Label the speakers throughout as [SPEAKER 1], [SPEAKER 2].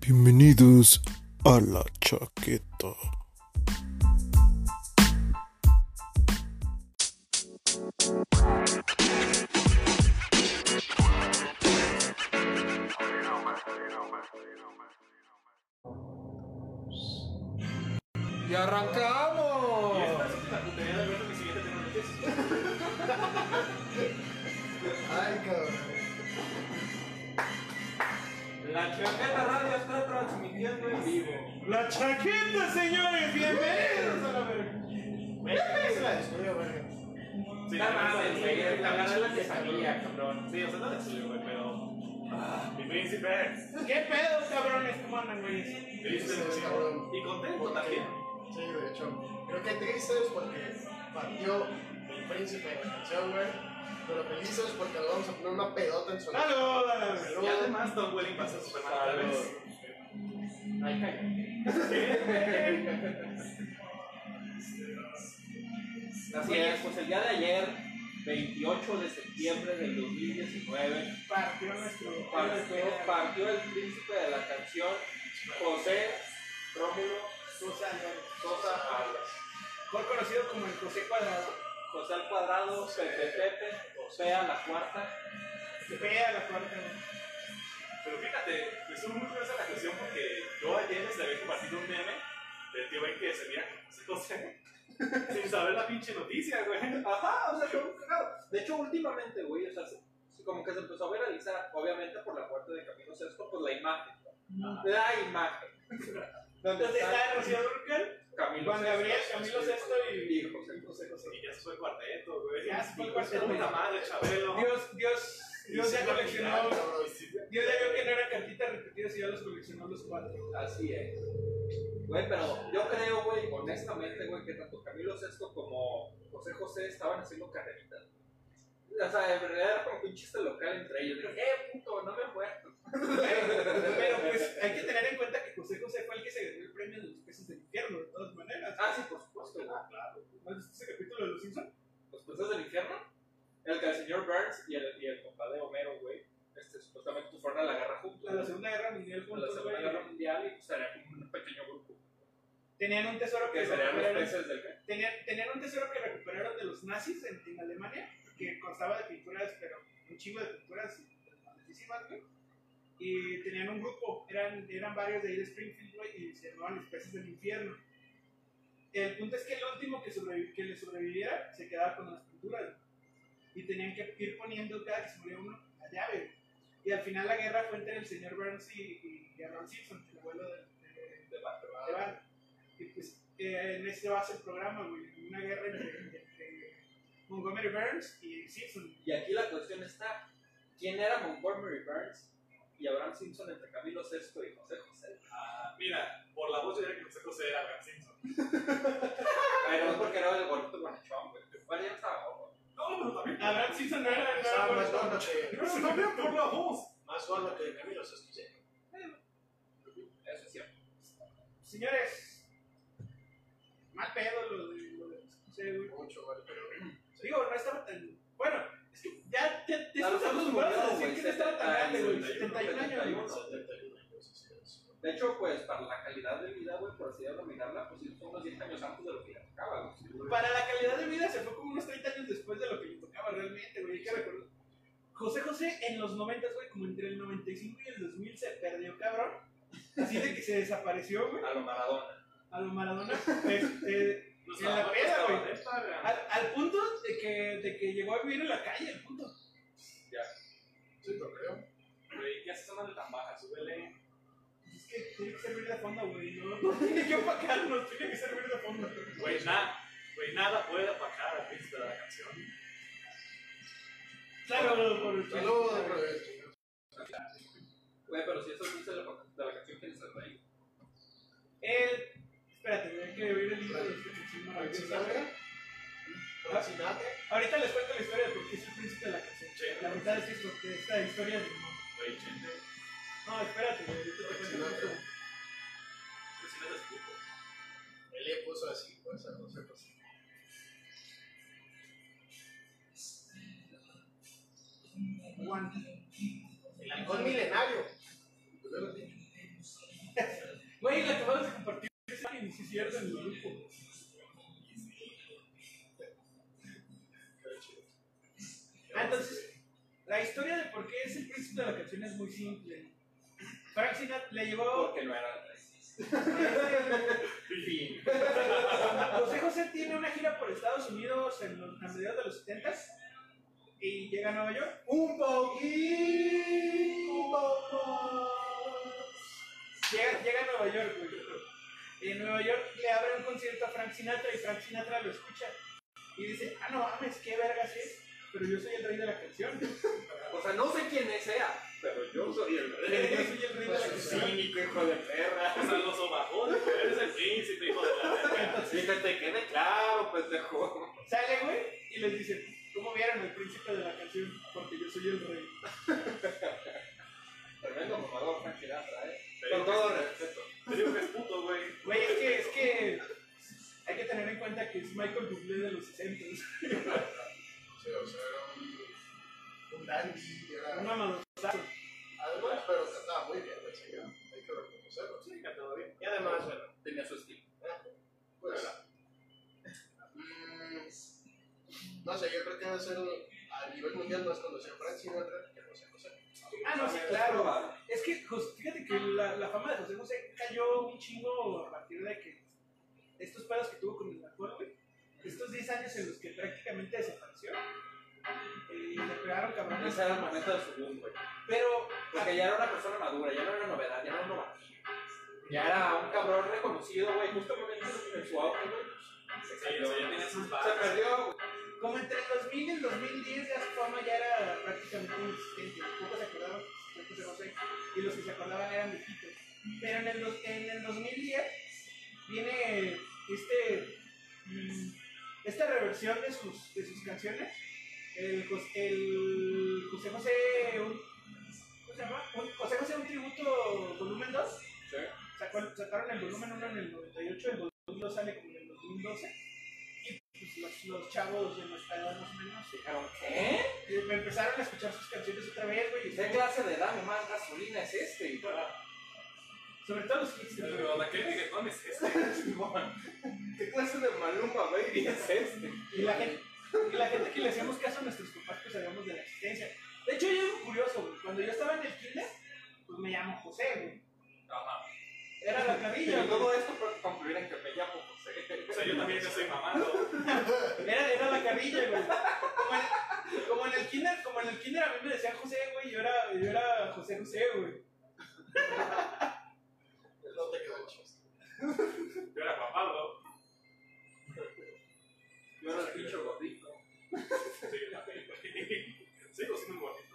[SPEAKER 1] Bienvenidos a la chaqueta.
[SPEAKER 2] ¡Y arrancamos!
[SPEAKER 3] La Chaqueta Radio está transmitiendo en vivo.
[SPEAKER 2] ¡La chaqueta, señores! ¡Bienvenidos a la
[SPEAKER 3] Está mal, güey. La verdad es la que sabía, cabrón. Sí, o sea, no le salió, güey, pero. Mi príncipe.
[SPEAKER 2] Ah, ¿Qué pedo, cabrones? ¿Cómo andan, güey?
[SPEAKER 3] Príncipe,
[SPEAKER 4] Sí, cabrón.
[SPEAKER 3] Y contento también.
[SPEAKER 4] Sí, de hecho. Creo que tristes porque partió el príncipe de la canción, güey. Pero felices porque le vamos a poner una pedota en su
[SPEAKER 2] Ah, ¡Saludos!
[SPEAKER 3] Y además, Don Welling pasa su semana tal vez.
[SPEAKER 4] Ay, cae.
[SPEAKER 3] Así es, pues el día de ayer, 28 de septiembre del 2019,
[SPEAKER 2] Partió nuestro.
[SPEAKER 3] partió, partió el príncipe de la canción José Rómulo
[SPEAKER 2] Sosa Álvarez,
[SPEAKER 3] Sosa Álvarez.
[SPEAKER 2] Mejor conocido como el José Cuadrado.
[SPEAKER 3] José al cuadrado, Pepe Pepe, José a la cuarta.
[SPEAKER 2] Que pega la puerta, güey.
[SPEAKER 5] Pero fíjate, me estuvo muy curiosa la cuestión porque yo ayer les había compartido un meme del tío Ben que se mira José José sin saber la pinche noticia, güey.
[SPEAKER 3] Ajá, o sea, todo cagado. De hecho, últimamente, güey, o sea, se- se- como que se empezó a viralizar, obviamente por la muerte de Camilo Sesto, pues la imagen. ¿no? La imagen. Donde
[SPEAKER 2] Entonces
[SPEAKER 3] está
[SPEAKER 2] está Rocío Durcal,
[SPEAKER 3] Camilo
[SPEAKER 2] Juan Gabriel, Camilo Sesto y.
[SPEAKER 3] y José José José.
[SPEAKER 5] Y ya se fue el cuarteto, güey. pues,
[SPEAKER 2] Ya se fue el cuarteto.
[SPEAKER 5] Puta madre, Chabelo.
[SPEAKER 2] Dios, Dios, Dios ya coleccionó.
[SPEAKER 4] Cabrón, sí.
[SPEAKER 2] Dios ya vio que no eran cartitas repetidas y ya los coleccionó los cuatro.
[SPEAKER 3] Así es. Güey, pero yo creo, güey, honestamente, güey, que tanto Camilo Sesto como José José estaban haciendo carreritas. O sea, en realidad era como que un chiste local entre ellos. Eh, puto, no me he muerto.
[SPEAKER 2] Pero pues hay que tener en cuenta que José José fue el que se ganó el premio de los peces del infierno, de todas maneras.
[SPEAKER 3] Ah, sí, por supuesto. güey.
[SPEAKER 2] ¿Has visto ese capítulo de los Simpsons?
[SPEAKER 3] Los peces del infierno. El que el señor Burns y el, y el papá de Homero, güey, este, supuestamente fueron a la guerra juntos.
[SPEAKER 2] A la Segunda Guerra Mundial
[SPEAKER 3] a la
[SPEAKER 2] juntos,
[SPEAKER 3] Segunda
[SPEAKER 2] güey.
[SPEAKER 3] Guerra Mundial y pues era como un pequeño grupo.
[SPEAKER 2] Tenían un tesoro que
[SPEAKER 3] Que serían los
[SPEAKER 2] recuperaron-
[SPEAKER 3] peces del
[SPEAKER 2] tenían, tenían un tesoro que recuperaron de los nazis en, en Alemania, que constaba de pinturas, pero un chingo de pinturas pues, malísimas, güey. Y tenían un grupo, eran, eran varios de ahí de Springfield, güey, y se llamaban los peces del infierno. El punto es que el último que, sobrevi- que le sobreviviera se quedaba con las pinturas. güey. Y tenían que ir poniendo cada que se moría uno la llave. güey. Y al final la guerra fue entre el señor Burns y, y, y Ron Simpson, el abuelo del de,
[SPEAKER 3] de Batman.
[SPEAKER 2] de bar. Y pues eh, en ese va a ser el programa, güey. en Una guerra entre, entre Montgomery Burns y Simpson.
[SPEAKER 3] Y aquí la cuestión está, ¿quién era Montgomery Burns y Abraham Simpson entre Camilo Sesto y José José?
[SPEAKER 5] Ah, mira, por la voz yo diría que José José era Abraham Simpson.
[SPEAKER 3] Pero es porque era el bonito bonachón, güey. ¿Cuál ya estaba gordo?
[SPEAKER 5] No, pero también.
[SPEAKER 2] Abraham Simpson no era no era
[SPEAKER 4] Estaba más
[SPEAKER 2] bueno.
[SPEAKER 4] gordo que.
[SPEAKER 5] Pero también por la voz.
[SPEAKER 4] Más gordo que Camilo, eso es que
[SPEAKER 3] Eso es cierto.
[SPEAKER 2] Señores, mal pedo lo de. Lo de no sé, güey.
[SPEAKER 4] Mucho, güey, pero.
[SPEAKER 2] Digo, no estaba tan. Bueno, es que ya te, te
[SPEAKER 3] A los
[SPEAKER 2] estás
[SPEAKER 3] otros
[SPEAKER 2] acostumbrado a
[SPEAKER 3] murieron,
[SPEAKER 2] decir
[SPEAKER 3] güey,
[SPEAKER 2] que no estaba tan grande,
[SPEAKER 3] 70
[SPEAKER 2] güey.
[SPEAKER 3] años,
[SPEAKER 2] 71 años, güey.
[SPEAKER 4] 71 años,
[SPEAKER 3] 71.
[SPEAKER 4] así es.
[SPEAKER 3] De hecho, pues, para la calidad de vida, güey, por así denominarla, pues, son unos 10 años antes de lo que ya tocaba, güey.
[SPEAKER 2] Para la calidad de vida se fue como unos 30 años después de lo que le tocaba realmente, güey. Hay que recordar. José José en los 90, güey, como entre el 95 y el 2000 se perdió, cabrón. Así de que se desapareció, güey,
[SPEAKER 3] A lo Maradona.
[SPEAKER 2] a lo Maradona. Este,
[SPEAKER 5] No
[SPEAKER 2] En la
[SPEAKER 5] estaba-
[SPEAKER 2] peda,
[SPEAKER 5] no
[SPEAKER 2] güey.
[SPEAKER 5] estaba neta,
[SPEAKER 2] al, al punto de que, de que llegó a vivir en la calle, el punto.
[SPEAKER 4] Sí, lo creo.
[SPEAKER 5] Güey, ¿qué haces andando tan baja? Súbele.
[SPEAKER 2] Es que tiene que servir de fondo, güey. No, no tiene que opacarnos, tiene que servir de fondo.
[SPEAKER 5] Güey, nada. Güey, nada puede apagar al príncipe de la canción.
[SPEAKER 2] Claro, por el
[SPEAKER 4] Saludos, güey.
[SPEAKER 3] Güey, pero si eso dice la, de la canción, ¿quién es el rey?
[SPEAKER 2] El. Espérate, güey, hay que abrir el libro de este canción
[SPEAKER 4] Frank
[SPEAKER 2] maravillosa.
[SPEAKER 4] Sinatra. Frank Sinatra.
[SPEAKER 2] Ahorita les cuento la historia de por qué es el príncipe de la canción.
[SPEAKER 5] Sí.
[SPEAKER 2] La verdad es que esto- que esta historia de
[SPEAKER 5] Güey, gente.
[SPEAKER 2] No, espérate, güey, ahorita te
[SPEAKER 4] Frank
[SPEAKER 2] cuento
[SPEAKER 4] Sinatra.
[SPEAKER 2] esto.
[SPEAKER 5] Pues si no te escucho.
[SPEAKER 4] Él le puso así, pues, a no sé, pues.
[SPEAKER 2] Juan.
[SPEAKER 4] El alcohol milenario. Yo lo he dicho.
[SPEAKER 2] güey, la acabas de compartir. Y ni siquiera en el grupo. Ah, entonces, la historia de por qué es el príncipe de la canción es muy simple. Frank Sinatra le llevó.
[SPEAKER 3] Porque no era el rey. Fin.
[SPEAKER 2] José José tiene una gira por Estados Unidos en los, a mediados de los 70 y llega a Nueva York.
[SPEAKER 4] Un poquito.
[SPEAKER 2] Llega, llega a Nueva York, güey. En Nueva York le abre un concierto a Frank Sinatra y Frank Sinatra lo escucha. Y dice, ah, no mames, qué vergas es, pero yo soy el rey de la canción.
[SPEAKER 3] O sea, no sé quién sea, pero yo soy el
[SPEAKER 2] Yo soy
[SPEAKER 3] rey.
[SPEAKER 2] el rey de la canción.
[SPEAKER 3] Cínico, hijo de perra.
[SPEAKER 5] O sea, los sobajos, eres el príncipe, hijo de la verga.
[SPEAKER 3] Sí, que te quede claro, pendejo.
[SPEAKER 2] Sale, güey, y les dice, ¿cómo vieron el príncipe de la canción? Porque yo soy el rey.
[SPEAKER 3] Tremendo mamador, Frank Sinatra, eh.
[SPEAKER 5] Te
[SPEAKER 3] Con
[SPEAKER 5] digo
[SPEAKER 3] todo
[SPEAKER 5] que-
[SPEAKER 3] respeto.
[SPEAKER 5] Te digo que es puto, güey.
[SPEAKER 2] Güey, es que, es que hay que tener en cuenta que es Michael Bublé de los 60.
[SPEAKER 4] Sí, o sea, era un, un dandy, era
[SPEAKER 2] Una mano.
[SPEAKER 4] además, pero cantaba muy bien, el señor. Hay que reconocerlo.
[SPEAKER 3] Sí, cantaba bien.
[SPEAKER 4] Y además, bueno,
[SPEAKER 3] Tenía su estilo.
[SPEAKER 4] pues. mm, No sé, yo creo que va a ser a nivel mundial más conocido Frank Sinatra que José José.
[SPEAKER 2] Ah, no, sí, claro. Es que, Jos- fíjate que la, la fama de José José cayó un chingo a partir de que estos pedos que tuvo con el alcohol, güey. Estos 10 años en los que prácticamente desapareció. eh, Y le pegaron cabrón.
[SPEAKER 3] Ese era el momento de su boom, güey.
[SPEAKER 2] Pero
[SPEAKER 3] Porque ya era una persona madura, ya no era novedad, ya no era novatillo. Ya era un cabrón reconocido, güey, justamente en su auge, güey.
[SPEAKER 5] Sí, o sea, ya tiene sus
[SPEAKER 3] Se
[SPEAKER 5] barras.
[SPEAKER 3] perdió, güey.
[SPEAKER 2] Como entre el 2000 y el 2010 ya su fama ya era prácticamente inexistente. Pocos se acordaban de José José y los que se acordaban eran viejitos. Pero en el, dos- en el 2010 viene este, mm, esta reversión de sus, de sus canciones. El, Jos- el José José, un, ¿cómo se llama? Un- José José, un tributo volumen 2.
[SPEAKER 3] Sí.
[SPEAKER 2] Sacó- sacaron el volumen 1 en el 98, el volumen 2 sale como en el 2012. Y pues, los, los chavos de nuestra edad más o menos
[SPEAKER 3] Dijeron, ¿qué?
[SPEAKER 2] eh, me empezaron a escuchar sus canciones otra vez, güey. y
[SPEAKER 3] ¿Qué
[SPEAKER 2] estuvo-
[SPEAKER 3] clase de dame más gasolina es este?
[SPEAKER 2] Sobre todo los hits. güey.
[SPEAKER 5] Pero, ¿de qué reggaetón es este?
[SPEAKER 3] ¿Qué clase de Maluma Baby es este?
[SPEAKER 2] Y la gente, y la gente que le hacíamos caso a nuestros papás que sabíamos de la existencia. De hecho, hay algo curioso, güey. Cuando yo estaba en el kinder, pues me llamo José, güey.
[SPEAKER 5] Ajá.
[SPEAKER 2] Era la carrilla,
[SPEAKER 3] Y
[SPEAKER 2] güey.
[SPEAKER 3] todo esto para concluir en que me llamo José.
[SPEAKER 5] O sea, yo también ya soy mamado.
[SPEAKER 2] Era, era la carrilla, güey. Como en, como en el kinder, como en el kinder a mí me decían José, güey. Yo era, yo era José José, güey.
[SPEAKER 4] No te quedó el chiste.
[SPEAKER 5] Yo era Juan Pablo.
[SPEAKER 3] Yo era el pinche gordito.
[SPEAKER 5] Sí, también, güey. Sigo siendo bonito.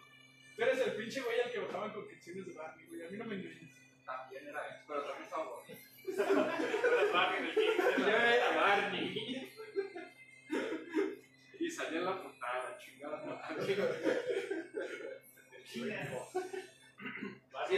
[SPEAKER 2] Tú eres el pinche güey al que bajaban con canciones de Barney, güey. A mí no me engañes.
[SPEAKER 3] También era él, pero también estaba gordito.
[SPEAKER 5] Yo era Barney en el
[SPEAKER 3] Yo
[SPEAKER 5] kinder.
[SPEAKER 3] era Barney. Y salía en la putada, chingada madre. Sí,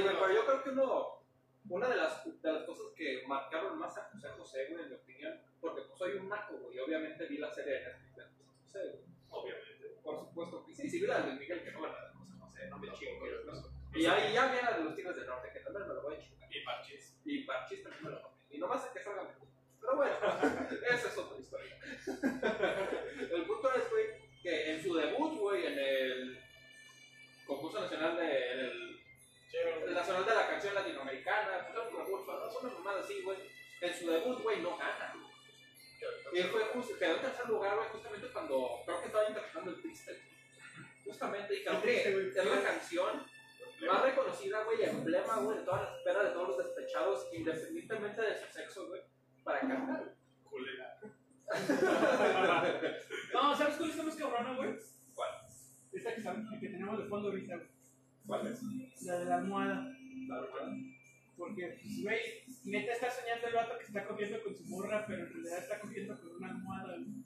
[SPEAKER 3] güey, pero yo creo que uno, una de las, de las cosas que marcaron más a José José, güey, en mi opinión, porque pues soy un naco, güey, y obviamente vi la serie de Netflix de José José, güey.
[SPEAKER 5] Obviamente.
[SPEAKER 3] Por supuesto que sí, sí vi la de Luis Miguel, que no me la de José José, no me chingo, güey, no sé. Y ahí ya vi la de los Tigres del Norte, que también me lo voy a chingar.
[SPEAKER 5] Y parches.
[SPEAKER 3] Y Parchis también me lo comí. Y nomás es que salga mejor. Pero bueno, esa es otra historia. el punto es, güey, que en su debut, güey, en el concurso nacional de, en el el Nacional de la Canción Latinoamericana, pues, algo como, güey, es una mamada así, güey. En su debut, güey, no gana. güey. Y fue justo, quedó en tercer lugar, güey, justamente cuando creo que estaba interpretando el triste. Justamente, y creo
[SPEAKER 2] triste,
[SPEAKER 3] que
[SPEAKER 2] güey.
[SPEAKER 3] es la canción más reconocida, güey, emblema, güey, de toda la espera de todos los despechados, independientemente de su sexo, güey, para cantar.
[SPEAKER 5] Culera.
[SPEAKER 2] No, ¿sabes cuál está más cabrona, güey?
[SPEAKER 5] ¿Cuál?
[SPEAKER 2] Esta que, estamos- que tenemos de fondo ahorita, güey.
[SPEAKER 5] ¿Cuál es?
[SPEAKER 2] La de la almohada.
[SPEAKER 5] La verdad.
[SPEAKER 2] Porque, pues, güey, neta está soñando el vato que está cogiendo con su morra, pero en realidad está cogiendo con una almohada, güey.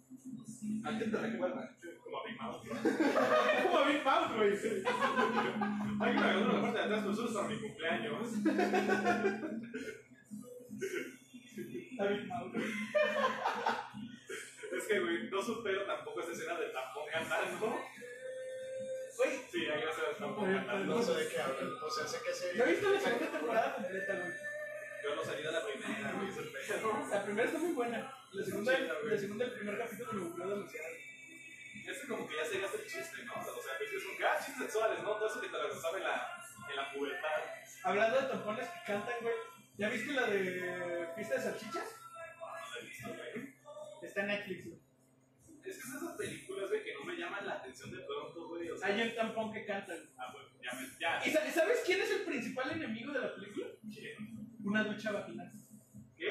[SPEAKER 3] ¿A quién te recuerda?
[SPEAKER 5] Como a Big Mouth.
[SPEAKER 2] Como a Big Mouth, güey.
[SPEAKER 5] Hay que me agarró la puerta de atrás, nosotros para mi cumpleaños.
[SPEAKER 2] A Big Mouth, güey.
[SPEAKER 5] Es que, güey, no supero tampoco esa escena del tampón cantando.
[SPEAKER 2] Güey,
[SPEAKER 5] Sí, hay que hacer el tampón
[SPEAKER 2] Ay,
[SPEAKER 5] cantando.
[SPEAKER 4] No sé de qué hablan. O sea, sé que se.
[SPEAKER 2] no he visto la segunda temporada completa, güey.
[SPEAKER 5] Yo no salí de la primera, güey, ese pedo.
[SPEAKER 2] La primera está muy buena. La segunda,
[SPEAKER 5] Chida, güey.
[SPEAKER 2] la segunda, el primer capítulo me gustó demasiado.
[SPEAKER 5] Ese como que ya sería hasta el chiste, ¿no? O sea, que es como que, ah, chistes sexuales, ¿no? Todo eso que te regresaba en la, en la pubertad.
[SPEAKER 2] Hablando de tampones que cantan, güey. ¿Ya viste la de Fiesta de Salchichas?
[SPEAKER 5] No lo he visto, güey.
[SPEAKER 2] Está en Netflix, güey.
[SPEAKER 5] Es que es esas películas, güey, que no me llaman la atención de pronto, güey. O sea,
[SPEAKER 2] Hay un tampón que canta, güey.
[SPEAKER 5] ah, bueno, ya me, ya.
[SPEAKER 2] ¿Y sa- sabes quién es el principal enemigo de la película?
[SPEAKER 5] ¿Qué?
[SPEAKER 2] Una ducha vaginal.
[SPEAKER 5] ¿Qué?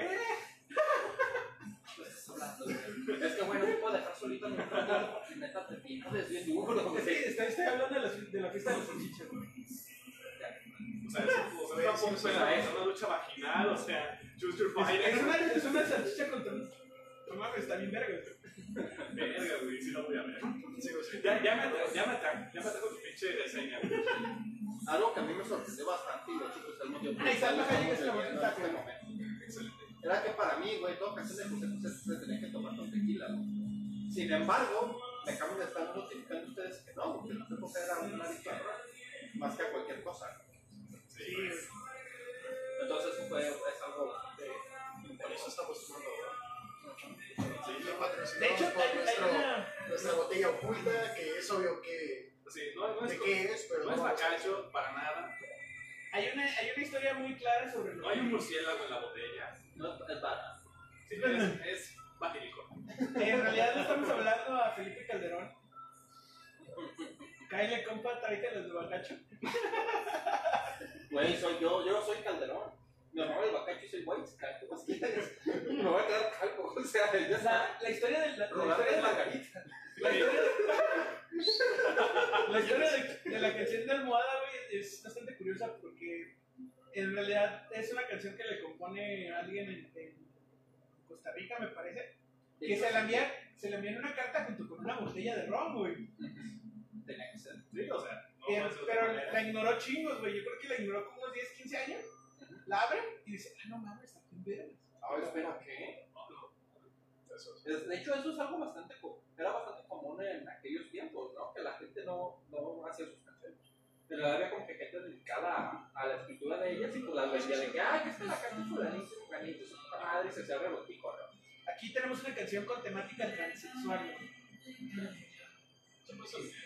[SPEAKER 3] estás hablando, güey? Es que, güey, no me puedo dejar solito en un rato porque neta te pierdes bien duro,
[SPEAKER 2] Es
[SPEAKER 3] güey.
[SPEAKER 2] que estoy, estoy hablando de la, de la Fiesta de las Salchichas, güey.
[SPEAKER 5] O sea, es como, o sea,
[SPEAKER 4] Güey, sí,
[SPEAKER 5] tampoco
[SPEAKER 4] sí,
[SPEAKER 5] era
[SPEAKER 4] sí.
[SPEAKER 5] eso, una lucha vaginal, o sea, choose your
[SPEAKER 2] Es
[SPEAKER 5] fighter.
[SPEAKER 2] una, es una salchicha contra un... No mames, está bien verga, güey.
[SPEAKER 5] Verga, güey, sí lo voy a ver.
[SPEAKER 4] Sigo sin-
[SPEAKER 5] Ya, ya me ataco, ya me ataco, ya me ataco tu pinche reseña, güey.
[SPEAKER 3] Algo que a mí me sorprendió bastante y los chicos al mismo tiempo. pues,
[SPEAKER 2] Ay, Salma
[SPEAKER 3] estamos
[SPEAKER 2] Hayek se la
[SPEAKER 3] viviendo
[SPEAKER 2] botita,
[SPEAKER 3] este
[SPEAKER 2] güey.
[SPEAKER 3] momento.
[SPEAKER 5] Excelente.
[SPEAKER 3] Era que para mí, güey, toda canción de José José se tenía que tomar con tequila, güey. Sin embargo, me cambian de estar notificando ustedes que no, porque José José era un adicto al rock, más que a cualquier cosa.
[SPEAKER 5] Sí, güey.
[SPEAKER 3] Entonces, eso fue, es algo bastante.
[SPEAKER 4] Por eso estamos tomando ahora.
[SPEAKER 5] Sí,
[SPEAKER 4] Lo
[SPEAKER 2] De
[SPEAKER 4] patrocinamos
[SPEAKER 2] hecho,
[SPEAKER 4] por
[SPEAKER 2] hay, hay
[SPEAKER 4] nuestro-
[SPEAKER 2] una...
[SPEAKER 4] nuestra botella oculta, que es obvio que
[SPEAKER 5] sí, no, no es,
[SPEAKER 4] de qué es, pero
[SPEAKER 5] no es
[SPEAKER 4] no vamos a-
[SPEAKER 5] bacacho para nada.
[SPEAKER 2] Hay una, hay una historia muy clara sobre
[SPEAKER 5] No hay un murciélago en la botella.
[SPEAKER 3] No es- es barato.
[SPEAKER 5] Sí, es, es batilicor.
[SPEAKER 2] En realidad no estamos hablando a Felipe Calderón. Cáele, compa, tráete los de Bacacho.
[SPEAKER 3] Güey, soy yo, yo soy Calderón. Mi amor, el bacacho y soy White Sky. ¿Qué más quieres? Me voy a quedar calvo. O sea, ya está.
[SPEAKER 2] La, la historia de la, la
[SPEAKER 3] Rolando
[SPEAKER 2] historia de
[SPEAKER 3] es
[SPEAKER 2] la,
[SPEAKER 3] Margarita.
[SPEAKER 2] la historia de- la historia de, de la canción de Almohada, güey, es bastante curiosa porque en realidad es una canción que le compone alguien en, en Costa Rica, me parece, que se la envía, se le envía en una carta junto con una botella de ron, güey.
[SPEAKER 3] Tenía que ser.
[SPEAKER 5] Sí, o sea, no
[SPEAKER 2] Eh,
[SPEAKER 5] puede ser de otra
[SPEAKER 2] pero
[SPEAKER 5] manera.
[SPEAKER 2] la ignoró chingos, güey. Yo creo que la ignoró como unos 10, 15 años. La abre y dice, ah, no mames, está bien vergas.
[SPEAKER 3] Ahora, espera, ¿qué?
[SPEAKER 4] Eso.
[SPEAKER 3] Es- De hecho, eso es algo bastante, co- era bastante común en aquellos tiempos, ¿no? Que la gente no, no hacía sus canciones. Pero había como que gente dedicada a, a la escritura de ellas y pues las vendía de que, ah, que está la canción fulanita, fulanita, su puta madre, y se hacía rebotico, ¿no?
[SPEAKER 2] Aquí tenemos una canción con temática transexual, güey.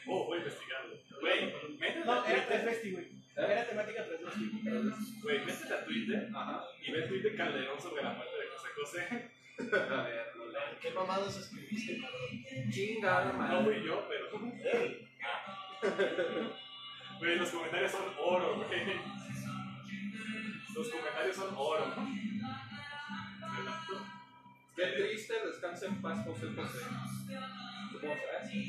[SPEAKER 5] Oh, voy a investigarlo. Güey, métete
[SPEAKER 2] No,
[SPEAKER 5] a
[SPEAKER 2] era
[SPEAKER 5] Twitter,
[SPEAKER 2] transvesti, güey. Era temática transvesti.
[SPEAKER 5] güey, métete a Twitter
[SPEAKER 3] Ajá.
[SPEAKER 5] y ve el tweet de Calderón sobre la muerte de José José.
[SPEAKER 3] A ver, no la-
[SPEAKER 4] ¿Qué mamadas escribiste?
[SPEAKER 3] Chingada
[SPEAKER 5] No
[SPEAKER 3] madre.
[SPEAKER 5] fui yo, pero. Güey, los comentarios son oro, güey. Los comentarios son oro.
[SPEAKER 3] Qué triste, descansa en paz, José José. ¿Cómo sabes?
[SPEAKER 5] Sí.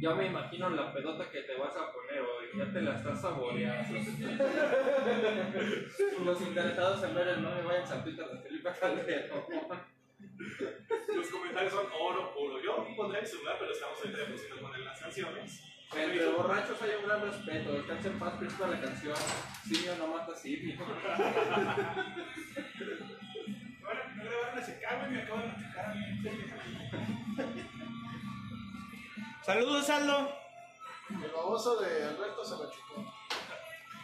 [SPEAKER 3] Ya me imagino la pelota que te vas a poner hoy, ya te la estás saboreando. Los interesados en ver el no me vayan a Twitter de Felipe Calderón.
[SPEAKER 5] Los comentarios son oro puro. Yo pondré mi celular, pero estamos ahorita de música con las canciones.
[SPEAKER 3] Entre borrachos hay un gran respeto, descansa en paz, Cristo, la canción Simio no mata simio.
[SPEAKER 2] Ahora no grabaron ese cable y me acaban de matar a mí. Saludos, Aldo.
[SPEAKER 4] El baboso de Alberto se lo chupó.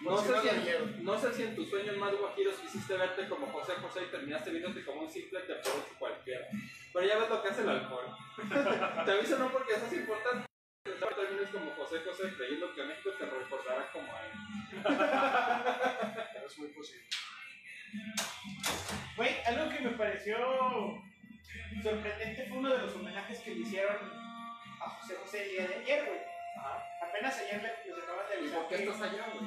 [SPEAKER 3] No sé, si
[SPEAKER 4] ayer.
[SPEAKER 3] en, no sé si en tus sueños más guajiros quisiste verte como José José y terminaste viéndote como un simple teatro cualquiera. Pero ya ves lo que hace el alcohol. te aviso no porque eso es importante. pero Terminas como José José creyendo que México te recordará como a él.
[SPEAKER 4] Es muy posible.
[SPEAKER 2] Güey, algo que me pareció sorprendente fue uno de los homenajes que le hicieron a José José el día de ayer, güey. Apenas ayer le- les acaban de
[SPEAKER 3] ¿Y
[SPEAKER 2] avisar.
[SPEAKER 3] por qué
[SPEAKER 2] que-
[SPEAKER 3] estás allá, güey?
[SPEAKER 5] Sí,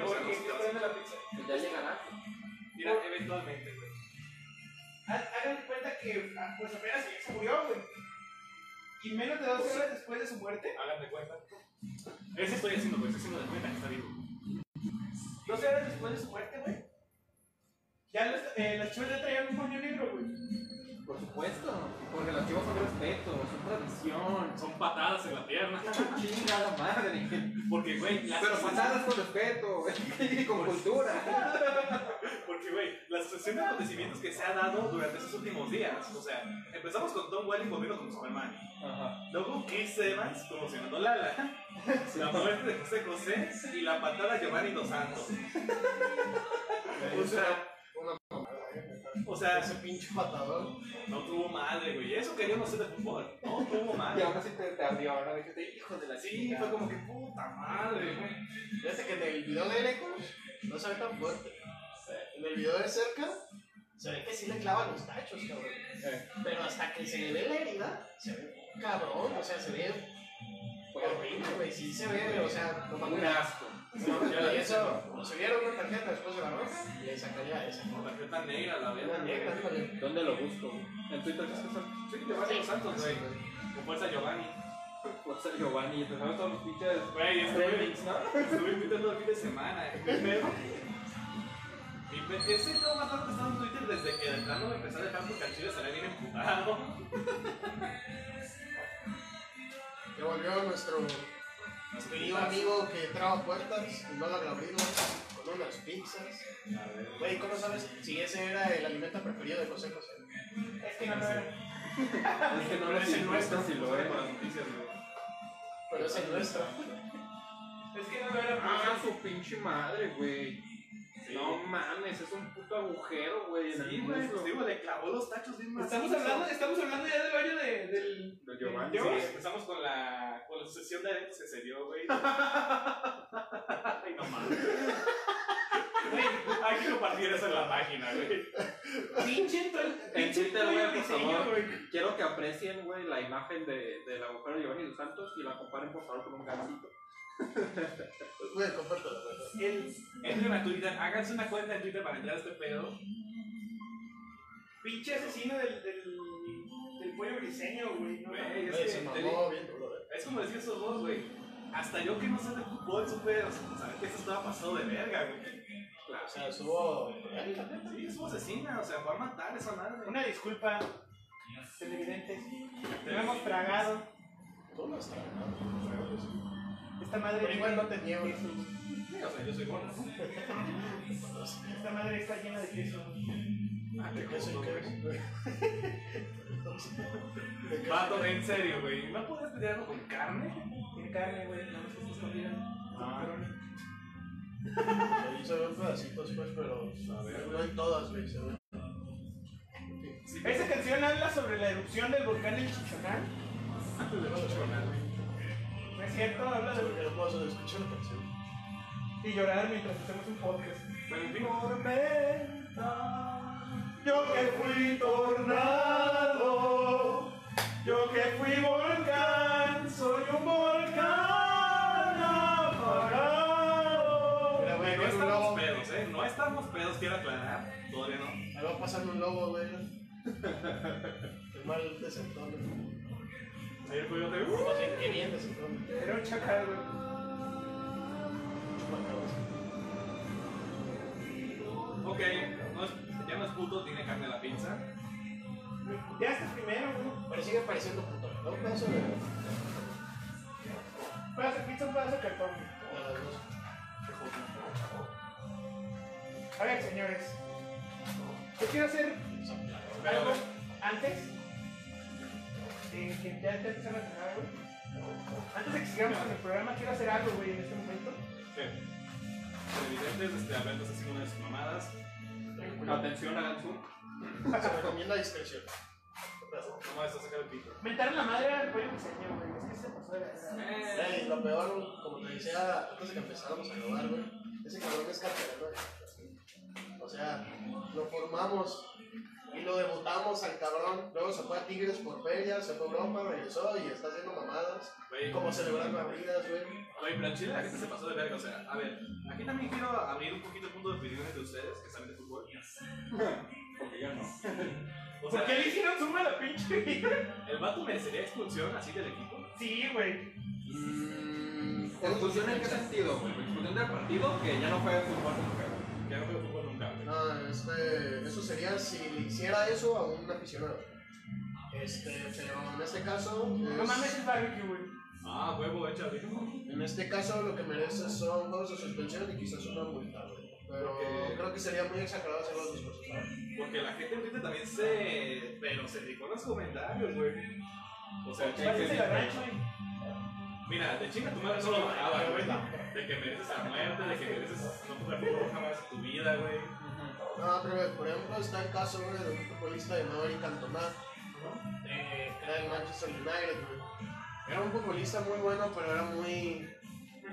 [SPEAKER 2] Porque
[SPEAKER 5] sea, no
[SPEAKER 2] estoy
[SPEAKER 5] se
[SPEAKER 2] esperando la pizza.
[SPEAKER 3] Pues ya llegará.
[SPEAKER 5] Mira, eventualmente, güey.
[SPEAKER 2] Ha- Hagan de cuenta que ah, pues apenas ayer se murió, güey. Y menos de
[SPEAKER 3] Pues
[SPEAKER 2] 12 horas después de su muerte,
[SPEAKER 5] Háganme cuenta. Eso estoy haciendo, güey. Estoy haciendo de cuenta que está vivo.
[SPEAKER 2] 12 horas después de su muerte, güey. Ya los, eh, las chivas ya traían un puño negro, güey.
[SPEAKER 3] Por supuesto, porque las chivas son respeto, son tradición,
[SPEAKER 5] Son patadas en la pierna.
[SPEAKER 3] son chingada madre.
[SPEAKER 5] Porque, güey, las
[SPEAKER 3] Pero pasadas con respeto y con cultura.
[SPEAKER 5] Porque, güey, la sucesión de acontecimientos que se ha dado durante esos últimos días. O sea, empezamos con Tom Welling volviendo como Superman.
[SPEAKER 3] Ajá.
[SPEAKER 5] Luego Chris Evans promocionando a Lala. La muerte de José José y la patada a Giovanni Dos Santos. O sea, o sea,
[SPEAKER 4] Ese pinche patadón.
[SPEAKER 5] no tuvo madre, güey. Eso queríamos hacer de fútbol. No tuvo
[SPEAKER 3] Y
[SPEAKER 5] madre.
[SPEAKER 3] aún así te, te abrió, ahora dijiste, hijo de la
[SPEAKER 5] Sí, fue como que puta madre, güey.
[SPEAKER 4] Fíjate que en el video de Erecos no se ve tan fuerte. En el video de cerca se ve que sí le clavan los tachos, cabrón.
[SPEAKER 3] Eh.
[SPEAKER 4] Pero hasta que se ve la herida, se ve cabrón, o sea, se ve
[SPEAKER 3] Fue horrible.
[SPEAKER 4] horrible, güey. Sí se ve, o sea, no
[SPEAKER 3] Un
[SPEAKER 4] mames.
[SPEAKER 3] asco.
[SPEAKER 4] Y eso, nos subieron una tarjeta después de la roja y le sacaría esa.
[SPEAKER 5] Con la jeta negra, la
[SPEAKER 4] Una
[SPEAKER 5] verga.
[SPEAKER 4] negra, híjole.
[SPEAKER 3] ¿Dónde lo busco? En Twitter, ¿qué es eso? Sí, Giovanni Los Santos, güey.
[SPEAKER 5] Con fuerza Giovanni.
[SPEAKER 3] WhatsApp Pues, eh, Giovanni, te sabes todos los pinches
[SPEAKER 5] Güey, estuve,
[SPEAKER 3] trendings, ¿no?
[SPEAKER 5] estuve en Twitter todo el fin de semana, eh. ¿Qué pedo? Y me- ese tema más largo que he estado en Twitter desde que de plano me empecé a dejar porque al chile salía bien emputado.
[SPEAKER 4] Que volvió nuestro querido amigo que traba puertas y no las abrimos con unas pizzas.
[SPEAKER 5] A ver.
[SPEAKER 4] Güey, ¿cómo sabes si ese era el alimento preferido de José José?
[SPEAKER 2] Es que no lo era.
[SPEAKER 3] Es que no
[SPEAKER 5] Pero
[SPEAKER 3] lo
[SPEAKER 5] es el nuestro,
[SPEAKER 3] si lo
[SPEAKER 5] sale
[SPEAKER 3] es.
[SPEAKER 5] por las noticias, güey.
[SPEAKER 4] Pero ese es nuestro.
[SPEAKER 2] Es que no lo era.
[SPEAKER 3] Ah, su pinche madre, güey.
[SPEAKER 5] Sí.
[SPEAKER 3] No mames, es un puto agujero, güey. en el
[SPEAKER 5] Sí, güey,
[SPEAKER 3] muslo.
[SPEAKER 5] pues, digo, le clavó los tachos bien más.
[SPEAKER 2] Estamos hablando, estamos hablando ya del baño de, del.
[SPEAKER 3] Lo Giovanni.
[SPEAKER 5] Sí,
[SPEAKER 3] Sí.
[SPEAKER 5] empezamos con la, con la sucesión de eventos que se dio, güey. Ay, no mames. Güey, Hay que compartir eso en la página, güey.
[SPEAKER 2] Pinche tol-
[SPEAKER 3] En
[SPEAKER 2] pinche
[SPEAKER 3] Twitter, güey,
[SPEAKER 2] pollo
[SPEAKER 3] por
[SPEAKER 2] diseño,
[SPEAKER 3] favor.
[SPEAKER 2] güey.
[SPEAKER 3] Quiero que aprecien, güey, la imagen de, del agujero de Giovanni dos Santos y la comparen, por favor, con un gancito.
[SPEAKER 4] Güey, compártelo, güey.
[SPEAKER 2] El, entren a Twitter, háganse una cuenta en Twitter para entrar a este pedo. Pinche asesino del, del, del pollo briseño, güey. No,
[SPEAKER 5] Güey,
[SPEAKER 4] Güey,
[SPEAKER 5] es
[SPEAKER 4] se
[SPEAKER 5] que
[SPEAKER 4] mamó bien duro, eh.
[SPEAKER 5] Es como decir esos dos, güey. Hasta yo que no sé de fútbol, supe, o sea, saber que esto estaba pasado de verga, güey.
[SPEAKER 4] O sea, estuvo.
[SPEAKER 5] Sí, es un asesina, o sea, va a matar esa madre.
[SPEAKER 2] Una disculpa, televidentes. Te lo hemos tragado.
[SPEAKER 4] Tú no estás, ¿no?
[SPEAKER 2] Esta madre.
[SPEAKER 4] Pero igual no te niego.
[SPEAKER 2] Jesús.
[SPEAKER 5] Sí, o sea, yo soy gordo.
[SPEAKER 2] Esta madre está llena de queso.
[SPEAKER 5] Ah, qué
[SPEAKER 4] Yo soy
[SPEAKER 5] gordo, güey.
[SPEAKER 4] que-
[SPEAKER 5] Vato, en serio, güey. ¿No puedes pelearlo con carne?
[SPEAKER 2] Tiene carne, güey. No sé si está bien.
[SPEAKER 5] Ah.
[SPEAKER 4] Ahí se ven pedacitos, pues, pero.
[SPEAKER 5] A ver,
[SPEAKER 4] No en todas, güey. se ven.
[SPEAKER 5] Sí,
[SPEAKER 2] Esa canción habla sobre la erupción del volcán El Chichonal. No es cierto, habla
[SPEAKER 4] Se
[SPEAKER 2] de.
[SPEAKER 4] ve que no puedo escuchar la canción.
[SPEAKER 2] Y llorar mientras hacemos un podcast.
[SPEAKER 5] Bueno, en fin.
[SPEAKER 2] tormenta. Yo que fui tornado, yo que fui volcán, soy un volcán apagado.
[SPEAKER 4] Mira, güey,
[SPEAKER 5] No
[SPEAKER 4] viene un lobo.
[SPEAKER 5] estamos pedos, ¿eh? No estamos pedos, quiero aclarar. Todavía no.
[SPEAKER 4] Ahí va pasando un lobo, güey. Qué mal desentón, güey.
[SPEAKER 5] Ayer fue otro. ¡Uh!
[SPEAKER 4] O sea, qué bien desentón.
[SPEAKER 2] Era un chacal, güey.
[SPEAKER 4] Chupacabras.
[SPEAKER 5] Ok, no es, ya no es puto, tiene carne a la pinza.
[SPEAKER 2] Ya estás primero, güey.
[SPEAKER 4] Pero sigue pareciendo puto. Da un pedazo de.
[SPEAKER 2] Un pedazo de pizza, un pedazo de cartón. güey.
[SPEAKER 4] de las dos.
[SPEAKER 5] Qué joder.
[SPEAKER 2] A ver, señores. Yo quiero hacer algo antes de que ya te empiezan a cenar, güey. Antes de que sigamos con el programa, quiero hacer algo, güey, en este momento.
[SPEAKER 5] ¿Qué? Televidentes, este, hablando así una de sus mamadas.
[SPEAKER 3] Atención, hagan zoom.
[SPEAKER 4] Se recomienda discreción.
[SPEAKER 5] ¿Cómo vas a sacar el pito?
[SPEAKER 2] Mentar la madre al pollo diseño, güey. Es que se pasó de la
[SPEAKER 4] Ey, lo peor, como te decía antes de que empezáramos a grabar, güey, ese cabrón es carterero. güey. O sea, lo formamos y lo debutamos al cabrón. Luego se fue a Tigres por feria, se fue a Europa, regresó y está haciendo mamadas.
[SPEAKER 5] Güey,
[SPEAKER 4] Como celebrando abridas, güey.
[SPEAKER 5] Oye, pero en Chile la gente se pasó de verga, o sea, a ver, aquí también quiero abrir un poquito el punto de opiniones de ustedes, que saben de fútbol.
[SPEAKER 3] Porque yo no.
[SPEAKER 5] O
[SPEAKER 2] ¿Por
[SPEAKER 5] sea,
[SPEAKER 2] qué le hicieron zoom a la pinche vida?
[SPEAKER 5] el vato merecería expulsión así del equipo.
[SPEAKER 2] Sí, güey. Mm,
[SPEAKER 3] ¿Expulsión en qué sentido, güey? ¿Expulsión del partido? Que ya no juega fútbol nunca, güey.
[SPEAKER 5] Ya no veo fútbol nunca, güey.
[SPEAKER 4] No, este, eso sería si le hiciera eso a un aficionado. Este, pero en este caso.
[SPEAKER 2] No
[SPEAKER 4] es-
[SPEAKER 2] mames, es barbecue, güey.
[SPEAKER 5] Ah, huevo, hecha bien.
[SPEAKER 4] En este caso lo que merece son juegos de suspensión y quizás una multa, güey. Pero
[SPEAKER 5] Porque-
[SPEAKER 4] creo que sería muy exagerado hacer las dos cosas.
[SPEAKER 5] Porque la gente en Twitter también se. Pero se dedicó en los comentarios, güey. O sea,
[SPEAKER 3] Sí,
[SPEAKER 2] Pásese
[SPEAKER 5] chingate-
[SPEAKER 2] la rancho, güey.
[SPEAKER 5] Mira, de chinga tu madre solo bajaba, güey. De que mereces la muerte, de que mereces no jugar fútbol jamás en tu vida, güey.
[SPEAKER 4] No, pero güey, por ejemplo está el caso güey, de un futbolista llamado Eric Cantona, eh, que era del Manchester United, güey. Era un futbolista muy bueno, pero era muy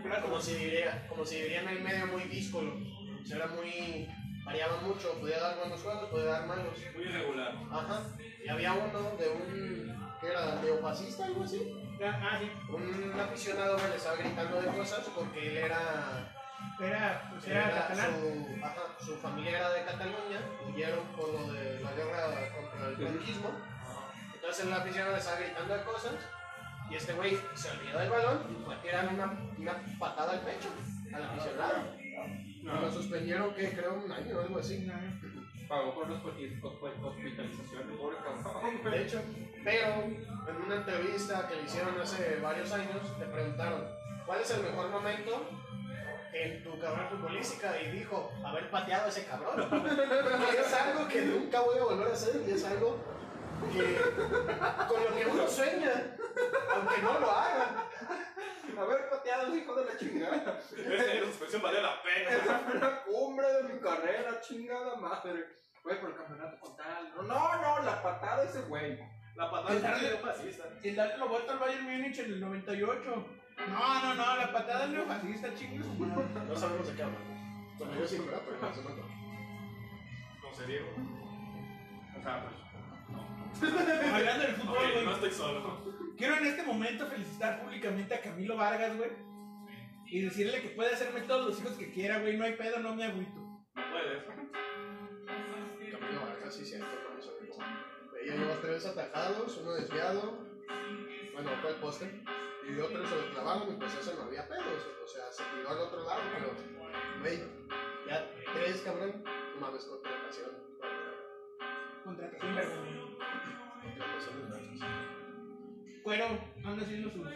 [SPEAKER 4] Era como si diría, como si diría en el medio muy díscolo. O sea, era muy. variaba mucho, podía dar buenos juegos, podía dar malos.
[SPEAKER 5] Muy irregular.
[SPEAKER 4] Ajá. Y había uno de un. que era neofascista, algo así.
[SPEAKER 2] Ah, sí.
[SPEAKER 4] Un aficionado que le estaba gritando de cosas porque él era.
[SPEAKER 2] Era, pues era
[SPEAKER 4] era
[SPEAKER 2] catalán.
[SPEAKER 4] su, ajá, su familia era de Cataluña, huyeron por lo de la guerra contra el franquismo. Entonces el aficionado le estaba gritando de cosas. Y este güey se olvidó del balón y fue a tirar una, una patada al pecho al aficionado. Y Lo suspendieron, que creo, un año o algo así.
[SPEAKER 3] Pagó por los hospi- hosp- hospitalización, el pobre cabrón.
[SPEAKER 4] De hecho, pero en una entrevista que le hicieron hace varios años, le preguntaron, ¿cuál es el mejor momento en tu carrera futbolística? Y dijo, haber pateado a ese cabrón. Y es algo que nunca voy a volver a hacer y es algo que, con lo que uno sueña, aunque no lo haga.
[SPEAKER 3] Haber pateado hijo de la chingada.
[SPEAKER 5] Ese la suspensión valió la pena.
[SPEAKER 3] Fue la cumbre de mi carrera, chingada madre. Güey, por el campeonato con tal. No, no, no, la patada de ese güey.
[SPEAKER 5] La patada
[SPEAKER 2] El
[SPEAKER 5] de
[SPEAKER 2] darle-
[SPEAKER 5] la fascista.
[SPEAKER 2] El darle la vuelta al Bayern Múnich en el 98. No, no, no, la patada del neofascista, chingue su madre.
[SPEAKER 4] No sabemos de qué hablan. Bueno, yo sí, ¿verdad? Pero no se manda.
[SPEAKER 5] Como se dijo. O sea, pues.
[SPEAKER 2] Hablando del
[SPEAKER 5] ok,
[SPEAKER 2] fútbol, güey.
[SPEAKER 5] no estoy solo.
[SPEAKER 2] Quiero en este momento felicitar públicamente a Camilo Vargas, güey. Y decirle que puede hacerme todos los hijos que quiera, güey. No hay pedo, no me agüito.
[SPEAKER 5] Puedes.
[SPEAKER 4] Camilo Vargas, sí, cierto, con eso mismo. Ella llevó tres atajados, uno desviado, bueno, fue el poste, y otro se lo clavaron y pues eso no había pedos, o sea, se tiró al otro lado, pero, güey, ya tres, cabrón, no mames, contratación, contratación
[SPEAKER 2] Contratación vergonzosa.
[SPEAKER 4] de brazos.
[SPEAKER 2] Cuero anda haciendo sus,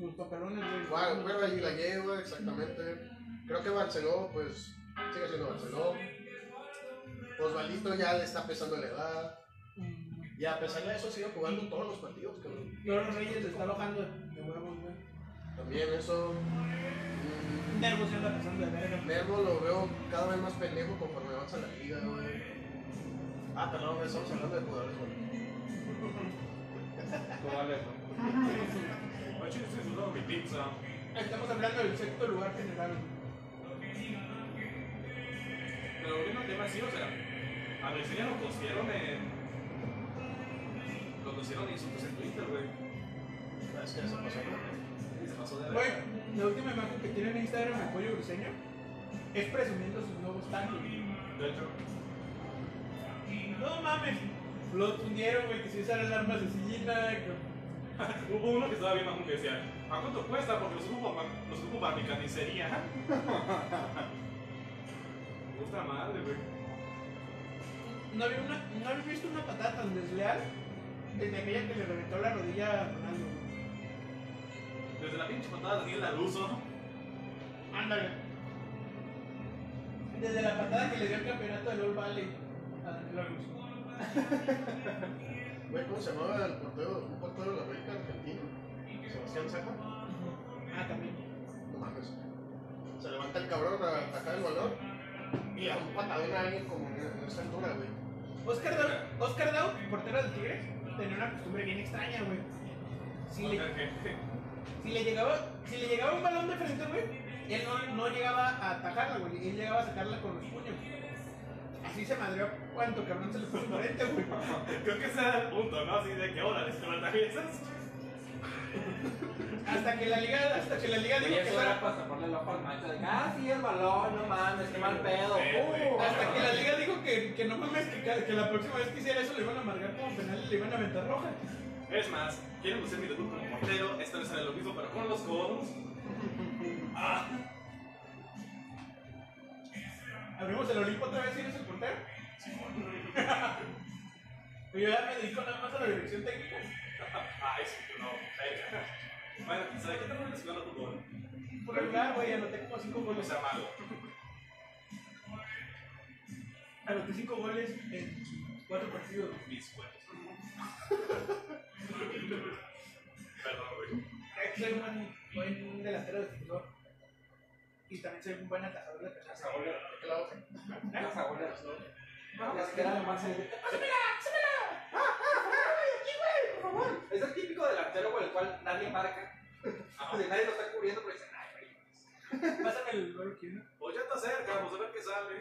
[SPEAKER 2] sus papelones, güey.
[SPEAKER 4] Igual, bueno, ahí la lleva, exactamente, creo que Barceló, pues, sigue siendo Barceló, Osvalito ya le está pesando la edad,
[SPEAKER 2] Mm,
[SPEAKER 4] y a pesar de eso sigue jugando todos los partidos, cabrón.
[SPEAKER 2] Flor Reyes está bajando de huevos, güey.
[SPEAKER 4] También eso. mm,
[SPEAKER 2] Nervos se anda pasando de verga.
[SPEAKER 4] Nervo lo veo cada vez más pendejo conforme avanza la liga, güey. Ah, perdón, güey, estamos hablando de jugadores, güey.
[SPEAKER 3] Tú vale, güey.
[SPEAKER 5] Oye, estoy disfrutando mi pizza.
[SPEAKER 2] Estamos hablando del sexto lugar general, güey.
[SPEAKER 5] Pero volviendo al tema, sí, o sea, a Briseña lo consiguieron en. Lo consiguieron insultos pues, en Twitter, güey.
[SPEAKER 4] Es que eso pasó, güey.
[SPEAKER 5] Y se pasó de
[SPEAKER 2] Güey,
[SPEAKER 5] verga.
[SPEAKER 2] la última imagen que tiene en Instagram el pollo bruseño es presumiendo sus nuevos tacos.
[SPEAKER 5] De hecho,
[SPEAKER 2] No mames. Lo fundieron, güey, que si esa era el arma asesina, que
[SPEAKER 5] hubo uno que estaba bien mamón que decía: ¿A cuánto cuesta? Porque los ocupo para, los ocupo para mi carnicería. Puta madre, güey.
[SPEAKER 2] ¿No, había una, ¿No habéis visto una patada tan desleal desde aquella que le reventó la rodilla a Ronaldo? güey?
[SPEAKER 5] Desde la pinche patada de Daniel Laruso.
[SPEAKER 2] Ándale. Desde la patada que le dio el campeonato del All Valley a Daniel Alonso.
[SPEAKER 4] Güey, ¿cómo se llamaba el portero? Un portero de la América argentino. Sebastián Saja.
[SPEAKER 2] Ah, también.
[SPEAKER 4] No mames. Se levanta el cabrón a atacar el valor y a un patadón a alguien como en en esta altura, güey.
[SPEAKER 2] Oscar Dau, Oscar Dau, portero del Tigres, tenía una costumbre bien extraña, güey. Si
[SPEAKER 5] O
[SPEAKER 2] le,
[SPEAKER 5] sea que-
[SPEAKER 2] si le llegaba, si le llegaba un balón de frente, güey, él no, no llegaba a atacarla, güey, él llegaba a sacarla con los puños. Así se madreó cuanto cabrón se le puso frente, güey.
[SPEAKER 5] Creo que ese era el punto, ¿no? Así de que ahora les lo atraviesas.
[SPEAKER 2] Hasta que la liga, hasta que la liga dijo
[SPEAKER 3] Oye,
[SPEAKER 2] que
[SPEAKER 3] eso era
[SPEAKER 2] fuera,
[SPEAKER 3] para zaparle la palmacha de que, ah, sí, el balón, no mames, qué mal pedo.
[SPEAKER 5] Sí, güey.
[SPEAKER 3] Uh,
[SPEAKER 2] hasta que la liga dijo que, que no mames que, ca- que la próxima vez que hiciera eso le iban a marcar como penal y le iban a aventar roja.
[SPEAKER 5] Es más, quieren hacer mi debut como portero. Esta vez será lo mismo, pero con los codos. Ah,
[SPEAKER 2] Abrimos el Olimpo otra vez y eres el portero. Yo ya me dedico nada más a la dirección técnica.
[SPEAKER 5] ay, sí, no, venga. Bueno, ¿sabes qué tal me lesionó tu gol?
[SPEAKER 2] Por regular, güey, anoté como 5
[SPEAKER 5] O
[SPEAKER 2] goles.
[SPEAKER 5] sea, malo.
[SPEAKER 2] Anoté 5 goles en 4 partidos.
[SPEAKER 5] Mis huevos. Perdón, güey.
[SPEAKER 2] Soy un buen, buen delantero defensor. Y también soy un buen atajador de
[SPEAKER 3] las
[SPEAKER 2] penales.
[SPEAKER 3] abuelas,
[SPEAKER 4] ¿Por qué la hoja?
[SPEAKER 3] las abuelas, Las que eran más ahí. Ah, Es el típico delantero con el cual nadie marca. O sea, nadie lo está cubriendo, pero dicen, ay, güey.
[SPEAKER 2] Pásame el gol que no.
[SPEAKER 5] Pues ya está cerca, vamos a ver qué sale.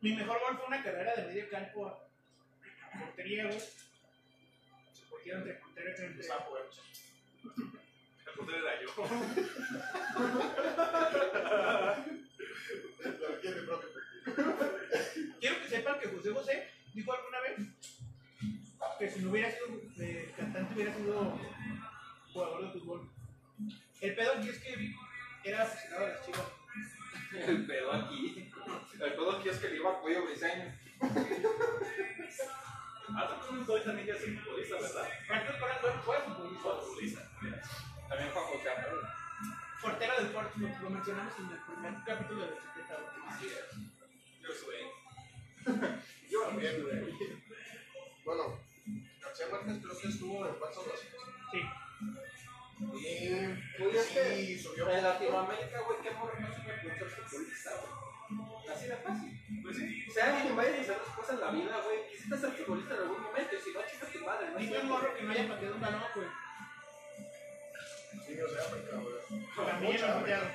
[SPEAKER 2] Mi mejor gol fue una carrera de medio campo a a portería, güey. Se pusieron de portero entre-
[SPEAKER 3] Pues
[SPEAKER 5] El portero era yo.
[SPEAKER 2] Quiero que sepan que José José dijo alguna vez que si no hubiera sido eh, cantante hubiera sido jugador de fútbol. El pedo aquí es que era aficionado a las chivas.
[SPEAKER 3] El pedo aquí. El pedo aquí es que le iba a cuello briseño. Ah,
[SPEAKER 5] Hace poco un doy también ya soy futbolista, ¿verdad?
[SPEAKER 2] Franco Escolar fue, fue futbolista,
[SPEAKER 5] Fue futbolista. mira.
[SPEAKER 3] También Juan José Amor.
[SPEAKER 2] portero del Porto, lo, lo mencionamos en el primer capítulo de la chaqueta. güey.
[SPEAKER 5] Así es. Yo soy.
[SPEAKER 3] Yo también estuve
[SPEAKER 4] Bueno, García Márquez creo que estuvo en Paso
[SPEAKER 2] Sí,
[SPEAKER 3] Pues es que
[SPEAKER 4] Y subió.
[SPEAKER 3] En Latinoamérica, güey, qué morro no se me puede ser futbolista, güey. Así de fácil.
[SPEAKER 5] Pues sí.
[SPEAKER 3] Si alguien que vaya a hacer las cosas en la vida, güey, quisiste ser futbolista en algún momento y si no, chica tu madre, no
[SPEAKER 2] dijo el morro que no haya pateado un balón, pues, güey.
[SPEAKER 4] Niños de África, güey.
[SPEAKER 2] También lo ha pateado.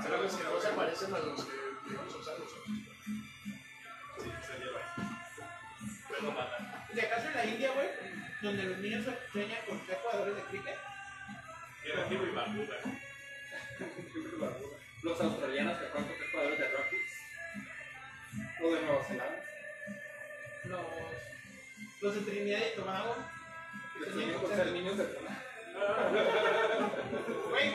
[SPEAKER 4] Será los pues, que no se parecen a los que llegamos a usar nosotros.
[SPEAKER 5] Sí, se lleva ahí. Pero mala.
[SPEAKER 2] Si acaso en la India, güey, donde los niños se sueñan con ser jugadores de cricket,
[SPEAKER 5] Era vivo y barbuda.
[SPEAKER 3] Los australianos que juegan con tres jugadores de rugby. O de Nueva Zelanda.
[SPEAKER 2] los, los de Trinidad y Tobago,
[SPEAKER 3] Que sueñan con ser niños de Tona.
[SPEAKER 2] Güey,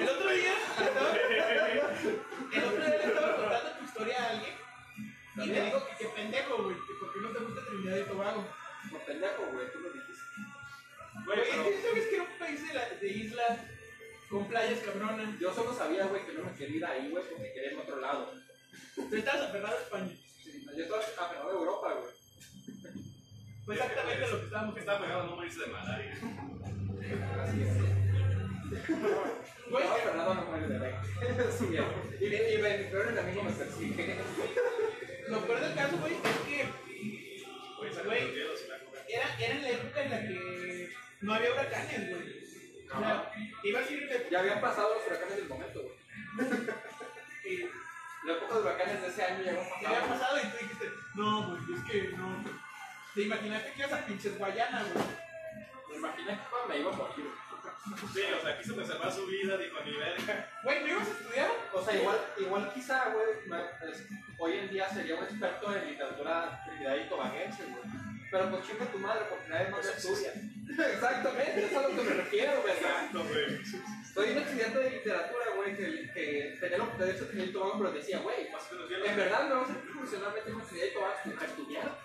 [SPEAKER 2] el otro día estaba- el otro día le estaba contando tu historia a alguien y me dijo que qué pendejo, güey, que por qué no te gusta Trinidad y Tobago.
[SPEAKER 3] No pendejo, güey, tú lo dijiste.
[SPEAKER 5] Güey,
[SPEAKER 2] Güey, es
[SPEAKER 5] pero.
[SPEAKER 2] que sabes que era un país de, la- de islas con playas cabronas.
[SPEAKER 3] Yo solo sabía, güey, que no me quería ir ahí, güey, porque quería irme a otro lado.
[SPEAKER 2] Tú estabas aferrado a España.
[SPEAKER 3] Sí, Yo estaba aferrado de Europa, güey.
[SPEAKER 2] Fue exactamente lo que estábamos
[SPEAKER 5] Está pegado, no me dice de mala. ¿eh?
[SPEAKER 3] Así es.
[SPEAKER 2] Güey,
[SPEAKER 3] Estaba aferrado a no morir de rey. Sí, güey. Y mi y mi peor enemigo me persigue.
[SPEAKER 2] lo peor del caso, güey, es que
[SPEAKER 5] Güey, saca
[SPEAKER 2] Güey.
[SPEAKER 5] los dedos y la coca.
[SPEAKER 2] era, era en la época en la que no había huracanes, güey. O sea,
[SPEAKER 3] Ajá.
[SPEAKER 2] iba a decir que
[SPEAKER 3] Ya habían pasado los huracanes del momento, güey.
[SPEAKER 2] que-
[SPEAKER 3] La época de huracanes de ese año ya habían
[SPEAKER 2] ¿Qué había
[SPEAKER 3] pasado.
[SPEAKER 2] pasado? Y tú dijiste, no, güey, es que no. Te imaginaste que ibas a pinches Guayana, güey.
[SPEAKER 3] Me imaginé que me iba a morir.
[SPEAKER 5] Sí, o sea, quiso preservar su vida, dijo ni verga.
[SPEAKER 2] Güey, ¿no ibas a estudiar?
[SPEAKER 3] O sea, igual, igual quizá, güey, me- es- hoy en día sería un experto en literatura trinidad y tobaguense, güey. Pero pues chinga tu madre, porque nadie más estudia. Exactamente, eso es a lo que me refiero, ¿verdad?
[SPEAKER 5] No, güey.
[SPEAKER 3] Soy un estudiante de literatura, güey, que, que tenía la oportunidad de ser Trinidad y Tobago, pero decía, güey,
[SPEAKER 5] Más que nos
[SPEAKER 3] en verdad no vamos a ir profesionalmente con Trinidad y Tobago a estudiar.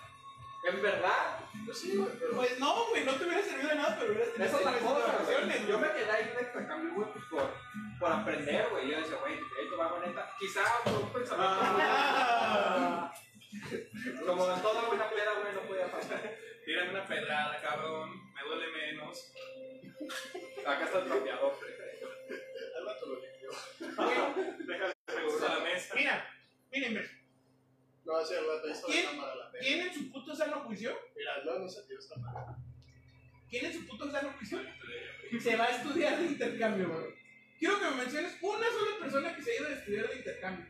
[SPEAKER 3] En verdad,
[SPEAKER 4] Pues sí, güey, pero.
[SPEAKER 2] Pues no, güey, no te hubiera servido de nada, pero hubieras tenido
[SPEAKER 3] Esa es la
[SPEAKER 2] esas
[SPEAKER 3] cosa,
[SPEAKER 2] vacaciones,
[SPEAKER 3] güey. Yo me quedé ahí en intercambio, güey, pues, por, por aprender, güey. Yo decía, güey, Trinidad y Tobago, neta, quizá por un pensamiento.
[SPEAKER 2] Ah.
[SPEAKER 3] Como en toda buena peda, güey, no podía faltar.
[SPEAKER 5] Tírame una pedrada, cabrón. Me duele menos.
[SPEAKER 3] Acá está el trapeador,
[SPEAKER 4] Al vato lo limpió.
[SPEAKER 2] Güey,
[SPEAKER 5] Deja de gusta la mesa.
[SPEAKER 2] Mira, mírenme,
[SPEAKER 4] No va a ser el vato, ahí está
[SPEAKER 2] ¿Quién?
[SPEAKER 4] la cámara la pena.
[SPEAKER 2] ¿tienen su puto sano juicio?
[SPEAKER 4] Mira, no, no se tiró esta mano.
[SPEAKER 2] ¿Tienen su puto sano juicio? Se va a estudiar de intercambio, güey. Quiero que me menciones una sola persona que se ha ido a estudiar de intercambio.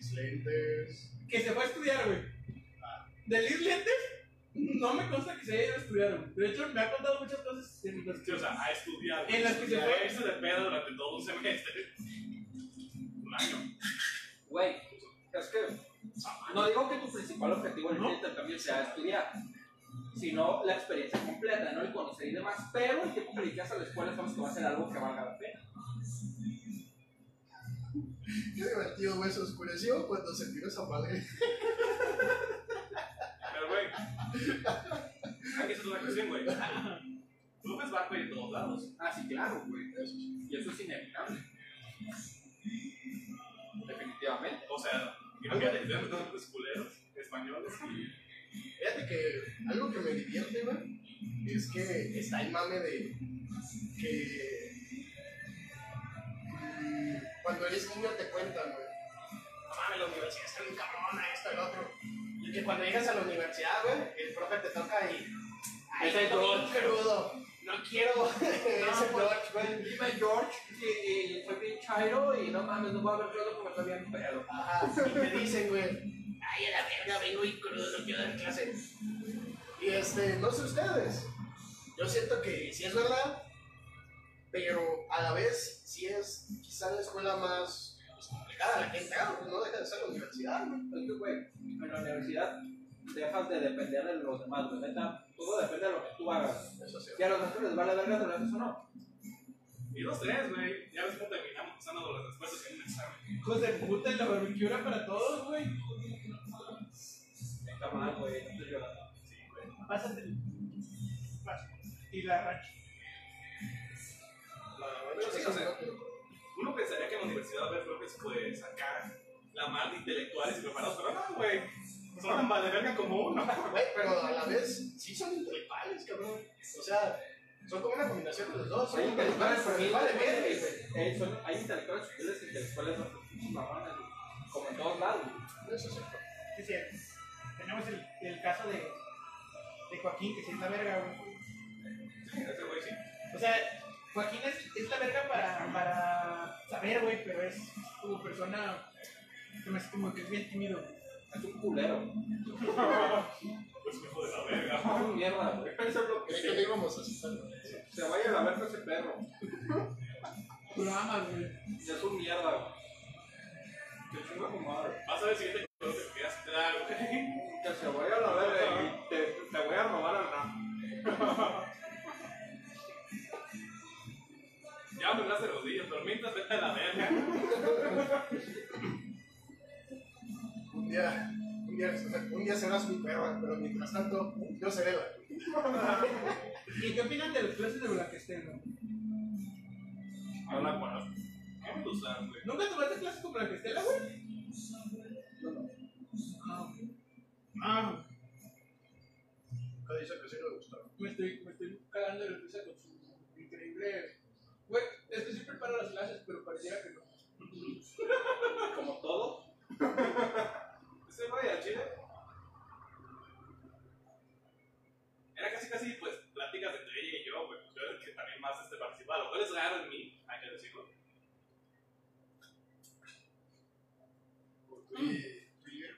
[SPEAKER 4] Mis lentes. Ah.
[SPEAKER 2] Que se fue a estudiar, güey. De Liz Lentes, no me consta que se haya ido a estudiar, güey. De hecho, me ha contado muchas cosas en las
[SPEAKER 5] Sí,
[SPEAKER 2] que
[SPEAKER 5] o sea, a estudiar.
[SPEAKER 2] En las que se
[SPEAKER 5] Ya
[SPEAKER 2] fue.
[SPEAKER 5] irse de pedo durante todo un semestre. Un año.
[SPEAKER 3] Güey, es que no digo que tu principal objetivo en el intercambio sea estudiar, sino la experiencia completa, ¿no? El conocer y demás, pero el tiempo que le dedicas a la escuela sabes que va a ser algo que valga la pena.
[SPEAKER 4] Qué divertido, güey, se oscureció cuando se tiró esa madre.
[SPEAKER 5] Pero, güey. Aquí es otra cuestión, güey. Tú ves barco de todos lados.
[SPEAKER 3] Ah, sí, claro, güey. eso sí. Y eso es inevitable. Definitivamente.
[SPEAKER 5] O sea, imagínate que te dan tantos culeros españoles y.
[SPEAKER 4] Fíjate que algo que me divierte, güey, es que está el mame de que mm, cuando eres niño te cuentan, güey. mames, la universidad está bien cabrona, esto, el otro. Y que cuando llegas a la universidad, güey, el profe te toca y. Ay,
[SPEAKER 3] Ese
[SPEAKER 4] estoy bien
[SPEAKER 3] George.
[SPEAKER 4] crudo. No quiero ese
[SPEAKER 3] pues,
[SPEAKER 4] George, güey.
[SPEAKER 3] Dime George, que fue bien chairo y no mames, no voy a ver todo porque está bien pedo.
[SPEAKER 4] Ajá, y me dicen, güey, ay, a la verga, vengo y crudo, no quiero dar clase. Y este, no sé ustedes, yo siento que sí es verdad, pero a la vez sí es quizá la escuela más pues, complicada la que he entrado, pues, no deja de ser la universidad, güey.
[SPEAKER 3] Es que, güey, en la universidad dejas de depender de los demás, güey. Neta, todo depende de lo que tú hagas.
[SPEAKER 4] Eso sí.
[SPEAKER 3] Si a los demás les vale verga, te lo haces o no.
[SPEAKER 5] Y los tres, güey. Ya ves cómo terminamos pasando las respuestas en un examen.
[SPEAKER 2] Hijos de puta, y la barbecue para todos, güey.
[SPEAKER 3] Está mal, güey, no estoy llorando.
[SPEAKER 5] Sí, güey.
[SPEAKER 2] Pásate. Y la racha.
[SPEAKER 5] Pero sí, o sea, uno pensaría que en la universidad ver profes pues acá la mar de intelectuales y preparados, pero no, güey. Son tan mal de verga como uno.
[SPEAKER 4] Güey, pero a la vez sí son intelectuales, cabrón. O sea, son como una combinación de los dos, son
[SPEAKER 3] Hay intelectuales
[SPEAKER 4] intelectuales, pero les vale verga, güey.
[SPEAKER 3] humildes, güey. Eh, son- Hay intelectuales humildes e intelectuales no. mamones, güey. Como en todos lados. güey.
[SPEAKER 4] Eso sí.
[SPEAKER 2] Sí, sí. Tenemos el, el caso de, de Joaquín, que sí es la verga, güey.
[SPEAKER 5] Sí, ese güey sí.
[SPEAKER 2] O sea, Joaquín es, es la verga para, para saber, güey, pero es como persona. Se me hace como que es bien tímido.
[SPEAKER 3] Es un culero.
[SPEAKER 5] Pues hijo de la verga.
[SPEAKER 3] Es un Ah, mierda, güey. Eso es lo que
[SPEAKER 4] Es que
[SPEAKER 3] se-
[SPEAKER 4] le íbamos a asustar, ¿no?
[SPEAKER 3] se vaya a la verga ese perro.
[SPEAKER 2] Tú lo amas, güey.
[SPEAKER 3] Es un mierda, güey. Te chingo a tu madre.
[SPEAKER 5] Vas a ver el siguiente juego que te quieras dar, güey.
[SPEAKER 3] Que se vaya a la verga y te, te voy a robar al RAM.
[SPEAKER 5] Ya me hablaste de los niños, pero mientras vete a la verga.
[SPEAKER 4] Un día, un día, un día serás mi perra, pero mientras tanto, yo seré la.
[SPEAKER 2] ¿Y qué opinan de los clases de Blackstone, güey?
[SPEAKER 5] No la conozco. ¿Qué me gustan, güey?
[SPEAKER 2] ¿Nunca tomaste clases con Blackstone, güey? No. Ah,
[SPEAKER 4] Nunca dice que sí le gustó.
[SPEAKER 2] me estoy, me estoy cagando de la risa con su increíble. Güey, es que sí preparo las clases, pero pareciera que no.
[SPEAKER 3] Como todo.
[SPEAKER 5] Ese güey al chile. Era casi casi pues pláticas entre ella y yo, güey. Yo era el que también más este, participaba. Lo cual es raro en mí, hay que decirlo.
[SPEAKER 4] Y- y-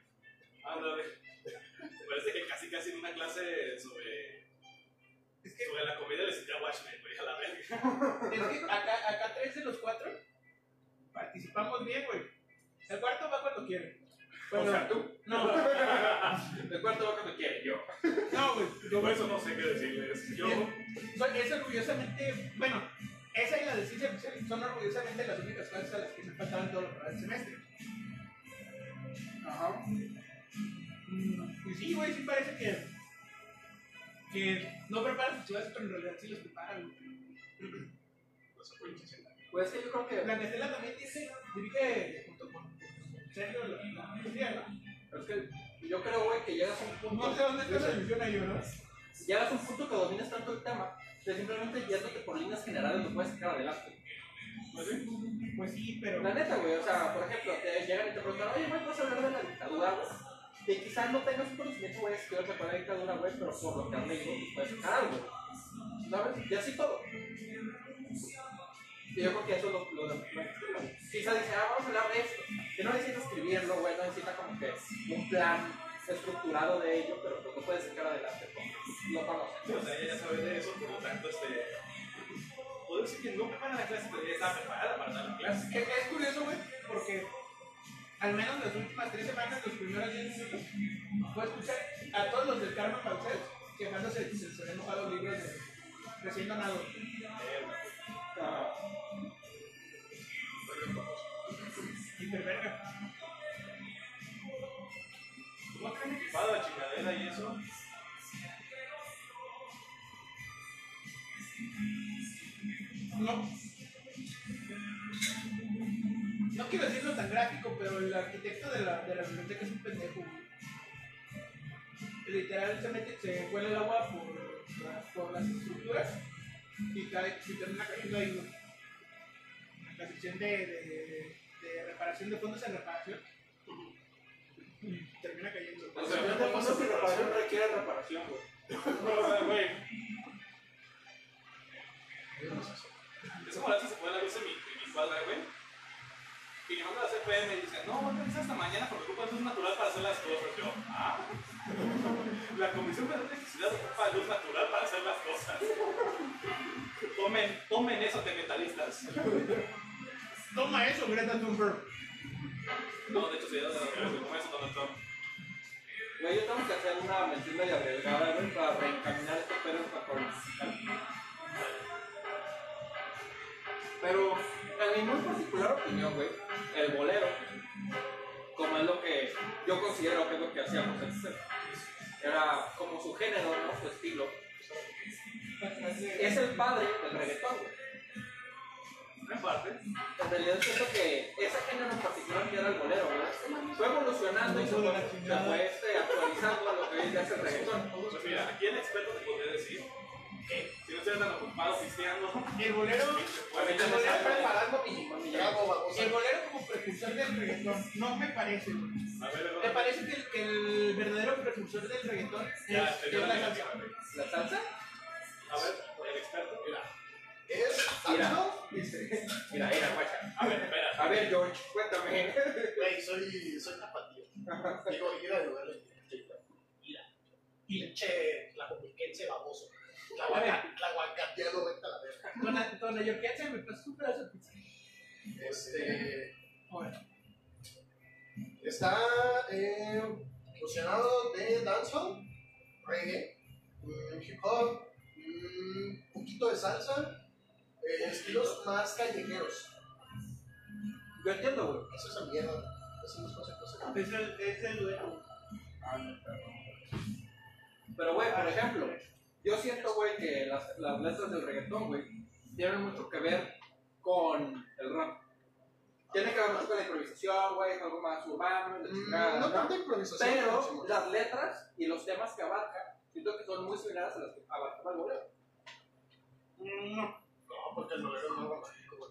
[SPEAKER 5] Ándale. Ah, Parece que casi casi en una clase sobre.
[SPEAKER 2] Es que-
[SPEAKER 5] sobre la comida le sentía Watchmen, güey, a la verga.
[SPEAKER 2] Es que acá, acá tres de los cuatro participamos bien, güey. El cuarto va cuando quiere. Bueno,
[SPEAKER 5] O sea, tú.
[SPEAKER 2] No, no,
[SPEAKER 3] El cuarto va que me quiere yo. Pues
[SPEAKER 2] güey. Yo
[SPEAKER 5] Por eso no sé qué decirles. Yo.
[SPEAKER 2] soy- es orgullosamente, bueno, esa y la de ciencia ficción son orgullosamente las únicas clases a las que me faltaban todo el semestre.
[SPEAKER 3] Ajá.
[SPEAKER 2] Mm, Pues sí, güey, sí parece que, que no preparan sus clases, pero en realidad sí las preparan, güey.
[SPEAKER 3] Pues es que yo creo que.
[SPEAKER 2] Blanestela también dice, dirige junto con Sergio la la maestría, ¿no?
[SPEAKER 3] Es que yo creo, güey, que llegas a un punto.
[SPEAKER 2] No sé ¿Ah, dónde está la solución ahí, ¿no?
[SPEAKER 3] Llegas a un punto que dominas tanto el tema que simplemente yéndote por líneas generales lo puedes sacar adelante.
[SPEAKER 2] Pues sí, pero...
[SPEAKER 3] La neta, güey, o sea, por ejemplo, te llegan y te preguntan, oye, güey, ¿puedes hablar de la dictadura, güey? Que quizás no tengas un conocimiento, güey, que otra para la dictadura, güey, pero por lo que han leído, puedes sacar algo. ¿Sabes? Y así todo. Y yo creo que eso es lo, lo de Quizás dicen, ah, vamos a hablar de esto. Que no necesitas escribirlo, güey, no necesitas como que un plan estructurado de ello, pero pues lo puedes sacar adelante, porque lo conoces.
[SPEAKER 5] O sea, ella ya sabe de eso, por lo tanto, este. Puedo decir que no prepara la clase, pero ella estaba preparada para dar la clase.
[SPEAKER 2] Es, es curioso, güey, porque al menos las últimas tres semanas, los primeros 10 minutos, puedo escuchar a todos los del Carmen Pausel quejándose de que se les habían mojado libros de recién donados.
[SPEAKER 3] Ah,
[SPEAKER 2] Hiperverga.
[SPEAKER 5] ¿Cómo traen equipado la chingadera y eso?
[SPEAKER 2] No. No quiero decirlo tan gráfico, pero el arquitecto de la, de la biblioteca es un pendejo, güey. Literal se mete, se huele el agua por, la- por las estructuras y cae, y termina cayendo ahí, güey. La sección de, de, de reparación de fondos en reparación. termina cayendo.
[SPEAKER 3] O sea, pues, no te pasa si reparación requiere reparación, güey.
[SPEAKER 5] O sea, güey. Es como la vez que se fue la luz en mi, en mi cuadra, güey. Y yo mando a la CPM y dicen, no, voy a hasta mañana porque ocupa luz natural para hacer las cosas. Yo, ah. La Comisión Federal de Electricidad ocupa luz natural para hacer las cosas. Tomen, tomen eso de metalistas.
[SPEAKER 2] Toma eso, Greta Thunberg.
[SPEAKER 5] No, de hecho, se dio la como eso Donald Trump.
[SPEAKER 3] Güey, yo tengo que hacer una mentira y abreviada, güey, para reencaminar este pedo para cualificar. Pero, en mi muy particular opinión, güey, el bolero, como es lo que yo considero que es lo que hacía José José, era como su género, ¿no? Su estilo. Es el padre del reggaetón, güey.
[SPEAKER 5] En parte.
[SPEAKER 3] En realidad siento que ese género en particular que era el bolero, güey, fue evolucionando y se fue, se fue, este, actualizando a lo que hoy día es el reggaetón.
[SPEAKER 5] Pues mira, aquí el experto te podría decir que si no estuvieras tan ocupado pisteando,
[SPEAKER 2] El bolero,
[SPEAKER 5] pues
[SPEAKER 3] Ahorita
[SPEAKER 5] ahorita
[SPEAKER 3] me
[SPEAKER 5] no
[SPEAKER 3] sale-
[SPEAKER 5] sabes.
[SPEAKER 4] Preparando mi trago, babosa.
[SPEAKER 2] el bolero como precursor del reggaetón, no me parece. güey.
[SPEAKER 5] A ver, luego-
[SPEAKER 2] Me parece que el, que el verdadero precursor del reggaetón es,
[SPEAKER 5] Ya, te
[SPEAKER 2] es
[SPEAKER 5] dio
[SPEAKER 2] la
[SPEAKER 5] la
[SPEAKER 2] salsa.
[SPEAKER 5] idea, güey.
[SPEAKER 3] ¿La salsa?
[SPEAKER 5] A ver, el experto.
[SPEAKER 4] ¿Es
[SPEAKER 2] Ah,
[SPEAKER 3] Mira.
[SPEAKER 4] tanto?
[SPEAKER 3] Mira, mira, guacha.
[SPEAKER 5] A ver, espera.
[SPEAKER 3] A ver, George, cuéntame.
[SPEAKER 4] Güey, soy, soy tapatío. Digo, ir al lugar de Pinche la comiquense baboso. La guaca- la guacateado, vete a la verga.
[SPEAKER 2] Dona, dona Yorquense, me pasas un pedazo de pizza.
[SPEAKER 4] Este.
[SPEAKER 2] Bueno,
[SPEAKER 4] Está eh, fusionado de dancehall, reggae, mm, hip hop, un poquito de salsa, eh, estilos más callejeros.
[SPEAKER 3] Yo entiendo, güey.
[SPEAKER 4] Eso es esa mierda. Eso no es cosa cosa.
[SPEAKER 2] es el, es el dueto.
[SPEAKER 3] Pero, güey, por ejemplo, yo siento, güey, que las, las letras del reggaetón, güey, tienen mucho que ver con el rap. Tiene que ver mucho con la improvisación, güey, con algo más urbano, la
[SPEAKER 4] Mm, No
[SPEAKER 3] chingada, ¿no?
[SPEAKER 4] tanta improvisación.
[SPEAKER 3] Pero
[SPEAKER 4] sino-
[SPEAKER 3] las letras y los temas que abarcan, siento que son muy similares a las que abarcaba el bolero.
[SPEAKER 2] No,
[SPEAKER 4] No, porque el bolero no es romántico, güey.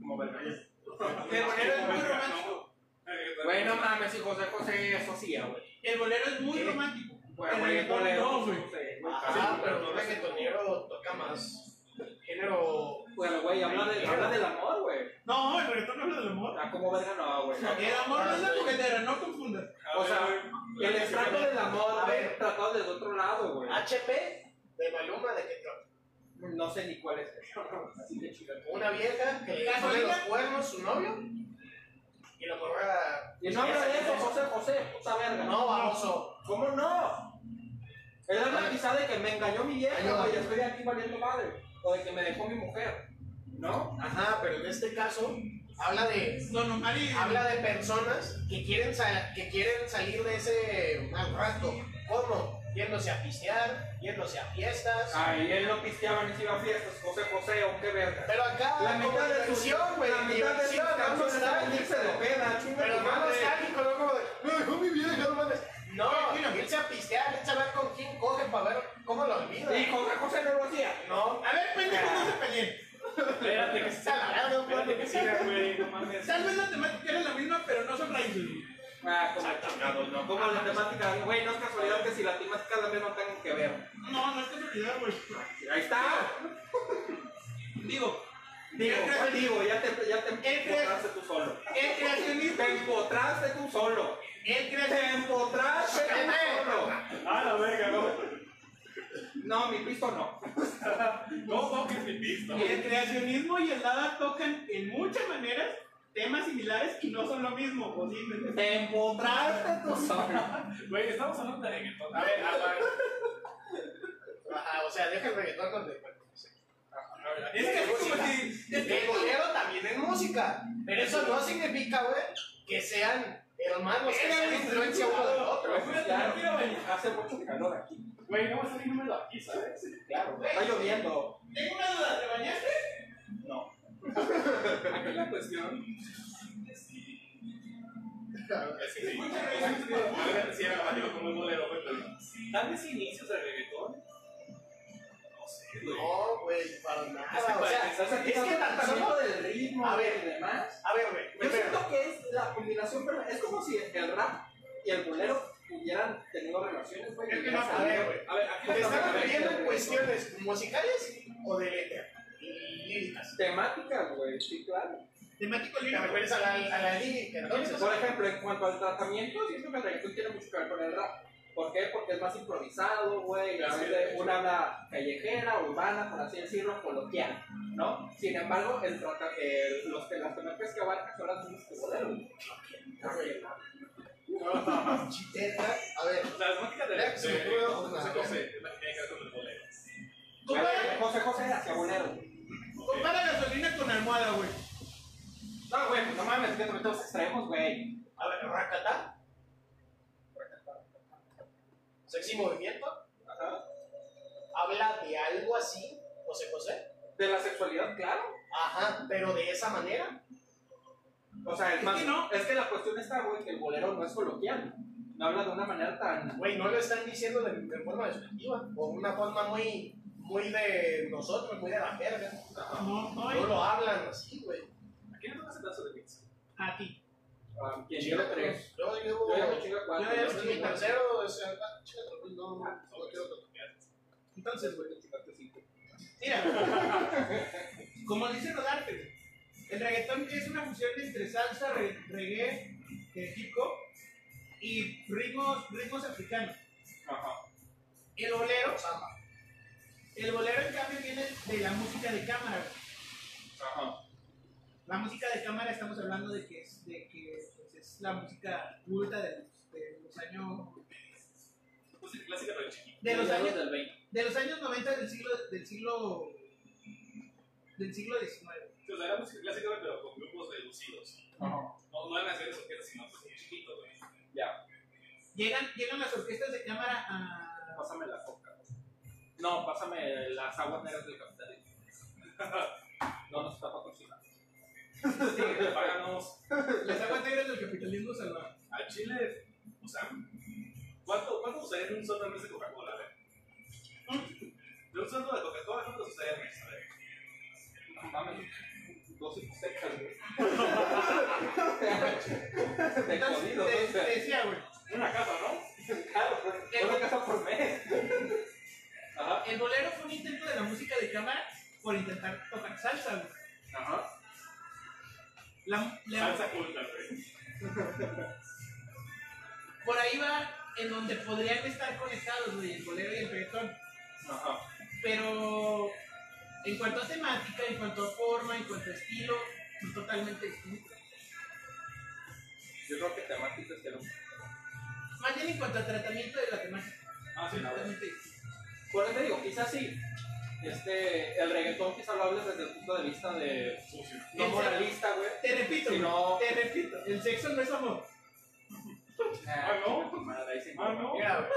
[SPEAKER 3] Como verga.
[SPEAKER 2] el bolero es muy
[SPEAKER 5] Verga,
[SPEAKER 2] romántico.
[SPEAKER 5] no. Eh,
[SPEAKER 3] Güey, no mames, si José José asocia, güey.
[SPEAKER 2] El bolero es muy
[SPEAKER 3] ¿Qué?
[SPEAKER 2] romántico.
[SPEAKER 3] Güey,
[SPEAKER 2] El
[SPEAKER 3] güey, el
[SPEAKER 2] reggaetón
[SPEAKER 3] bolero.
[SPEAKER 2] no, güey.
[SPEAKER 3] José, güey,
[SPEAKER 4] Ah,
[SPEAKER 5] sí,
[SPEAKER 3] cabrón.
[SPEAKER 4] pero
[SPEAKER 5] pero
[SPEAKER 4] un
[SPEAKER 5] no es-
[SPEAKER 4] reggaetonero toca más género.
[SPEAKER 3] Bueno, güey, habla, de, habla del amor, güey.
[SPEAKER 5] eh,
[SPEAKER 2] No, el reggaetón no habla del amor.
[SPEAKER 3] Ah, como verga no, güey.
[SPEAKER 2] El amor no es la coquetera, no confundas.
[SPEAKER 5] A
[SPEAKER 3] O
[SPEAKER 5] ver,
[SPEAKER 3] sea,
[SPEAKER 5] güey.
[SPEAKER 3] El extracto del amor,
[SPEAKER 4] A
[SPEAKER 3] güey,
[SPEAKER 4] ver.
[SPEAKER 3] tratado desde otro lado, güey.
[SPEAKER 4] HP de Maluma de que tra-
[SPEAKER 3] No sé ni cuál es. Así de chingada.
[SPEAKER 4] una vieja que le pone
[SPEAKER 2] ¿Gasolina?
[SPEAKER 4] los cuernos su novio y la morra.
[SPEAKER 3] Y no habla de eso, José José, puta verga.
[SPEAKER 4] No, baboso.
[SPEAKER 3] ¿Cómo no? Es la matizada de que me engañó mi vieja,
[SPEAKER 4] Ayúdame.
[SPEAKER 3] güey, estoy aquí valiendo madre. O de que me dejó mi mujer. ¿No?
[SPEAKER 4] Ajá, pero en este caso habla de
[SPEAKER 2] Don Omar y
[SPEAKER 4] habla de personas que quieren sa- que quieren salir de ese mal rato. ¿Cómo? Yéndose a pistear, yéndose a fiestas.
[SPEAKER 3] Ay, él no pisteaba ni se iba a fiestas, José José, o qué verga.
[SPEAKER 4] Pero acá
[SPEAKER 3] La mitad de su
[SPEAKER 4] diversión, güey.
[SPEAKER 3] la mitad de sus
[SPEAKER 4] diversión, vamos
[SPEAKER 3] canciones
[SPEAKER 4] a
[SPEAKER 3] era
[SPEAKER 4] estar-
[SPEAKER 3] irse de peda, chinga
[SPEAKER 4] Pero
[SPEAKER 3] tu
[SPEAKER 4] no
[SPEAKER 3] madre.
[SPEAKER 4] nostálgico, no como de, me dejó mi vieja, no mames. No, mira, irse a pistear, irse a ver con quién coge para ver cómo lo olvida.
[SPEAKER 3] Y José José no lo hacía.
[SPEAKER 4] No,
[SPEAKER 2] A ver, pendejo, no se peleen.
[SPEAKER 5] Espérate que
[SPEAKER 4] se alargaron,
[SPEAKER 5] Espérate que siga, güey, no mames.
[SPEAKER 2] Tal vez la temática era la misma, pero no son raíces.
[SPEAKER 3] Ah, como
[SPEAKER 5] Chingados, no.
[SPEAKER 3] Como la temática, güey, no es casualidad que si la temática también no tengan que ver.
[SPEAKER 2] No, no es casualidad, güey.
[SPEAKER 3] Ahí está.
[SPEAKER 2] Digo,
[SPEAKER 3] Digo,
[SPEAKER 2] el,
[SPEAKER 3] ¿cuál
[SPEAKER 2] creacionismo,
[SPEAKER 3] digo, ya te, ya te empotraste tú solo.
[SPEAKER 2] el creacionismo,
[SPEAKER 3] Te empotraste tú solo.
[SPEAKER 2] el creacionismo,
[SPEAKER 3] Te empotraste tú solo.
[SPEAKER 5] A Ah, la verga, no.
[SPEAKER 3] No, mi pisto no.
[SPEAKER 5] No toques mi pista.
[SPEAKER 2] el creacionismo y el dada tocan en muchas maneras temas similares y no son lo mismo, posiblemente.
[SPEAKER 3] Te empotraste tú solo.
[SPEAKER 5] Güey, estamos hablando de reggaetón.
[SPEAKER 4] A ver, a ver. Ajá, o sea, deja el reggaetón con el
[SPEAKER 2] Es que es como si. es que-
[SPEAKER 4] El bolero también es música, pero eso no significa, güey, que sean hermanos, que sean influencia uno del otro.
[SPEAKER 3] Hace mucho calor aquí.
[SPEAKER 5] Güey, no va a salir número aquí, ¿sabes?
[SPEAKER 3] Claro, está lloviendo.
[SPEAKER 2] Tengo una duda, ¿te bañaste?
[SPEAKER 3] Aquí la cuestión.
[SPEAKER 5] Es que sí. A ver, sí, ahora digo como el bolero, güey, pero Tal vez inicios de reggaetón. No sé, güey.
[SPEAKER 4] No, güey, para nada.
[SPEAKER 3] Es que
[SPEAKER 4] o sea,
[SPEAKER 3] para empezar, aquí
[SPEAKER 4] es
[SPEAKER 3] no
[SPEAKER 4] que
[SPEAKER 3] te
[SPEAKER 4] tanto-
[SPEAKER 3] tratamiento del ritmo
[SPEAKER 4] A ver.
[SPEAKER 3] y demás.
[SPEAKER 4] A ver, güey,
[SPEAKER 3] Yo
[SPEAKER 4] primero,
[SPEAKER 3] siento que es la combinación perfecta. Es como si el rap y el culero hubieran tenido relaciones, güey.
[SPEAKER 2] Es que
[SPEAKER 3] ya
[SPEAKER 2] no
[SPEAKER 3] saben.
[SPEAKER 2] podía, güey.
[SPEAKER 3] A ver, aquí
[SPEAKER 4] Le
[SPEAKER 3] la
[SPEAKER 4] están
[SPEAKER 3] cámara-
[SPEAKER 4] creyendo en cuestiones musicales o de letra. Y líricas.
[SPEAKER 3] Temáticas, güey, sí, claro.
[SPEAKER 2] Temático
[SPEAKER 4] Te
[SPEAKER 2] lírico.
[SPEAKER 4] refieres a la, a la lírica, entonces.
[SPEAKER 3] Por ejemplo, en cuanto al tratamiento, siento que el reggaetón tiene mucho que ver con el rap. ¿Por qué? Porque es más improvisado, güey.
[SPEAKER 5] Así
[SPEAKER 3] realmente
[SPEAKER 5] es.
[SPEAKER 3] Una habla callejera, urbana, por así decirlo, coloquial, ¿no? Sin embargo, el trata, el- los que las temáticas que abarcan son las mismas que modernos.
[SPEAKER 4] Chiteta. A ver,
[SPEAKER 5] La temática de
[SPEAKER 4] Ya, se me ocurrió una.
[SPEAKER 5] José José, es la que tiene que ver con el bolero.
[SPEAKER 2] Compara,
[SPEAKER 3] José José hacia bolero.
[SPEAKER 2] compara gasolina con almohada, güey.
[SPEAKER 3] No, güey, pues no mames, es que te metes los extremos, güey.
[SPEAKER 4] a ver, racatá. Sexy movimiento.
[SPEAKER 3] Ajá.
[SPEAKER 4] Habla de algo así, José José.
[SPEAKER 3] De la sexualidad, claro.
[SPEAKER 4] Ajá, pero de esa manera.
[SPEAKER 3] O sea, es
[SPEAKER 2] Es
[SPEAKER 3] más.
[SPEAKER 2] que no.
[SPEAKER 3] Es que la cuestión está, güey, que el bolero no es coloquial. No habla de una manera tan.
[SPEAKER 4] Güey, no lo están diciendo de, de forma despectiva. O una forma muy, muy de nosotros, muy de la verga.
[SPEAKER 2] No, no
[SPEAKER 4] No
[SPEAKER 2] hay.
[SPEAKER 4] lo hablan así, güey.
[SPEAKER 5] ¿A quién le toca ese pedazo de pizza?
[SPEAKER 2] A ti.
[SPEAKER 3] ah, quien lleva tres.
[SPEAKER 4] Yo llevo.
[SPEAKER 3] Yo ya me chingo a
[SPEAKER 4] Yo
[SPEAKER 3] cuatro.
[SPEAKER 4] ya
[SPEAKER 3] me
[SPEAKER 4] estoy en
[SPEAKER 3] chingo a cuatro.
[SPEAKER 4] tercero, o sea, ah, chinga tu madre, no, no quiero totopear.
[SPEAKER 3] Entonces, güey, te chingaste cinco.
[SPEAKER 2] Mira. Como dice Rodarte, güey, el reggaetón es una fusión entre salsa, re- reggae, eh, hip hop y ritmos, ritmos africanos.
[SPEAKER 3] Ajá.
[SPEAKER 2] El bolero, el bolero en cambio viene de la música de cámara. güey.
[SPEAKER 5] Ajá.
[SPEAKER 2] La música de cámara estamos hablando de que es, de que, pues, es la música culta de los, de los años
[SPEAKER 5] Música clásica pero chiquita.
[SPEAKER 2] de los
[SPEAKER 3] Ya
[SPEAKER 2] años
[SPEAKER 3] del 20.
[SPEAKER 2] de los años 90 del siglo del siglo del siglo XIX.
[SPEAKER 5] O sea, era música clásica, güey, pero con grupos reducidos.
[SPEAKER 3] Ajá.
[SPEAKER 5] No, no eran canciones orquestas, sino pues chiquitos, güey.
[SPEAKER 3] Ya,
[SPEAKER 2] Llegan llegan las orquestas de cámara a
[SPEAKER 3] pásame la coca. No, pásame las aguas negras del capitalismo. No nos está patrocinando.
[SPEAKER 5] Sí, páganos.
[SPEAKER 2] las aguas negras del capitalismo salvaje.
[SPEAKER 5] A Chile, o sea, ¿cuánto, cuánto usarían en un solo mes de Coca-Cola, a ver? De un solo de Coca-Cola, ¿cuánto usarían mes? A ver.
[SPEAKER 3] No mames. Dos y secas, güey. Te
[SPEAKER 2] Entonces
[SPEAKER 3] jodido,
[SPEAKER 2] te,
[SPEAKER 3] ¿no?
[SPEAKER 2] te decía, güey,
[SPEAKER 5] Una casa, ¿no?
[SPEAKER 3] Claro, pues, una casa por mes. Ajá.
[SPEAKER 2] el bolero fue un intento de la música de cámara por intentar tocar salsa. güey.
[SPEAKER 3] Ajá.
[SPEAKER 2] La- la-
[SPEAKER 5] Salsa culta, güey.
[SPEAKER 2] por ahí va en donde podrían estar conectados, güey, el bolero y el reggaetón.
[SPEAKER 3] Ajá.
[SPEAKER 2] Pero en cuanto a temática, en cuanto a forma, en cuanto a estilo, son totalmente distintos.
[SPEAKER 3] Yo creo que temáticas que no.
[SPEAKER 2] Más bien en cuanto al tratamiento de la temática,
[SPEAKER 5] Ah, sí,
[SPEAKER 2] son
[SPEAKER 5] no.
[SPEAKER 2] totalmente distintos.
[SPEAKER 3] Por eso te digo, quizás sí. Este, el reggaetón quizás lo hables desde el punto de vista de.
[SPEAKER 5] Sucio.
[SPEAKER 3] No
[SPEAKER 2] El
[SPEAKER 3] moralista, güey.
[SPEAKER 2] Te repito,
[SPEAKER 3] Si
[SPEAKER 2] güey,
[SPEAKER 3] no.
[SPEAKER 2] te repito, el sexo no es amor.
[SPEAKER 5] Ah, no.
[SPEAKER 3] chinga tu madre, ahí sí
[SPEAKER 5] Ah, no.
[SPEAKER 4] Mira,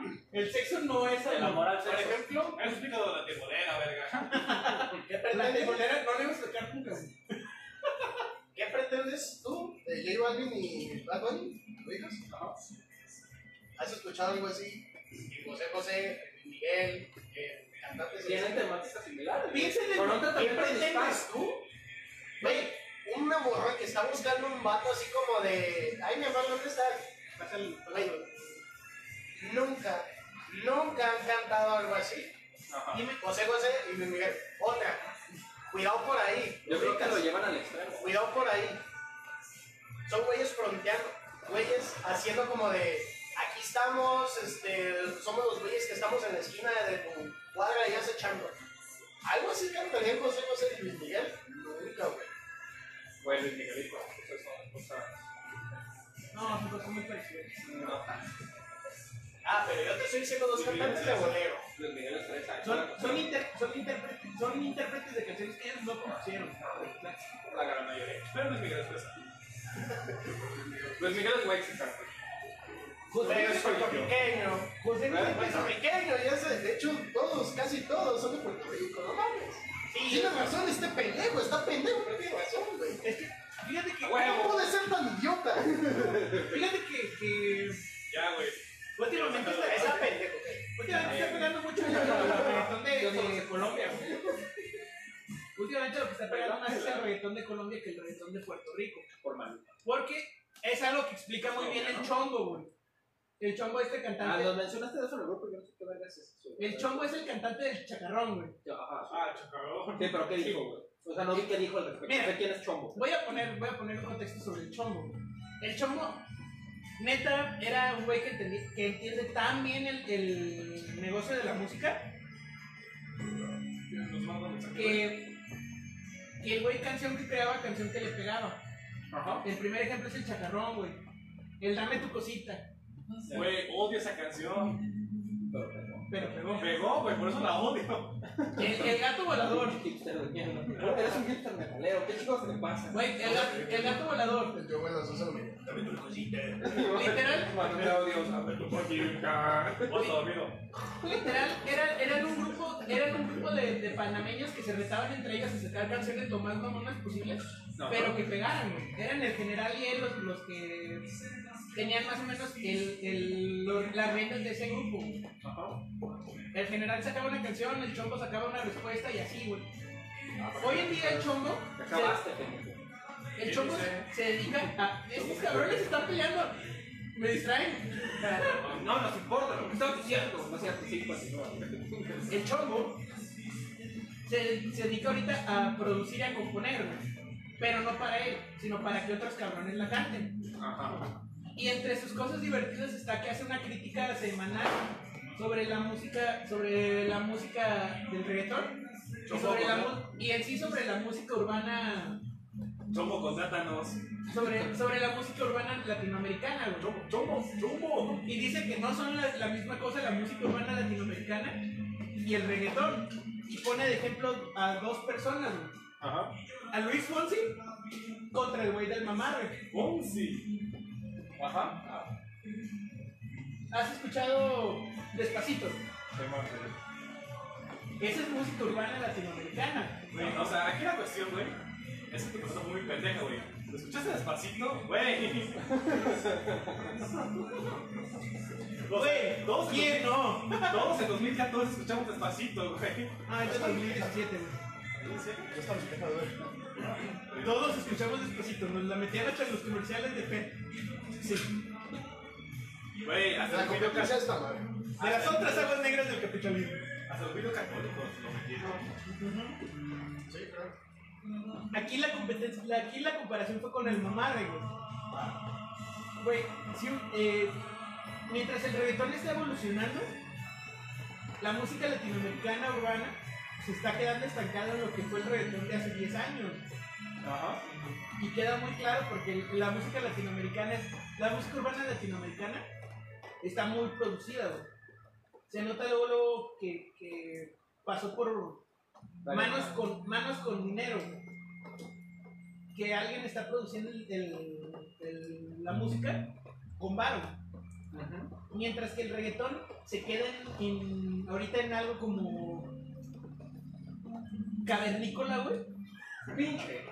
[SPEAKER 4] güey,
[SPEAKER 2] El sexo no es
[SPEAKER 3] El
[SPEAKER 2] amor.
[SPEAKER 3] amor al
[SPEAKER 5] Por
[SPEAKER 3] sexo.
[SPEAKER 5] ejemplo, me has explicado la temolera, verga.
[SPEAKER 4] ¿qué
[SPEAKER 2] La
[SPEAKER 4] pretendes?
[SPEAKER 2] temolera no le vas a tocar nunca. güey.
[SPEAKER 4] ¿Qué pretendes tú de J Balvin y Bad Bunny? ¿Lo dices?
[SPEAKER 3] Ajá.
[SPEAKER 4] ¿Has escuchado algo así? Y José José, Miguel, eh, cantantes.
[SPEAKER 3] Tienen
[SPEAKER 4] así.
[SPEAKER 3] temáticas similares. güey.
[SPEAKER 2] Piensa en
[SPEAKER 3] Pero no
[SPEAKER 2] el
[SPEAKER 3] te
[SPEAKER 2] ¿qué
[SPEAKER 3] también
[SPEAKER 2] pretendes tú?
[SPEAKER 4] Güey, una morra que está buscando un vato así como de. Ay, mi amor, ¿dónde estás?
[SPEAKER 2] Pásale,
[SPEAKER 4] Güey,
[SPEAKER 2] pásale.
[SPEAKER 4] nunca, nunca han cantado algo así.
[SPEAKER 5] Ajá.
[SPEAKER 2] Dime,
[SPEAKER 4] José José y Luis Miguel. Otra, cuidado por ahí.
[SPEAKER 3] Yo creo que
[SPEAKER 4] ubicas.
[SPEAKER 3] lo llevan al extremo. güey.
[SPEAKER 4] Cuidado por ahí. Son güeyes fronteando, güeyes haciendo como de aquí estamos, este, somos los güeyes que estamos en la esquina de tu cuadra y acechando. Algo así cantarían José José y Luis Miguel. Nunca, güey.
[SPEAKER 3] Bueno, y Miguelito, pues eso es cosa.
[SPEAKER 2] no, son cosas muy parecidas.
[SPEAKER 3] No tanto.
[SPEAKER 4] Ah, pero yo te estoy diciendo dos cantantes de bolero.
[SPEAKER 3] Luis Miguel es tres años.
[SPEAKER 2] Son, son, inter- son, intérpretes, son intérpretes de canciones que ellos no conocieron. güey.
[SPEAKER 3] la gran mayoría.
[SPEAKER 5] Pero Luis Miguel es pesado.
[SPEAKER 3] Luis Miguel es mexicano. güey. pues,
[SPEAKER 4] Güey,
[SPEAKER 2] José
[SPEAKER 4] es puertorriqueño.
[SPEAKER 2] José Luis
[SPEAKER 3] Ah,
[SPEAKER 2] Miguel.
[SPEAKER 4] Puertorriqueño, ya sé, de hecho, todos, casi todos son de Puerto Rico, no mames.
[SPEAKER 2] Sí,
[SPEAKER 4] Tiene razón este pendejo, está pendejo, pero tiene razón, güey.
[SPEAKER 2] es que, fíjate que,
[SPEAKER 3] A huevo.
[SPEAKER 4] ¿Cómo puede ser tan idiota?
[SPEAKER 2] fíjate que, que
[SPEAKER 5] Ya, güey.
[SPEAKER 2] últimamente está,
[SPEAKER 4] Está pendejo, güey.
[SPEAKER 2] últimamente está pegando mucho el reggaetón
[SPEAKER 3] Yo
[SPEAKER 2] de,
[SPEAKER 3] solo
[SPEAKER 2] de
[SPEAKER 3] sé
[SPEAKER 2] Colombia. güey. Últimamente lo que está pegando más es el reggaetón de Colombia que el reggaetón de Puerto Rico.
[SPEAKER 3] Por mal.
[SPEAKER 2] Porque Es algo que explica muy bien el chombo, güey. El chombo, este
[SPEAKER 3] Ah,
[SPEAKER 2] cantante.
[SPEAKER 3] nos mencionaste de eso en el grupo, yo no sé qué vergas es eso.
[SPEAKER 2] El chombo es el cantante del chacarrón, güey.
[SPEAKER 3] Ajá,
[SPEAKER 5] Ah, chacarón.
[SPEAKER 3] sí. Sí, pero ¿qué dijo, güey? O sea, no vi qué dijo al respecto.
[SPEAKER 2] Mira.
[SPEAKER 3] Sé quién es Chombo.
[SPEAKER 2] Voy a poner, voy a poner un contexto sobre el chombo. güey. El chombo, neta, era un güey que, entendí- que entiende tan bien el, el negocio de la música
[SPEAKER 5] Nos manda un mensaje, güey.
[SPEAKER 2] que, que el güey canción que creaba, canción que le pegaba.
[SPEAKER 5] Ajá.
[SPEAKER 2] El primer ejemplo es el chacarrón, güey. El dame tu cosita,
[SPEAKER 5] Güey, odio esa canción.
[SPEAKER 3] Pero, pero,
[SPEAKER 2] pero pegó.
[SPEAKER 5] Pegó, güey, por eso la odio.
[SPEAKER 2] El, el gato volador,
[SPEAKER 3] un hipster de mierda. Eres un hipster metalero, ¿qué chicos te pasa?
[SPEAKER 2] güey, el, ga- el gato volador.
[SPEAKER 4] Yo me las uso a mí.
[SPEAKER 2] Literal.
[SPEAKER 3] Mandé audios a
[SPEAKER 5] Por Oso dormido.
[SPEAKER 2] Literal, era- eran un grupo, eran un grupo de, de panameños que se retaban entre ellos a sacar canciones lo más mamonas posibles,
[SPEAKER 3] No,
[SPEAKER 2] pero que pegaran, güey. Eran el general y él los, los que tenían más o menos el, el- los- las riendas de ese grupo. güey. El general sacaba una canción, el chombo sacaba una respuesta y así, güey. Hoy en día el chombo,
[SPEAKER 3] Te
[SPEAKER 2] se,
[SPEAKER 3] acabaste, pendejo.
[SPEAKER 2] el chombo se, se dedica a... Estos cabrones están peleando, me distraen.
[SPEAKER 3] No nos importa lo que estás diciendo. No seas así, continúa.
[SPEAKER 2] El chombo se, se dedica ahorita a producir y a componer, güey. pero no para él, sino para que otros cabrones la canten.
[SPEAKER 3] Ajá.
[SPEAKER 2] Y entre sus cosas divertidas está que hace una crítica semanal sobre la música, sobre la música del reggaetón y, sobre la mu- y en sí sobre la música urbana,
[SPEAKER 5] Chombo, contrátanos.
[SPEAKER 2] sobre, sobre la música urbana latinoamericana, güey.
[SPEAKER 5] Chombo, chombo, chombo.
[SPEAKER 2] Y dice que no son la, la misma cosa la música urbana latinoamericana y el reggaetón. Y pone de ejemplo a dos personas, güey.
[SPEAKER 5] Ajá.
[SPEAKER 2] a Luis Fonsi contra el güey del mamarre.
[SPEAKER 5] Bonzi. Ajá.
[SPEAKER 2] ¿Has escuchado Despacito?
[SPEAKER 5] Qué madre.
[SPEAKER 2] Esa es música urbana latinoamericana.
[SPEAKER 5] Güey, o sea, aquí la cuestión, güey, es que tu cosa fue muy pendeja, güey. ¿Lo escuchaste despacito? Güey. Güey, todos,
[SPEAKER 2] ¿Quién no?
[SPEAKER 5] todos en 2014 escuchamos despacito, güey.
[SPEAKER 2] Ah, es de 2017, güey.
[SPEAKER 4] Yo estaba fijado, güey.
[SPEAKER 2] Todos escuchamos Despacito, nos la metían hasta en los comerciales de Pet. Sí.
[SPEAKER 5] Güey, hasta
[SPEAKER 4] La
[SPEAKER 5] el video
[SPEAKER 4] competencia
[SPEAKER 5] católico.
[SPEAKER 4] está madre.
[SPEAKER 2] De las otras aguas negras del capitalismo.
[SPEAKER 5] Hasta el video católico se lo metieron.
[SPEAKER 2] Ujú.
[SPEAKER 4] Sí, claro.
[SPEAKER 2] Aquí la competencia, la- aquí la comparación fue con el mamarre, güey. Güey, sí, eh, mientras el reggaetón está evolucionando, la música latinoamericana urbana se está quedando estancada en lo que fue el reggaetón de hace 10 años.
[SPEAKER 5] Ajá.
[SPEAKER 2] Y queda muy claro porque la música latinoamericana, es- la música urbana latinoamericana está muy producida, güey. Se nota luego, luego que, que pasó por manos con, manos con dinero, güey. Que alguien está produciendo el- el- el- la música con varo. Mientras que el reggaetón se queda en, en- ahorita en algo como cavernícola, güey. Pinche.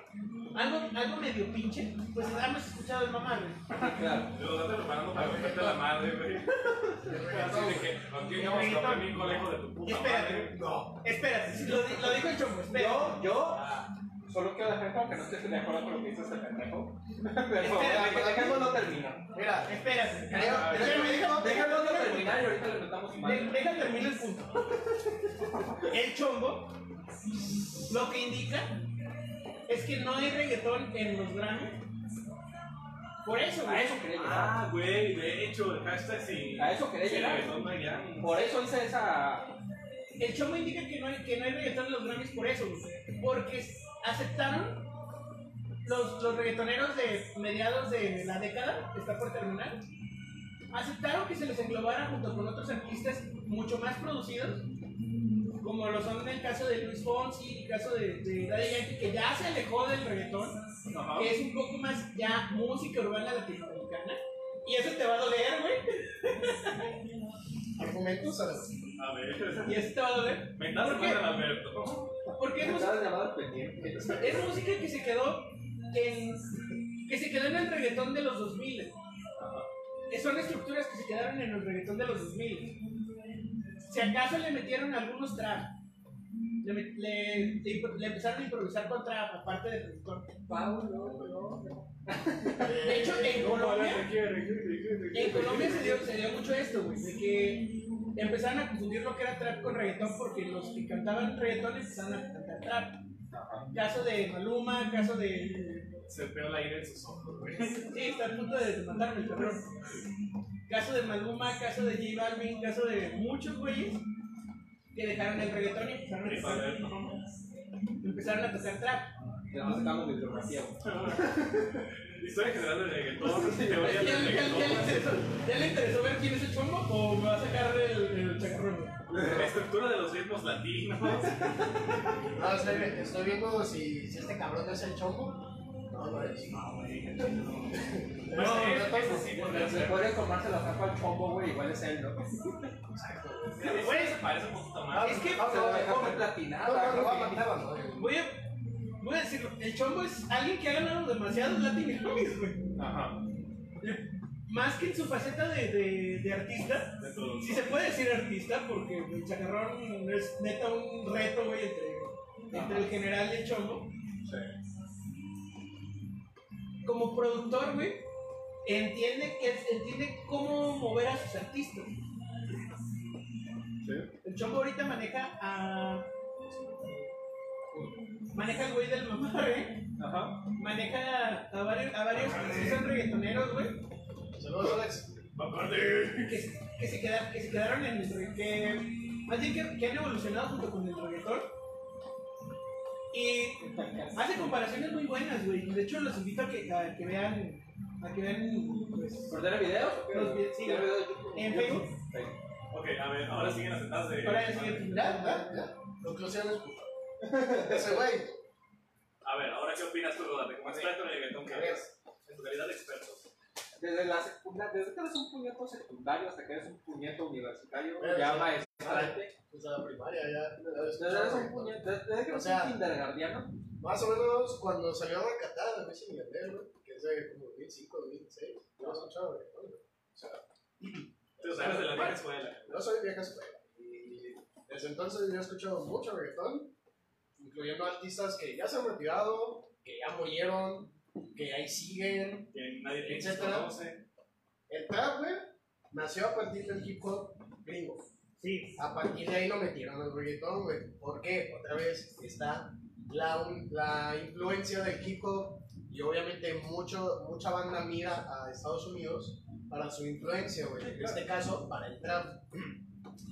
[SPEAKER 2] Algo, algo medio pinche. Pues hemos escuchado el mamá, güey.
[SPEAKER 3] Claro.
[SPEAKER 5] Yo date preparando para meterte la madre, güey. Así de que, aquí vamos a comprar mi conejo de tu puta madre.
[SPEAKER 2] Espérate.
[SPEAKER 4] No.
[SPEAKER 2] Espérate, sí, lo, di- lo dijo el chombo, espérate.
[SPEAKER 3] Yo, yo, solo quiero dejar claro que no estoy de acuerdo con lo que dice ese pendejo. Pero
[SPEAKER 2] Espera,
[SPEAKER 3] que dejemos no termina.
[SPEAKER 4] Mira,
[SPEAKER 2] Espérate.
[SPEAKER 4] creo, creo
[SPEAKER 2] Déjame, déjame, déjame,
[SPEAKER 3] Dejemos no
[SPEAKER 2] déjame.
[SPEAKER 3] terminar y ahorita le metamos su
[SPEAKER 2] De-
[SPEAKER 3] madre.
[SPEAKER 2] Deja terminar el punto. El chombo lo que indica es que no hay reggaetón en los Grammys. Por eso,
[SPEAKER 3] A
[SPEAKER 2] güey.
[SPEAKER 3] eso quería llegar.
[SPEAKER 5] Ah, güey, de hecho, el hashtag sí.
[SPEAKER 3] A eso quería
[SPEAKER 5] Sí,
[SPEAKER 3] llegar.
[SPEAKER 5] reggaetón no hay gran.
[SPEAKER 3] Por eso hice esa.
[SPEAKER 2] El chombo indica que no hay, que no hay reggaetón en los Grammys por eso, güey. Porque s- aceptaron los, los reggaetoneros de mediados de la década, que está por terminar, aceptaron que se les englobara junto con otros artistas mucho más producidos, como lo son el caso de Luis Fonsi, el caso de, de Daddy Yankee, que ya se alejó del reggaetón,
[SPEAKER 5] Ajá.
[SPEAKER 2] que es un poco más ya música urbana latinoamericana. Y eso te va a doler, güey.
[SPEAKER 4] argumentos a las.
[SPEAKER 5] A ver.
[SPEAKER 2] Y eso te va a doler. Pues
[SPEAKER 5] Me das
[SPEAKER 2] ¿Por qué?
[SPEAKER 5] cuenta, Alberto.
[SPEAKER 2] Porque es música
[SPEAKER 3] Estabas llamadas pendientes.
[SPEAKER 2] Es música que se quedó en. que se quedó en el reggaetón de los 2000. Eh, Son estructuras que se quedaron en el reggaetón de los 2000. Si acaso le metieron algunos trap, Le, met- le- le impro- le empezaron a improvisar contra la parte de Rincón. De hecho, en Colombia, en Colombia se dio, se dio mucho esto, güey, de que empezaron a confundir lo que era trap con reggaetón porque los que cantaban reggaetón empezaron a cantar trap. Caso de Maluma, caso de
[SPEAKER 5] Se pega el aire en sus ojos, güey.
[SPEAKER 2] Sí, está a punto de matarme el cabrón. Caso de Maluma, caso de J Balvin, caso de muchos güeyes que dejaron el reggaetón y empezaron a tocar, empezaron a tocar trap.
[SPEAKER 3] Además estamos de hidrografía, güey.
[SPEAKER 5] Historia general del reggaetón,
[SPEAKER 2] ¿Ya,
[SPEAKER 5] teoría
[SPEAKER 2] ya-
[SPEAKER 5] del
[SPEAKER 2] ya- ya le
[SPEAKER 5] reggaetón,
[SPEAKER 2] interesó, ya le interesó ver quién es el chombo o me va a sacar el, el chacarrón?
[SPEAKER 5] la estructura de los ritmos latinos.
[SPEAKER 4] No, estoy, estoy viendo si, si este cabrón es el chombo. No, no es.
[SPEAKER 5] No, no,
[SPEAKER 4] tampoco.
[SPEAKER 5] eso sí,
[SPEAKER 3] Pero se puede tomarse la tapa al chombo, güey, igual es él, ¿no?
[SPEAKER 5] Güey, se parece un poquito más.
[SPEAKER 2] Es que
[SPEAKER 3] O sea, la tapa es
[SPEAKER 4] No, no,
[SPEAKER 3] platinada,
[SPEAKER 4] no,
[SPEAKER 3] güey.
[SPEAKER 4] mataba, no, güey.
[SPEAKER 2] voy a, voy a decirlo, el chombo es alguien que ha ganado demasiados Latin Grammys, güey.
[SPEAKER 5] Ajá.
[SPEAKER 2] Más que en su faceta de, de, de artista,
[SPEAKER 5] De todo.
[SPEAKER 2] Si se puede decir artista, porque el chacarrón es neta un reto, güey, entre, entre el general y el chombo. Como productor, güey, entiende, que es- entiende cómo mover a sus artistas. El chombo ahorita maneja a. Maneja al güey del mamarre,
[SPEAKER 5] Ajá.
[SPEAKER 2] maneja a varios, a varios que son reggaetoneros, güey.
[SPEAKER 4] Saludos, Alex.
[SPEAKER 2] que, se- que se queda- que se quedaron en el reggaetón, que, más bien que, que han evolucionado junto con el reggaetón. Y hace comparaciones muy buenas, güey. De hecho, los invito a que, a que vean, a que vean pues,
[SPEAKER 3] ¿Perder videos? o qué?
[SPEAKER 2] Los vi- sí,
[SPEAKER 3] ¿Ver videos de YouTube?
[SPEAKER 2] en Facebook.
[SPEAKER 3] Sí.
[SPEAKER 5] Ok, a ver, ahora siguen las sentadas de.
[SPEAKER 2] Ahora es que-
[SPEAKER 4] Ya, ya, ya. Conclusiones, puta. Ese güey.
[SPEAKER 5] A ver, ahora qué opinas tú, Rodate, como experto en reggaetón que
[SPEAKER 4] ¿Qué
[SPEAKER 5] eres.
[SPEAKER 4] ves?
[SPEAKER 5] En tu calidad de experto.
[SPEAKER 3] Desde, la secunda, desde que eres un puñeto secundario hasta que eres un puñeto universitario,
[SPEAKER 4] Pero,
[SPEAKER 3] ya
[SPEAKER 4] sí.
[SPEAKER 3] maestrante.
[SPEAKER 4] Desde la primaria, ya.
[SPEAKER 3] Desde que eres un puñeto, desde que
[SPEAKER 4] O
[SPEAKER 3] eres
[SPEAKER 4] sea,
[SPEAKER 3] un kindergarteno.
[SPEAKER 4] Más o menos cuando salió Racatada, de Wisin y Yandel, güey, que es de como 2005, 2006, no he escuchado reggaetón, güey.
[SPEAKER 5] Tú sabes de la vieja escuela.
[SPEAKER 4] No soy vieja escuela. Y desde entonces yo he escuchado mucho reggaetón, incluyendo artistas que ya se han retirado, que ya murieron, que ahí siguen.
[SPEAKER 5] Que nadie te
[SPEAKER 4] Etcétera.
[SPEAKER 5] conoce.
[SPEAKER 4] El trap, güey, nació a partir del hip hop gringo.
[SPEAKER 2] Sí.
[SPEAKER 4] A partir de ahí lo metieron al reggaetón, güey. ¿Por qué? Otra vez está la, un- la influencia del hip hop y obviamente mucho, mucha banda mira a Estados Unidos para su influencia, güey. En este caso, para el trap.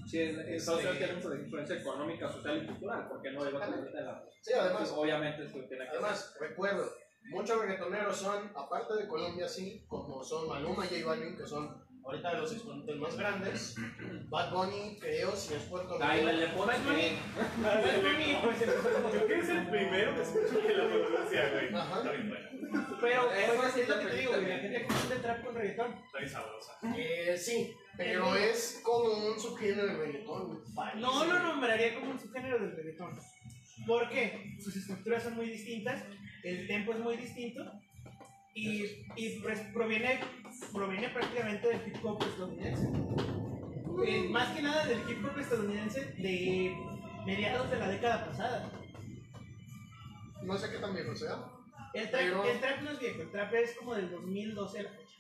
[SPEAKER 3] Sí, en en Estados
[SPEAKER 4] Este-
[SPEAKER 3] Unidos tiene mucha influencia económica, social y cultural, porque no iba a tener de la.
[SPEAKER 4] Sí, además,
[SPEAKER 3] Entonces, obviamente, esto tiene que
[SPEAKER 4] Además, recuerdo, muchos reggaetoneros son, aparte de Colombia, sí, como son Maluma y J Balvin, que son ahorita de los exponentes más grandes. Bad Bunny, creo, si es Puerto
[SPEAKER 3] Ay, la
[SPEAKER 4] Rico.
[SPEAKER 3] le pones
[SPEAKER 2] Bunny.
[SPEAKER 5] Bad Bunny,
[SPEAKER 2] pues,
[SPEAKER 5] Creo que es el primero que escucho que lo pronuncia, güey.
[SPEAKER 4] Ajá.
[SPEAKER 5] Está bien bueno,
[SPEAKER 2] Pero
[SPEAKER 3] Eso
[SPEAKER 2] pues,
[SPEAKER 3] sí
[SPEAKER 2] es lo que
[SPEAKER 3] está
[SPEAKER 2] te digo, güey, la
[SPEAKER 3] perfectamente.
[SPEAKER 2] gente confunde trap con reggaetón.
[SPEAKER 5] está bien sabrosa.
[SPEAKER 4] Eh, sí, pero es como un subgénero de reggaetón. güey, parece.
[SPEAKER 2] No lo nombraría como un subgénero del reggaetón. ¿Por qué? Sus estructuras son muy distintas, el tempo es muy distinto y, y pues proviene, proviene prácticamente del hip hop estadounidense. Eh, más que nada del hip hop estadounidense de mediados de la década pasada.
[SPEAKER 4] No sé qué tan viejo sea.
[SPEAKER 2] El trap,
[SPEAKER 4] Pero-
[SPEAKER 2] el trap no es viejo, el trap es como del 2012 a la fecha.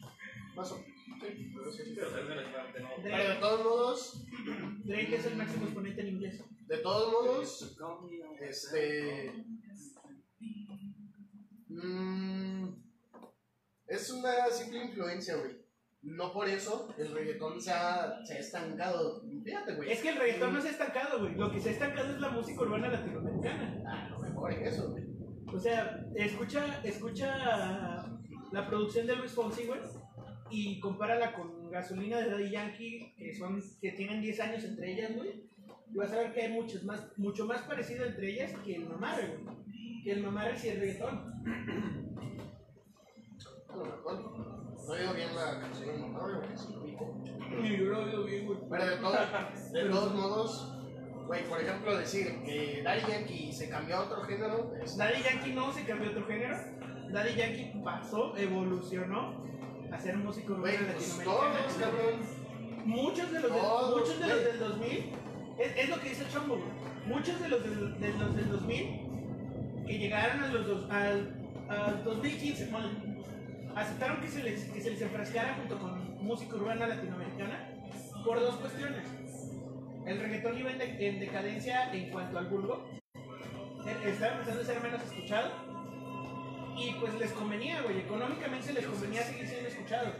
[SPEAKER 4] Más o menos. Sí, pero sí.
[SPEAKER 5] Pero sabes de la parte, ¿no?
[SPEAKER 4] Pero de
[SPEAKER 2] Drake,
[SPEAKER 4] todos modos,
[SPEAKER 2] Drake es el máximo exponente en inglés.
[SPEAKER 4] de todos modos,
[SPEAKER 3] ser.
[SPEAKER 4] Este. mm, es una simple influencia, güey. No por eso el reggaetón se ha, se ha estancado. Fíjate, güey.
[SPEAKER 2] Es que el reggaetón no se ha estancado, güey. Lo que se ha estancado es la música urbana latinoamericana.
[SPEAKER 4] Ah, lo mejor en eso, güey.
[SPEAKER 2] O sea, escucha, escucha la producción de Luis Fonsi, güey, y compárala con gasolina de Daddy Yankee, que son, que tienen 10 años entre ellas, güey. Y vas a ver que hay muchos más, mucho más parecido entre ellas que el mamarre, güey. Que el mamarre y el reggaetón.
[SPEAKER 4] A lo mejor. No oído bien la canción de Mamá, güey. sí lo ubico.
[SPEAKER 2] Y yo lo veo bien, güey.
[SPEAKER 4] Pero de, todo- de todos modos, güey, por ejemplo, decir que Daddy Yankee se cambió a otro género es
[SPEAKER 2] Daddy Yankee no se cambió a otro género. Daddy Yankee pasó, evolucionó a ser músico
[SPEAKER 4] Güey,
[SPEAKER 2] urbano
[SPEAKER 4] pues
[SPEAKER 2] latinoamericano.
[SPEAKER 4] todos, cabrón.
[SPEAKER 2] Muchos de los, del-
[SPEAKER 4] Todos,
[SPEAKER 2] muchos de los
[SPEAKER 4] güey.
[SPEAKER 2] del 2000 Es, es lo que dice el Chombo, güey. Muchos de los del, de los del 2000 que llegaron a los dos, al, al 2015, ponle, aceptaron que se, les, que se les enfrascara junto con música urbana latinoamericana por dos cuestiones. El reggaetón iba en, de- en decadencia en cuanto al vulgo, e- estaba empezando a ser menos escuchado, y pues les convenía, güey, económicamente les convenía seguir siendo escuchados.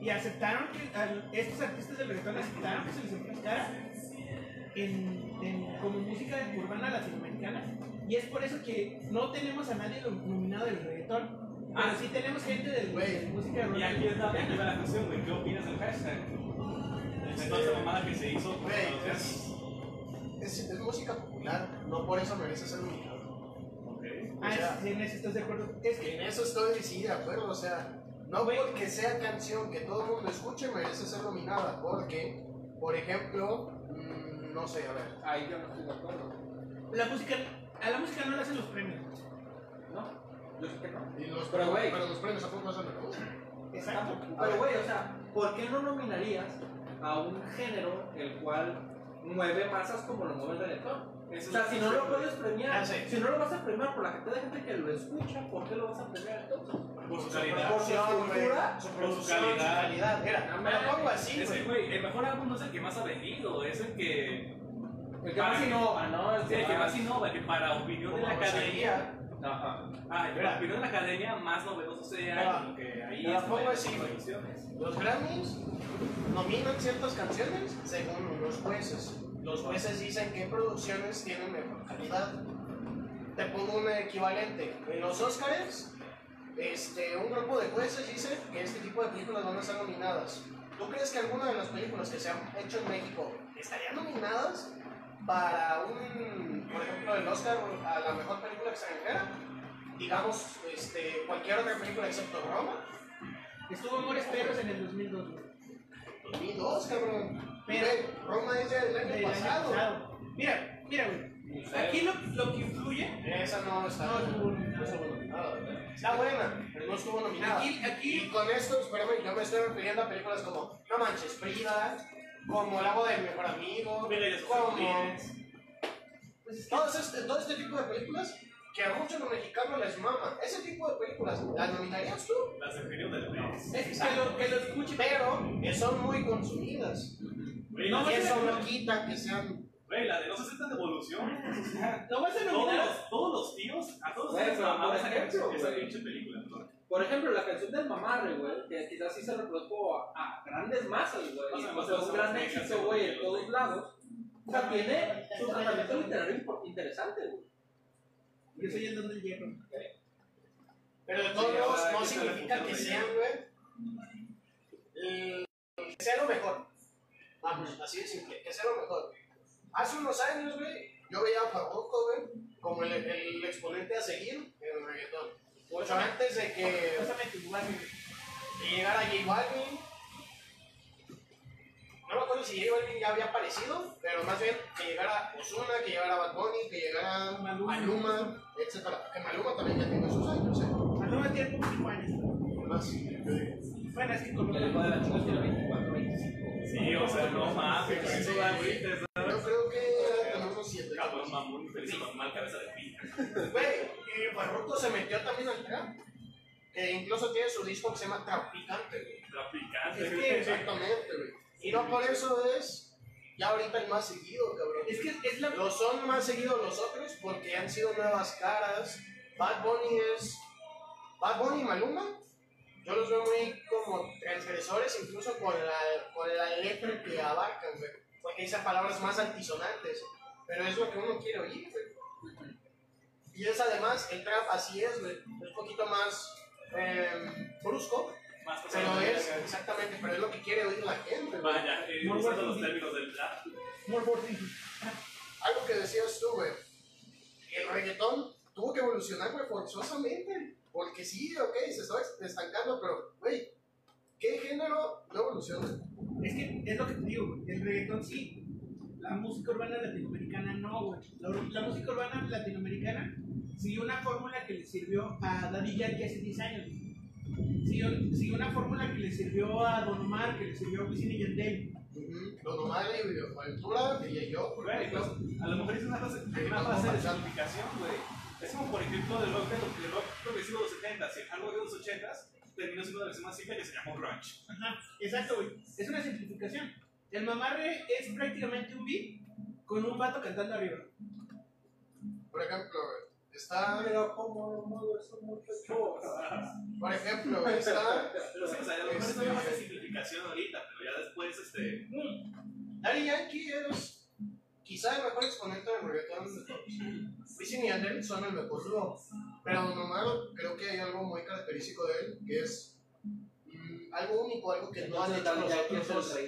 [SPEAKER 2] Y aceptaron que al- estos artistas del reggaetón aceptaron que se les enfrascara en, en- como música urbana latinoamericana. Y es por eso que no tenemos a nadie nom- nominado del reggaetón.
[SPEAKER 5] Ah,
[SPEAKER 2] Pero sí tenemos gente del-
[SPEAKER 4] Güey,
[SPEAKER 2] de música
[SPEAKER 5] Y
[SPEAKER 2] urbana.
[SPEAKER 5] aquí es la, aquí va la cuestión, güey. ¿Qué opinas del hashtag? Esa toda esa mamada que se hizo.
[SPEAKER 4] Güey,
[SPEAKER 5] para los
[SPEAKER 4] es, es, es música popular, no por eso merece ser nominado.
[SPEAKER 5] Ok.
[SPEAKER 4] O
[SPEAKER 2] Ah,
[SPEAKER 4] sea,
[SPEAKER 2] sí, en eso estás de acuerdo. Es que
[SPEAKER 4] en eso estoy sí, de acuerdo, o sea, no
[SPEAKER 2] Güey.
[SPEAKER 4] porque sea canción que todo el mundo escuche merece ser nominada, porque, por ejemplo, mm, no sé, a ver,
[SPEAKER 3] Ahí yo no estoy de acuerdo.
[SPEAKER 2] la música, a la música no le hacen los premios.
[SPEAKER 3] No, yo sé que no.
[SPEAKER 4] y los,
[SPEAKER 3] Pero, güey.
[SPEAKER 4] pero los premios a poco no son de la música.
[SPEAKER 2] Exacto.
[SPEAKER 3] Pero, güey, o sea, ¿por qué no nominarías a un género el cual mueve masas como lo mueve el reggaetón?
[SPEAKER 5] Eso
[SPEAKER 3] O sea,
[SPEAKER 5] es-
[SPEAKER 3] si no lo puedes premiar,
[SPEAKER 4] Ah, sí.
[SPEAKER 3] si no lo vas a premiar por la cantidad de gente que lo escucha, ¿por qué lo vas a premiar entonces?
[SPEAKER 5] Por su calidad.
[SPEAKER 3] Por su cultura,
[SPEAKER 4] Su
[SPEAKER 5] producción,
[SPEAKER 4] producción, su
[SPEAKER 5] su
[SPEAKER 4] calidad, era, me lo pongo así,
[SPEAKER 5] Es que,
[SPEAKER 4] güey.
[SPEAKER 5] güey, el mejor álbum no es el que más ha vendido, es el que.
[SPEAKER 3] El Ah, que más innova, ¿no? Este, ah,
[SPEAKER 5] Sí, el que más innova, que para opinión de
[SPEAKER 4] Como
[SPEAKER 5] la academia.
[SPEAKER 4] Rosalía.
[SPEAKER 3] Ajá.
[SPEAKER 5] Ah, que
[SPEAKER 4] Mira.
[SPEAKER 5] para opinión de la academia más novedoso sea.
[SPEAKER 4] Ah,
[SPEAKER 5] como que ahí
[SPEAKER 4] te la
[SPEAKER 5] es
[SPEAKER 4] pongo
[SPEAKER 5] donde
[SPEAKER 4] así,
[SPEAKER 5] hay
[SPEAKER 4] güey.
[SPEAKER 5] producciones.
[SPEAKER 4] Los Grammys nominan ciertas canciones según los jueces. Los jueces dicen qué producciones tienen mejor calidad. Te pongo un equivalente. En los Oscars, este, un grupo de jueces dice que este tipo de películas van a ser nominadas. ¿Tú crees que alguna de las películas que se han hecho en México estarían nominadas para un, por ejemplo, el Oscar a la mejor película extranjera? Digamos, este, cualquier otra película excepto Roma.
[SPEAKER 2] Estuvo Amores Perros en el 2002. güey.
[SPEAKER 4] 2002, cabrón.
[SPEAKER 2] Pero-
[SPEAKER 4] Güey, Roma es del año
[SPEAKER 2] Del año
[SPEAKER 4] pasado.
[SPEAKER 2] pasado. Mira, mira, güey. Aquí lo, lo que influye.
[SPEAKER 4] Esa Ah, no está.
[SPEAKER 2] No estuvo
[SPEAKER 4] no estuvo nominada, ¿verdad? Está buena, pero no estuvo nominada.
[SPEAKER 2] Aquí,
[SPEAKER 4] Y
[SPEAKER 2] aquí.
[SPEAKER 4] con esto, espérame, yo me estoy refiriendo a películas como No Manches Frida, como El agua del mejor amigo,
[SPEAKER 5] Mira, ya se
[SPEAKER 4] como.
[SPEAKER 5] fue.
[SPEAKER 2] Pues es que
[SPEAKER 4] Todo este, todo este tipo de películas que a muchos los mexicanos les mama. Ese tipo de películas, ¿las nominarías tú?
[SPEAKER 5] Las opinión del mes.
[SPEAKER 2] es que lo, que lo escuche.
[SPEAKER 4] Pero que son muy consumidas.
[SPEAKER 5] Güey,
[SPEAKER 2] No,
[SPEAKER 5] la-
[SPEAKER 4] y
[SPEAKER 2] vas a
[SPEAKER 4] eso
[SPEAKER 2] ver-
[SPEAKER 4] no quita que sean.
[SPEAKER 5] güey, la de no se aceptan devoluciones. o sea,
[SPEAKER 2] No vas a
[SPEAKER 5] Todos
[SPEAKER 2] nominar.
[SPEAKER 5] los, todos los tíos, a todos
[SPEAKER 3] Güey,
[SPEAKER 5] les
[SPEAKER 3] pero
[SPEAKER 5] mamaba
[SPEAKER 3] por
[SPEAKER 5] esa
[SPEAKER 3] ejemplo,
[SPEAKER 5] canción, esa
[SPEAKER 3] güey.
[SPEAKER 5] pinche película. ¿no?
[SPEAKER 3] Por ejemplo, la canción del mamarre, güey, que quizás sí se reprodujo a, a grandes masas, güey, y
[SPEAKER 5] Pásame,
[SPEAKER 3] pues
[SPEAKER 5] pásame,
[SPEAKER 3] es un gran
[SPEAKER 5] pásame,
[SPEAKER 3] éxito,
[SPEAKER 5] pásame.
[SPEAKER 3] güey, en todos lados. O sea, tiene su tratamiento literario impor- interesante, güey.
[SPEAKER 2] Yo soy el don del hierro.
[SPEAKER 4] Pero de todos
[SPEAKER 3] Sí,
[SPEAKER 4] modos,
[SPEAKER 3] ahora
[SPEAKER 4] no
[SPEAKER 3] hay que
[SPEAKER 4] significa
[SPEAKER 3] estar
[SPEAKER 4] que sean,
[SPEAKER 3] enfocado
[SPEAKER 4] güey. mm, Que sea lo mejor. Vamos, así de simple, que sea lo mejor. Hace unos años, güey, yo veía a Farruko, güey, como el, el exponente a seguir en el reggaetón. Mucho antes de que
[SPEAKER 2] Pásame tu lugar, güey.
[SPEAKER 4] llegara J Balvin. No me acuerdo si J Balvin ya había aparecido, pero más bien que llegara Ozuna, que llegara Bad Bunny, que llegara
[SPEAKER 2] Maluma.
[SPEAKER 4] Maluma, etc. Que Maluma también ya tiene sus años, ¿eh?
[SPEAKER 2] Maluma tiene poquito años.
[SPEAKER 4] Más, yo digo.
[SPEAKER 2] Bueno, es que como.
[SPEAKER 3] El hijo de la chica tiene 24, 25.
[SPEAKER 5] Sí, o sea, no mames, con
[SPEAKER 4] Sí.
[SPEAKER 5] eso da agüita,
[SPEAKER 4] Yo creo que tenemos siete.
[SPEAKER 5] Cabrón mamón, feliz mamá, cabeza de pija.
[SPEAKER 4] Güey, y Barroco se metió también al trap. Que incluso tiene su disco que se llama Traficante, güey.
[SPEAKER 5] Traficante.
[SPEAKER 2] Es que-
[SPEAKER 4] Exactamente, güey. Y no por eso es ya ahorita el más seguido, cabrón.
[SPEAKER 2] Es que es la.
[SPEAKER 4] Lo son más seguidos los otros porque han sido nuevas caras. Bad Bunny es. Bad Bunny y Maluma. Yo los veo muy como transgresores, incluso con la, con la letra que abarcan, güey. Porque dicen palabras más altisonantes. Pero es lo que uno quiere oír, güey. Y es además, el trap así es, güey. Es un poquito más eh, brusco,
[SPEAKER 5] Más cosas
[SPEAKER 4] pero
[SPEAKER 5] de la
[SPEAKER 4] es
[SPEAKER 5] verga.
[SPEAKER 4] exactamente, pero es lo que quiere oír la gente, güey.
[SPEAKER 5] Vaya, eh,
[SPEAKER 2] Muy
[SPEAKER 5] usando
[SPEAKER 2] bueno.
[SPEAKER 5] los términos del trap.
[SPEAKER 2] More for thinking.
[SPEAKER 4] Algo que decías tú, güey. El reggaetón tuvo que evolucionar, güey, forzosamente. Porque sí, ok, se estaba estancando, pero, güey, ¿qué género no evoluciona?
[SPEAKER 2] Es que es lo que te digo, güey, el reggaetón sí, la música urbana latinoamericana no, güey. La, ur- la música urbana latinoamericana siguió una fórmula que le sirvió a Daddy Yankee hace 10 años. Siguió, siguió una fórmula que le sirvió a Don Omar, que le sirvió a Wisin y Yandel.
[SPEAKER 4] Ujú. Lo nomás de videocultura y yo. porque
[SPEAKER 5] Güey, pues, a lo mejor es una fase, una fase de simplificación, güey. Es como, por ejemplo, del rock, de lo- del rock progresivo de los 70s y el hardware de los 80s terminó siendo la versión más simple que se llamó grunge.
[SPEAKER 2] Ajá, exacto, güey. Es una simplificación. El mamarre es prácticamente un beat con un vato cantando arriba.
[SPEAKER 4] Por ejemplo, está.
[SPEAKER 3] Ah, Mira cómo muevo esos muchachos.
[SPEAKER 4] Por ejemplo, está.
[SPEAKER 5] Pero sí, o sea, a lo mejor es una
[SPEAKER 4] Este-
[SPEAKER 5] fase de simplificación ahorita, pero ya después, este...
[SPEAKER 4] Daddy Yankee es eh, pues, quizá el mejor exponente del reggaetón de todos. Wisin y Yandel son el mejor dúo, pero nomás creo que hay algo muy característico de él, que es mm, algo único, algo que no han hecho los otros dos.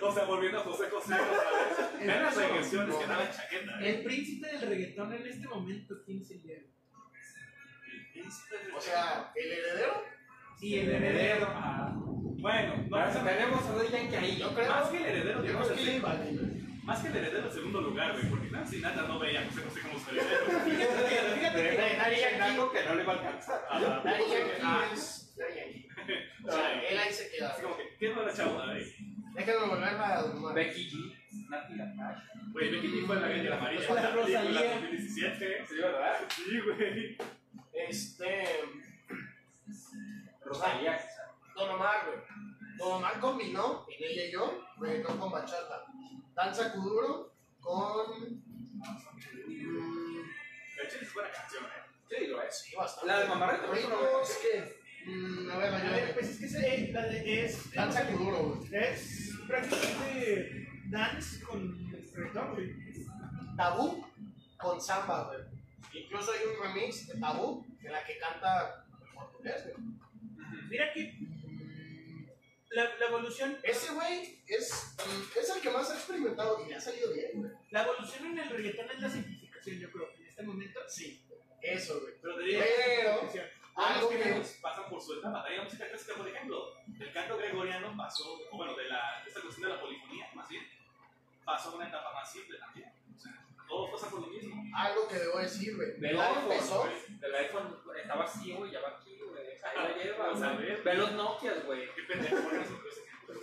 [SPEAKER 5] O sea, volviendo a José José, o sea, eran regresiones que daban chaqueta, ¿eh?
[SPEAKER 2] El príncipe del reggaetón en este momento, ¿quién sería?
[SPEAKER 4] O sea, el heredero,
[SPEAKER 2] Sí, el heredero.
[SPEAKER 5] Ah, Bueno, no, o sea,
[SPEAKER 3] Tenemos a Daddy Yankee ahí.
[SPEAKER 4] yo creo,
[SPEAKER 5] más que el heredero,
[SPEAKER 4] yo
[SPEAKER 5] digamos
[SPEAKER 4] creo que
[SPEAKER 5] así,
[SPEAKER 4] J Balvin.
[SPEAKER 5] Más que el heredero en segundo lugar, güey, porque Nancy Sinatra no veía a José José como su heredero.
[SPEAKER 2] Fíjate que, fíjate que
[SPEAKER 4] Daddy Yankee,
[SPEAKER 3] que no le va a alcanzar.
[SPEAKER 5] Ajá.
[SPEAKER 4] Daddy Yankee es Daddy Yankee. O sea, él ahí se queda.
[SPEAKER 5] Así como que, ¿quién no la chava ahí?
[SPEAKER 4] Déjame volver a domar.
[SPEAKER 3] Becky G. Nati Natasha.
[SPEAKER 5] Güey, Becky G fue la galla de la amarilla.
[SPEAKER 2] Fue la
[SPEAKER 5] en película
[SPEAKER 2] Rosalía.
[SPEAKER 5] 2017.
[SPEAKER 3] Sí, ¿verdad?
[SPEAKER 5] Sí, güey.
[SPEAKER 4] Este.
[SPEAKER 3] Rosalía.
[SPEAKER 4] Don Omar, güey. Don Omar combinó en ella y yo reggaetón con bachata. Danza Kuduro con. mm,
[SPEAKER 5] De hecho, es buena canción, eh.
[SPEAKER 3] Sí, lo es.
[SPEAKER 4] sí, bastante.
[SPEAKER 3] La de Mamarreta, ¿no?
[SPEAKER 4] Rico, es que. mm, a ver,
[SPEAKER 2] A
[SPEAKER 4] yo
[SPEAKER 2] ver,
[SPEAKER 4] ver.
[SPEAKER 2] pues es que se- eh, la de- es,
[SPEAKER 4] Danza Kuduro, güey.
[SPEAKER 2] es prácticamente dance con el reggaetón, güey.
[SPEAKER 4] Tabú con samba, güey. Incluso hay un remix de Tabú en la que canta en portugués, güey.
[SPEAKER 2] Mira que la, la evolución
[SPEAKER 4] Ese güey es, mm, es el que más ha experimentado y le ha salido bien, güey.
[SPEAKER 2] la evolución en el reggaetón es la simplificación, yo creo, en este momento.
[SPEAKER 4] Sí, eso, güey.
[SPEAKER 5] Pero te digo,
[SPEAKER 4] Pero.
[SPEAKER 2] simplificación.
[SPEAKER 5] Algunos
[SPEAKER 4] Algo
[SPEAKER 5] géneros
[SPEAKER 4] que.
[SPEAKER 5] pasan por su etapa. Hay la música clásica, por ejemplo, el canto gregoriano pasó, o bueno, de, la, de esta cuestión de la polifonía, más bien, pasó a una etapa más simple también. O sea, todos pasan por lo mismo.
[SPEAKER 4] Algo que debo decir, güey.
[SPEAKER 3] Del
[SPEAKER 4] No
[SPEAKER 3] iPhone,
[SPEAKER 4] empezó.
[SPEAKER 3] güey. Del iPhone estaba así, güey, ya va aquí, güey. Ahí la lleva,
[SPEAKER 5] Vamos a
[SPEAKER 3] güey.
[SPEAKER 5] ver.
[SPEAKER 3] Ve los Nokias, güey.
[SPEAKER 5] Qué pendejo, poner esos tres ejemplos, güey.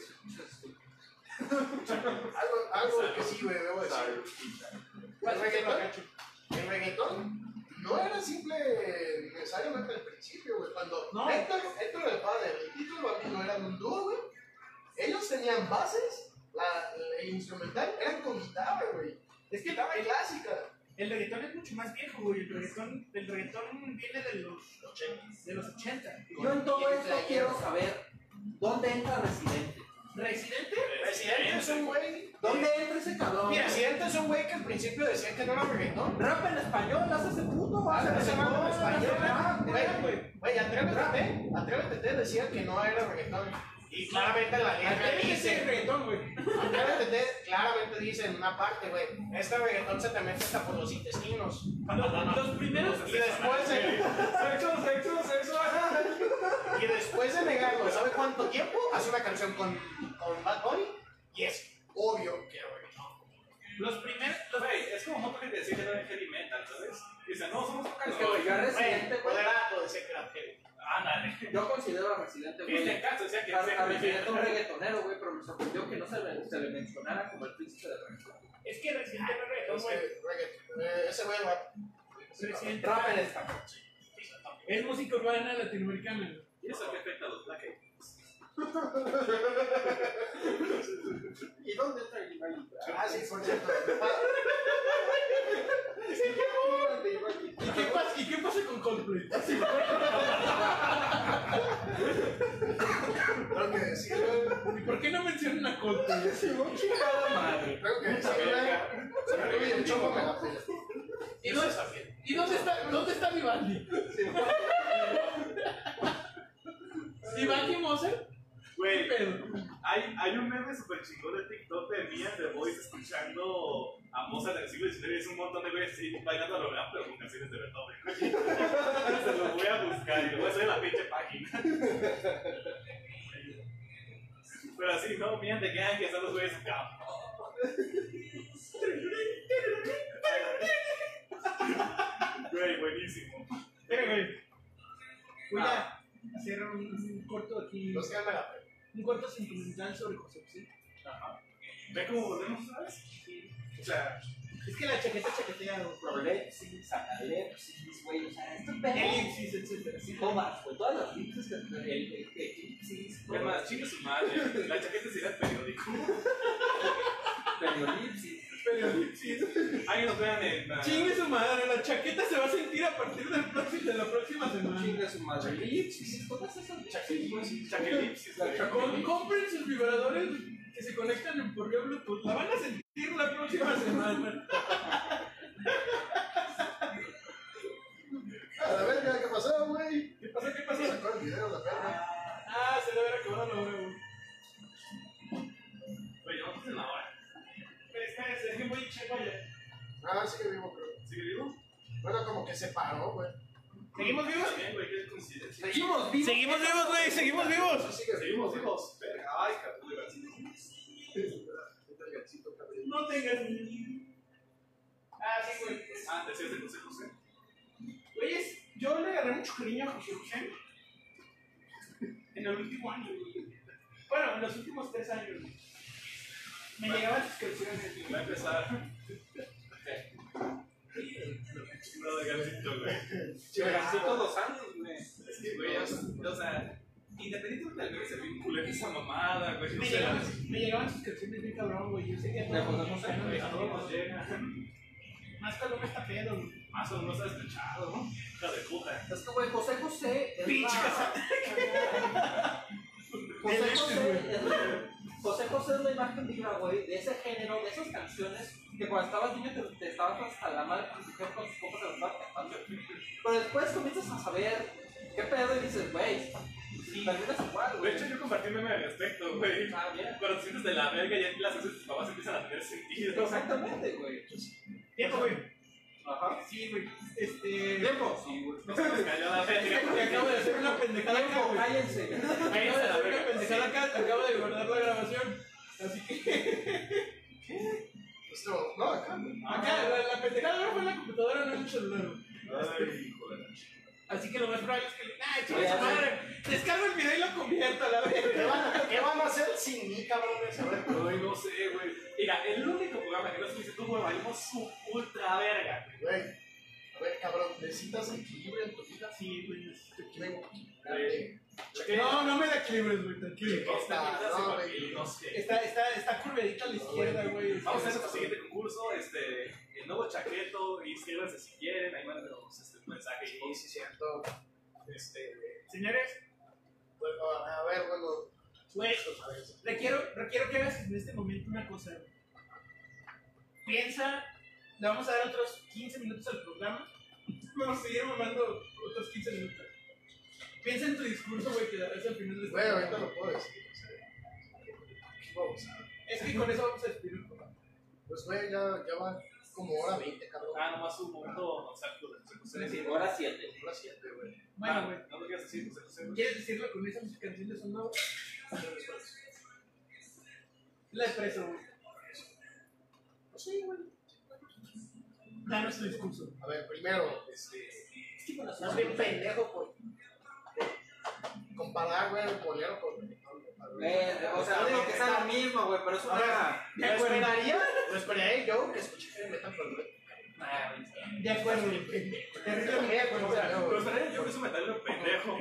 [SPEAKER 4] Algo, algo que sí, güey, debo decir. El reggaetón, el reggaetón no era simple necesariamente al principio, güey. Cuando
[SPEAKER 2] No.
[SPEAKER 4] Héctor, Héctor el padre, el título bambino eran un dúo, güey. Ellos tenían bases, la, el instrumental eran con guitarra, güey.
[SPEAKER 2] Es que el,
[SPEAKER 4] Guitarra
[SPEAKER 2] el-
[SPEAKER 4] clásica.
[SPEAKER 2] el reggaetón es mucho más viejo, güey. El reggaetón, el reggaetón viene de los, de los 80.
[SPEAKER 3] Yo en todo
[SPEAKER 4] Con
[SPEAKER 3] esto
[SPEAKER 4] playera.
[SPEAKER 3] quiero saber dónde entra Residente.
[SPEAKER 2] ¿Residente?
[SPEAKER 4] Residente es un güey.
[SPEAKER 3] ¿Dónde entra ese cabrón?
[SPEAKER 4] Mira, Residente es un güey que al principio decía que no era reggaetón.
[SPEAKER 3] Rap en español, hace ese puto,
[SPEAKER 4] Ah,
[SPEAKER 3] hace
[SPEAKER 4] pero
[SPEAKER 3] ese
[SPEAKER 4] se llama
[SPEAKER 3] puto.
[SPEAKER 4] en español,
[SPEAKER 3] rap,
[SPEAKER 4] güey. Güey, güey, atrévete, atrévete, te decía que no era reggaetón. Y claramente la letra
[SPEAKER 2] Atrévete, ese
[SPEAKER 4] dice,
[SPEAKER 2] reggaetón, güey.
[SPEAKER 4] atrévete, te- claramente dice en una parte, güey, este reggaetón se te mete hasta por los intestinos.
[SPEAKER 2] Los, los primeros.
[SPEAKER 4] Y después de,
[SPEAKER 3] Sexo, sexo, sexo.
[SPEAKER 4] y después de negarlo, ¿sabe cuánto tiempo? Hace una canción con, con Bad Bunny y es obvio que era reggaetón.
[SPEAKER 2] Los primeros. los-
[SPEAKER 5] Güey, es como Motorhead decir que no era heavy metal, ¿sabes? Dicen, no, somos
[SPEAKER 3] Es
[SPEAKER 5] pocas
[SPEAKER 3] que, güey, yo a Residente,
[SPEAKER 4] Güey,
[SPEAKER 3] güey,
[SPEAKER 4] moderato decía que era heavy.
[SPEAKER 5] Ándale.
[SPEAKER 3] yo considero a Residente,
[SPEAKER 5] Cristian
[SPEAKER 4] Este
[SPEAKER 3] güey.
[SPEAKER 5] Castro decía que
[SPEAKER 3] A, a
[SPEAKER 5] era heavy
[SPEAKER 3] Residente un
[SPEAKER 5] metal.
[SPEAKER 3] reggaetonero, güey, pero me sorprendió que no se le, se le mencionara como el príncipe del reggaetón.
[SPEAKER 2] Es que Residente no es reggaetón,
[SPEAKER 4] Es
[SPEAKER 2] güey.
[SPEAKER 4] que reggaetón, eh, Ese güey rap.
[SPEAKER 2] Residente
[SPEAKER 3] Rap en español.
[SPEAKER 2] es música urbana latinoamericana, güey.
[SPEAKER 5] ¿Y eso qué afecta a los blackheads?
[SPEAKER 3] ¿Y dónde está el Ibai?
[SPEAKER 4] Ah, sí, por cierto.
[SPEAKER 2] ¿Y qué pasa, ¿Y qué pasa con Coldplay?
[SPEAKER 4] Creo que decía, güey.
[SPEAKER 2] ¿Y por qué no mencionan a Coldplay?
[SPEAKER 4] Creo que sí, ¿verdad? Se me olvidó el choco, me la pela.
[SPEAKER 2] ¿Y dónde, ¿y dónde está, dónde está Vivaldi? ¿Vivaldi Mozart? ¿Qué
[SPEAKER 5] Güey,
[SPEAKER 2] pedo?
[SPEAKER 5] hay, hay un meme súper chingón de TikTok de Mia The Voice escuchando a Mozart del siglo XIX y es un montón de güeyes así bailando a lo grande, pero con canciones de Beethoven. Se lo voy a buscar y lo voy a hacer en la pinche página. Pero así, no, Mia The Gang, que están los güeyes acá. Güey, buenísimo. Eh,
[SPEAKER 2] Espera, güey. Voy a hacer un, un corto aquí.
[SPEAKER 4] Los que me la pela.
[SPEAKER 2] un corto sentimental sobre José José.
[SPEAKER 5] Ajá. ¿Ve cómo volvemos otra vez? O sea,
[SPEAKER 2] Es que la chaqueta chaquetea, güey.
[SPEAKER 3] Prolepsis, analepsis, güey, o sea, esto pedo.
[SPEAKER 2] elipsis, etcétera. Sí,
[SPEAKER 3] Comas, güey, todas las lipsis que el- el- el- elipsis,
[SPEAKER 5] es
[SPEAKER 3] comas,
[SPEAKER 5] más, chinga su madre. La chaqueta sería el periódico.
[SPEAKER 3] periolipsis.
[SPEAKER 5] Ahí nos vean en. ah,
[SPEAKER 2] Chingue su madre, la chaqueta se va a sentir a partir del próximo, de la próxima semana.
[SPEAKER 3] Chinga su madre. Elipsis, todas esas
[SPEAKER 5] chaquetis, güey, Chaquelipsis, güey.
[SPEAKER 2] Com- compren sus vibradores que se conectan en- por vía Bluetooth. La van a sentir la próxima semana.
[SPEAKER 4] A la verga, ¿qué pasó, güey?
[SPEAKER 2] ¿Qué pasa? ¿Qué
[SPEAKER 4] Se
[SPEAKER 2] pasa?
[SPEAKER 4] sacó el video, la verga.
[SPEAKER 2] Ah, se le habrá acabado la huevo.
[SPEAKER 5] Güey, llevamos una hora.
[SPEAKER 2] Pues, Espérense, es que voy a echar vaya.
[SPEAKER 4] Ah, sigue vivo, creo.
[SPEAKER 5] ¿Sigue vivo?
[SPEAKER 4] Bueno, como que se paró, güey.
[SPEAKER 2] ¿Seguimos vivos?
[SPEAKER 5] También, güey, qué coincidencia.
[SPEAKER 3] Seguimos vivos.
[SPEAKER 2] Seguimos vivos, güey, seguimos vivos.
[SPEAKER 4] Eso sigue
[SPEAKER 5] Seguimos vivos. Verga, Ay, cabrón, de verdad.
[SPEAKER 2] No tengas miedo. Ah, sí, güey.
[SPEAKER 5] Ah, decías de José José.
[SPEAKER 2] Güey, yo le agarré mucho cariño a José José. En el último año, güey. Bueno, en los últimos tres años, güey. Me llegaban sus canciones, güey.
[SPEAKER 5] Va a empezar. No, de Garcito, güey.
[SPEAKER 3] Chevercito dos años, güey.
[SPEAKER 5] Es que, güey, o sea, o sea, independientemente del meme, se ve culero esa mamada, güey. No
[SPEAKER 2] Me
[SPEAKER 5] sé, la
[SPEAKER 2] llegaban, me llegaban sus canciones bien cabrón, güey. Yo pues, sé que a
[SPEAKER 3] De
[SPEAKER 2] todos los
[SPEAKER 3] José José,
[SPEAKER 2] mexicanos
[SPEAKER 5] güey,
[SPEAKER 2] les
[SPEAKER 5] a todos nos
[SPEAKER 2] llega.
[SPEAKER 5] llega.
[SPEAKER 2] Más calor está pedo, güey.
[SPEAKER 5] Más o menos está escuchado, ¿no? Hija de puta.
[SPEAKER 3] Es que, güey, José José. es
[SPEAKER 2] Pinche
[SPEAKER 3] la- José José, es la- José José es la imagen viva, güey, de ese género, de esas canciones que cuando estabas niño te, te estabas hasta la madre con tus jefes, con tus compas, se las estabas cantando. Pero después comienzas a saber qué pedo y dices, güey, si terminas igual,
[SPEAKER 5] De
[SPEAKER 3] güey.
[SPEAKER 5] hecho, yo compartí un meme al respecto, güey.
[SPEAKER 3] Ah, bien.
[SPEAKER 5] Cuando sientes de la verga, ya las cosas de tus papás empiezan a tener sentido.
[SPEAKER 3] Exactamente, güey.
[SPEAKER 2] Tiempo, güey.
[SPEAKER 3] Ajá.
[SPEAKER 2] Sí, güey. Este.
[SPEAKER 3] Tiempo. Sí, güey.
[SPEAKER 5] No se nos cayó la
[SPEAKER 2] Que
[SPEAKER 5] verga.
[SPEAKER 2] acabo de hacer una pendejada acá,
[SPEAKER 3] Tiempo,
[SPEAKER 2] güey.
[SPEAKER 3] cállense.
[SPEAKER 2] Acabo de hacer una
[SPEAKER 5] Sí.
[SPEAKER 2] pendejada acá, acabo de guardar la grabación. Así que.
[SPEAKER 4] Esto, no, acá.
[SPEAKER 2] Acá, la, la pendejada ahora fue en la computadora, no en el celular. güey.
[SPEAKER 5] Ay, hijo de la
[SPEAKER 2] Así que lo más probable es que. ¡Ah, chinga su madre! Descargo el video y lo convierto a la
[SPEAKER 4] ¿Qué
[SPEAKER 2] vez.
[SPEAKER 4] van, qué van a hacer sin mí, cabrones? A ver,
[SPEAKER 5] Ay, no sé, güey. Mira, el único programa que no se dice tú, güey, valimos su ultra verga.
[SPEAKER 4] güey. A ver, cabrón, necesitas equilibrio en tu vida.
[SPEAKER 2] Sí, güey.
[SPEAKER 4] Te quiero.
[SPEAKER 5] Güey.
[SPEAKER 2] No, no me da equilibres, güey, tranquilo.
[SPEAKER 5] Esta mierda se
[SPEAKER 4] No,
[SPEAKER 5] va a
[SPEAKER 4] güey.
[SPEAKER 5] no sé.
[SPEAKER 2] Está, está, está curvedita a la izquierda, güey.
[SPEAKER 5] Vamos a hacer nuestro siguiente concurso, este, el nuevo chaqueto, inscríbanse si quieren, ahí mándenos este, un mensaje y
[SPEAKER 4] Sí, sí, cierto. Este,
[SPEAKER 2] Señores,
[SPEAKER 4] bueno, a ver, bueno.
[SPEAKER 2] güey,
[SPEAKER 4] eso, a ver, eso.
[SPEAKER 2] requiero, requiero que hagas en este momento una cosa. güey. Piensa, le vamos a dar otros 15 minutos al programa. Vamos a seguir mamando otros 15 minutos. Piensa en tu discurso, güey, que darás al final este del
[SPEAKER 4] Güey, ahorita lo puedo decir. o sea, Vamos a
[SPEAKER 2] Es que con eso vamos a despedir el programa.
[SPEAKER 4] Pues, güey, ya, ya va como hora 20, cabrón.
[SPEAKER 5] Ah, nomás un momento, exacto, de José José.
[SPEAKER 3] Sí, Hora 7.
[SPEAKER 4] Hora 7, güey.
[SPEAKER 2] Bueno,
[SPEAKER 5] Ah, No lo quieras decir, José José. güey.
[SPEAKER 2] ¿Quieres decirlo con esa canción de fondo? La expreso, güey.
[SPEAKER 4] Sí, güey.
[SPEAKER 2] Danos tu discurso.
[SPEAKER 4] A ver, primero, este. Estás bien pendejo pues. por. por Comparar, güey, el bolero con reggaetón, güey.
[SPEAKER 3] Eh, o sea, no digo que sea lo mismo, güey, pero es
[SPEAKER 4] A ver.
[SPEAKER 3] una.
[SPEAKER 4] ¿Lo esperaría? Lo esperaría yo que escuché heavy metal, pero no.
[SPEAKER 3] Ah, güey.
[SPEAKER 2] De acuerdo, güey. Terriblemente de acuerdo.
[SPEAKER 5] O sea, pero espera, yo que soy metalero pendejo.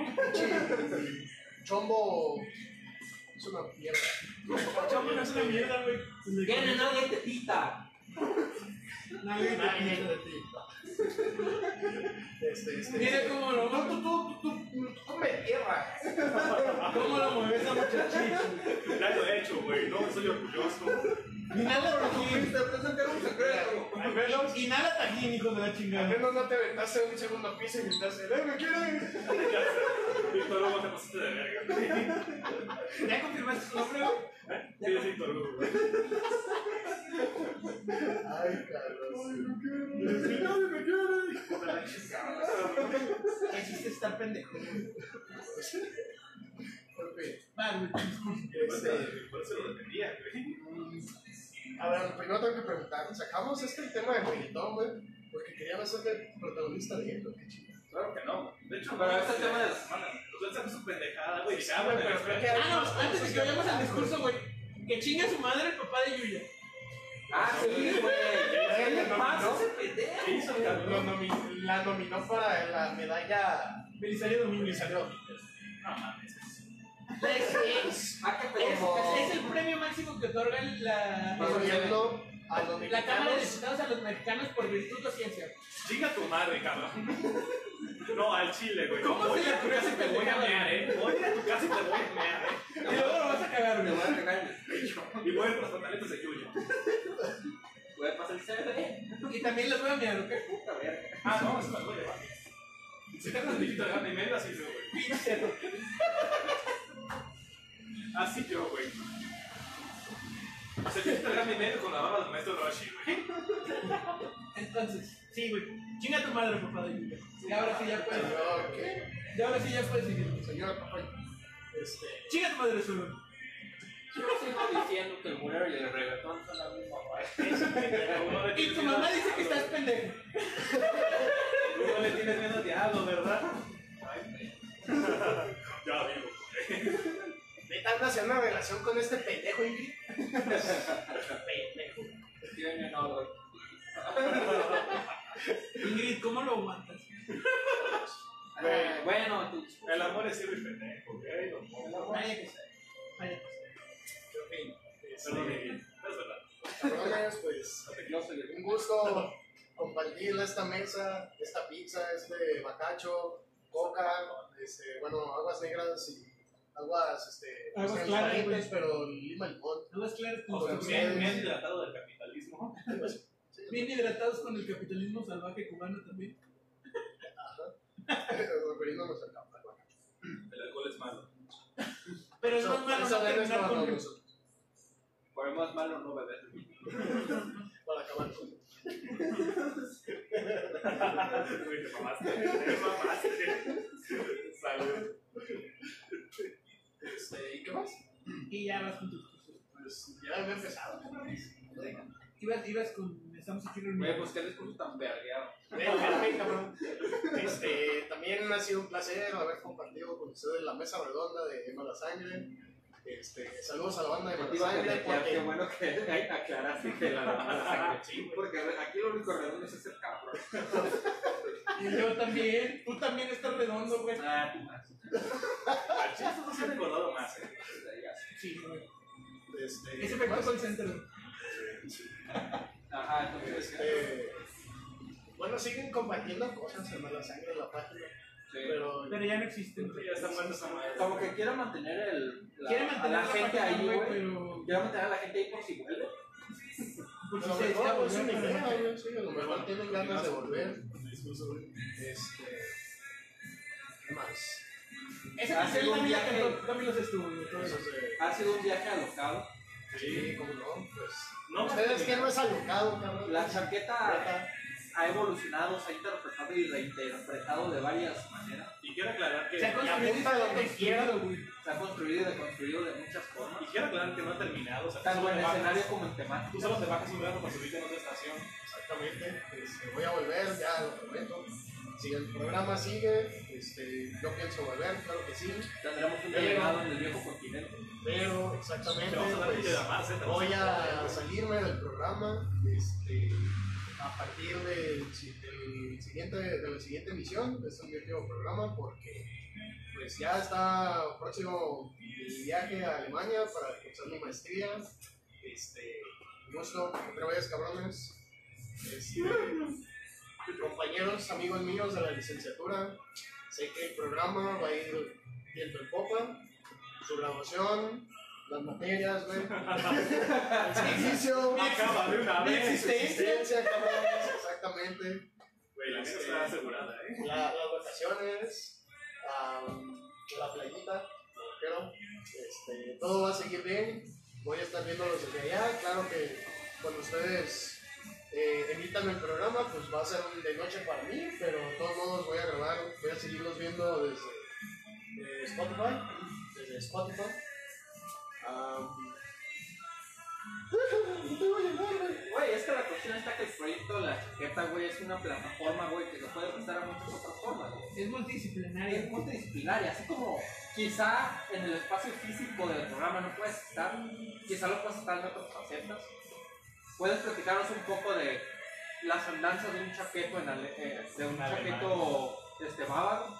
[SPEAKER 4] Chombo es una mierda.
[SPEAKER 2] Chombo no es una mierda, güey.
[SPEAKER 3] Viene nadie tetita.
[SPEAKER 2] Nadie
[SPEAKER 4] Nadie
[SPEAKER 2] te-
[SPEAKER 4] de ti. Este, este.
[SPEAKER 2] Mira cómo lo
[SPEAKER 4] No, tú, tú, tú, tú, tú come tierra.
[SPEAKER 2] cómo lo mueves a muchachito.
[SPEAKER 5] Ya lo he hecho, güey, no, soy orgulloso.
[SPEAKER 2] Inhala tajín.
[SPEAKER 3] un secreto.
[SPEAKER 4] Al
[SPEAKER 2] Inhala tajín, hijo de la chingada.
[SPEAKER 4] menos no te aventaste un segundo piso y gritaste, ¡eh, me quiero ir!
[SPEAKER 5] Ya sé. Víctor Hugo te pasaste de verga.
[SPEAKER 2] ¿Ya confirmaste su nombre, güey?
[SPEAKER 5] Sí, es Víctor Hugo, güey.
[SPEAKER 4] Ay, cabrón.
[SPEAKER 5] Sí, nadie me quiere. Hijo de la chingada.
[SPEAKER 2] ¿Qué hiciste estar pendejo? güey?
[SPEAKER 4] Ok,
[SPEAKER 2] Va, güey, tu discurso.
[SPEAKER 4] Este,
[SPEAKER 5] Por eso lo defendía, güey.
[SPEAKER 4] a ver, primero tengo que preguntar, ¿sacamos este tema de reggaetón, güey? Porque quería ser el protagonista de él, ¿no? qué chingada.
[SPEAKER 5] Claro que no. De hecho,
[SPEAKER 3] Pero
[SPEAKER 5] para
[SPEAKER 3] este
[SPEAKER 5] este
[SPEAKER 3] tema
[SPEAKER 5] tema
[SPEAKER 3] de
[SPEAKER 5] de
[SPEAKER 3] la
[SPEAKER 5] la semana, tú sacas su pendejada, güey.
[SPEAKER 4] Ah,
[SPEAKER 5] Ya,
[SPEAKER 4] güey,
[SPEAKER 5] güey,
[SPEAKER 4] pero creo que-
[SPEAKER 2] Ah, no, antes de que vayamos al discurso, güey. Que chinga su madre el papá de Yuya.
[SPEAKER 3] Ah, sí, güey.
[SPEAKER 4] ¿Qué le
[SPEAKER 3] pasa
[SPEAKER 4] pasa
[SPEAKER 3] ese pendejo?
[SPEAKER 5] ¿Qué hizo el cabrón?
[SPEAKER 4] Lo nomi- la nominó para la medalla
[SPEAKER 2] Belisario Domínguez.
[SPEAKER 4] Belisario.
[SPEAKER 5] No mames.
[SPEAKER 2] Es,
[SPEAKER 3] Ah, qué
[SPEAKER 2] es,
[SPEAKER 3] pendejo.
[SPEAKER 2] es el premio máximo que otorga la,
[SPEAKER 4] Volviendo a los
[SPEAKER 2] la Cámara de
[SPEAKER 4] mexicanos,
[SPEAKER 2] Diputados a los mexicanos por virtud o ciencia.
[SPEAKER 5] Chinga tu madre, cabrón. No, al chile, güey.
[SPEAKER 2] ¿Cómo
[SPEAKER 5] Voy
[SPEAKER 2] se
[SPEAKER 5] a tu
[SPEAKER 2] le
[SPEAKER 5] casa y
[SPEAKER 2] ocurre
[SPEAKER 5] te voy a
[SPEAKER 2] pendejada?
[SPEAKER 5] mear, eh. Voy a tu casa y te voy a mear, eh.
[SPEAKER 2] Y luego lo vas a cagar,
[SPEAKER 3] Me
[SPEAKER 2] güey.
[SPEAKER 3] voy a cagar en el pecho.
[SPEAKER 5] Y voy a ir por los pantaletas de Yuyo.
[SPEAKER 3] Voy a pasar el CV.
[SPEAKER 2] Y también los voy a mirar, ¿ok?
[SPEAKER 3] Puta verga.
[SPEAKER 5] Ah, no, eso me voy a llevar. Si te haces de grande y medio, así yo, güey.
[SPEAKER 2] Pinche.
[SPEAKER 5] Así yo, güey. O sea, dijiste grande y medio con la barba del maestro Roshi, güey.
[SPEAKER 2] Entonces, sí, güey. Chinga tu madre, papá de Yuya. Y ahora sí ya puedes.
[SPEAKER 4] Señor, ¿qué?
[SPEAKER 2] Y ahora sí ya puedes seguir.
[SPEAKER 4] Señor, papá, este,
[SPEAKER 2] Chinga tu madre, solo.
[SPEAKER 3] Yo sigo diciendo que el murero y el reggaetón son la misma parte.
[SPEAKER 5] Uno le
[SPEAKER 2] Y
[SPEAKER 5] tienes
[SPEAKER 2] tu
[SPEAKER 5] miedo
[SPEAKER 2] mamá
[SPEAKER 5] al
[SPEAKER 2] dice que
[SPEAKER 5] diablo.
[SPEAKER 2] estás pendejo.
[SPEAKER 5] Uno le tienes miedo al diablo, ¿verdad? Ya vivo.
[SPEAKER 4] Neta, anda haciendo una relación con este pendejo, Ingrid.
[SPEAKER 3] Yo en el orden.
[SPEAKER 2] Ingrid, ¿cómo lo aguantas?
[SPEAKER 3] Ah, Bueno, tú.
[SPEAKER 5] El amor es ciego y pendejo, güey. lo pongo.
[SPEAKER 2] Vaya que sea. Vaya que sea.
[SPEAKER 4] En fin, este,
[SPEAKER 5] eh, Perdón, Miguel. Es verdad.
[SPEAKER 4] cabrones, pues,
[SPEAKER 3] Yo soy el
[SPEAKER 4] un gusto compartir esta mesa, esta pizza, este bacacho, coca, este, bueno, aguas negras y aguas, este,
[SPEAKER 2] Aguas
[SPEAKER 4] transparentes,
[SPEAKER 2] claras, güey.
[SPEAKER 4] pero lima limón.
[SPEAKER 2] No vas claras con
[SPEAKER 5] O sea,
[SPEAKER 2] los
[SPEAKER 4] Ustedes.
[SPEAKER 2] capitalismos.
[SPEAKER 5] bien, bien hidratado del capitalismo.
[SPEAKER 4] Sí,
[SPEAKER 2] Bien hidratados con el capitalismo salvaje cubano también.
[SPEAKER 4] refiriéndonos al campo.
[SPEAKER 5] El alcohol es malo.
[SPEAKER 2] Pero es más
[SPEAKER 4] Eso-
[SPEAKER 2] malo no
[SPEAKER 4] eso debes
[SPEAKER 2] terminar
[SPEAKER 4] tomarlo
[SPEAKER 2] con
[SPEAKER 4] nosotros,
[SPEAKER 3] Por el más malo no beber.
[SPEAKER 4] Para acabar con
[SPEAKER 5] Güey, te mamaste. Te mamaste. Salud.
[SPEAKER 4] este, ¿Y qué más?
[SPEAKER 2] Y ya vas con tu discurso.
[SPEAKER 4] Pues ya había empezado, cabrones. Venga.
[SPEAKER 2] Ibas, ibas con. Estamos aquí
[SPEAKER 3] Güey,
[SPEAKER 2] reunidos.
[SPEAKER 3] pues qué discurso tan vergueado.
[SPEAKER 4] Venga, venga, cabrón. Este, también ha sido un placer haber compartido con ustedes la mesa redonda de Mala Sangre. Este, saludos a la banda de
[SPEAKER 2] Pues,
[SPEAKER 4] Mala Sangre.
[SPEAKER 3] Qué
[SPEAKER 4] porque-
[SPEAKER 3] bueno que aclaraste que la la sangre. Porque aquí lo único redondo es ese cabrón.
[SPEAKER 2] Y yo también. Tú también estás redondo, güey.
[SPEAKER 3] Ah, tú más.
[SPEAKER 5] Al chile estos dos se han engordado más, eh.
[SPEAKER 3] Ya sé.
[SPEAKER 2] Sí, güey.
[SPEAKER 4] Este,
[SPEAKER 2] Ese efecto
[SPEAKER 4] más,
[SPEAKER 2] call center.
[SPEAKER 3] Ajá, entonces.
[SPEAKER 4] este, bueno, siguen compartiendo cosas en Mala Sangre en la página,
[SPEAKER 3] Sí.
[SPEAKER 4] pero
[SPEAKER 2] Pero ya no existen.
[SPEAKER 5] Ya están muertos esa madre.
[SPEAKER 3] Como que quiero mantener el, la,
[SPEAKER 2] Quieren
[SPEAKER 3] a
[SPEAKER 2] mantener
[SPEAKER 3] la,
[SPEAKER 2] la,
[SPEAKER 3] gente
[SPEAKER 2] página,
[SPEAKER 3] ahí,
[SPEAKER 2] güey,
[SPEAKER 3] güey.
[SPEAKER 2] pero.
[SPEAKER 3] Quiero mantener a la gente ahí por si vuelve.
[SPEAKER 2] Por
[SPEAKER 4] a
[SPEAKER 2] si
[SPEAKER 4] lo
[SPEAKER 2] se
[SPEAKER 4] mejor,
[SPEAKER 2] descarga,
[SPEAKER 4] pues, es una
[SPEAKER 2] güey,
[SPEAKER 4] idea,
[SPEAKER 2] pero-
[SPEAKER 4] yo sí, a lo mejor tienen ganas de volver. Este, ¿Qué más?
[SPEAKER 2] Esa
[SPEAKER 3] Ah,
[SPEAKER 2] canción
[SPEAKER 3] sí,
[SPEAKER 2] también la
[SPEAKER 3] güey.
[SPEAKER 2] cantó Camilo Sesto, güey. todo eso.
[SPEAKER 4] Cosas de-
[SPEAKER 3] Ha sido un viaje alocado.
[SPEAKER 4] eh, Sí, como no, pues.
[SPEAKER 5] No,
[SPEAKER 4] Ustedes que no es alocado, cabrón.
[SPEAKER 3] La chaqueta ha evolucionado, se ha interpretado y reinterpretado de varias maneras.
[SPEAKER 5] Y quiero aclarar que.
[SPEAKER 2] Se ha construido y se
[SPEAKER 4] apunta
[SPEAKER 2] ha
[SPEAKER 4] donde quiera.
[SPEAKER 2] construido, güey.
[SPEAKER 3] Se ha construido y deconstruido de muchas
[SPEAKER 5] Y
[SPEAKER 3] formas.
[SPEAKER 5] quiero aclarar que no ha terminado. O sea, tú
[SPEAKER 3] Tanto
[SPEAKER 5] solo
[SPEAKER 3] en
[SPEAKER 5] te bajas-
[SPEAKER 3] escenario como en temática.
[SPEAKER 5] Tú solo te bajas un rato para subirte a otra estación.
[SPEAKER 4] Exactamente, este, voy a volver, ya lo prometo. Si el programa sigue, este, yo pienso volver, claro que sí.
[SPEAKER 3] Tendremos un
[SPEAKER 4] Pero-
[SPEAKER 3] delegado en el viejo continente.
[SPEAKER 4] Pero
[SPEAKER 5] Te
[SPEAKER 4] exactamente,
[SPEAKER 5] vas a dar
[SPEAKER 4] pues,
[SPEAKER 5] de la más, eh. te vas
[SPEAKER 4] voy a salirme del programa este, a partir del, si- del siguiente, de la siguiente emisión. Este es mi último programa porque pues ya está próximo mi viaje a Alemania para cursar mi maestría. Este, un gusto, otra vez, cabrones. Este, compañeros, amigos míos de la licenciatura, sé que el programa va a ir viento en popa, su graduación, las materias, güey, el servicio,
[SPEAKER 5] Acaba de una
[SPEAKER 2] Mi
[SPEAKER 5] vez.
[SPEAKER 4] la
[SPEAKER 2] existencia.
[SPEAKER 4] existencia, cabrones, exactamente,
[SPEAKER 5] Güey, la mía está asegurada, eh.
[SPEAKER 4] la- las vacaciones, am, la playita, me refiero, este, todo va a seguir bien, voy a estar viéndolos desde allá, claro que cuando ustedes eh, emitan el programa, pues va a ser de noche para mí, pero de todos modos voy a grabar, voy a seguirlos viendo desde eh, Spotify, desde Spotify. Am, no te voy a llevar, güey.
[SPEAKER 3] Güey, es que la cuestión está que el proyecto de la chaqueta abierta, güey, es una plataforma, güey, que se puede prestar a muchas otras formas, güey.
[SPEAKER 2] Es multidisciplinaria.
[SPEAKER 3] Es multidisciplinaria, así como quizá en el espacio físico del programa no puedes estar, quizá lo puedes estar en otras facetas. Puedes platicarnos un poco de las andanzas de un chaqueto en Ale- eh, de un
[SPEAKER 5] Alemán.
[SPEAKER 3] chaqueto este bávaro.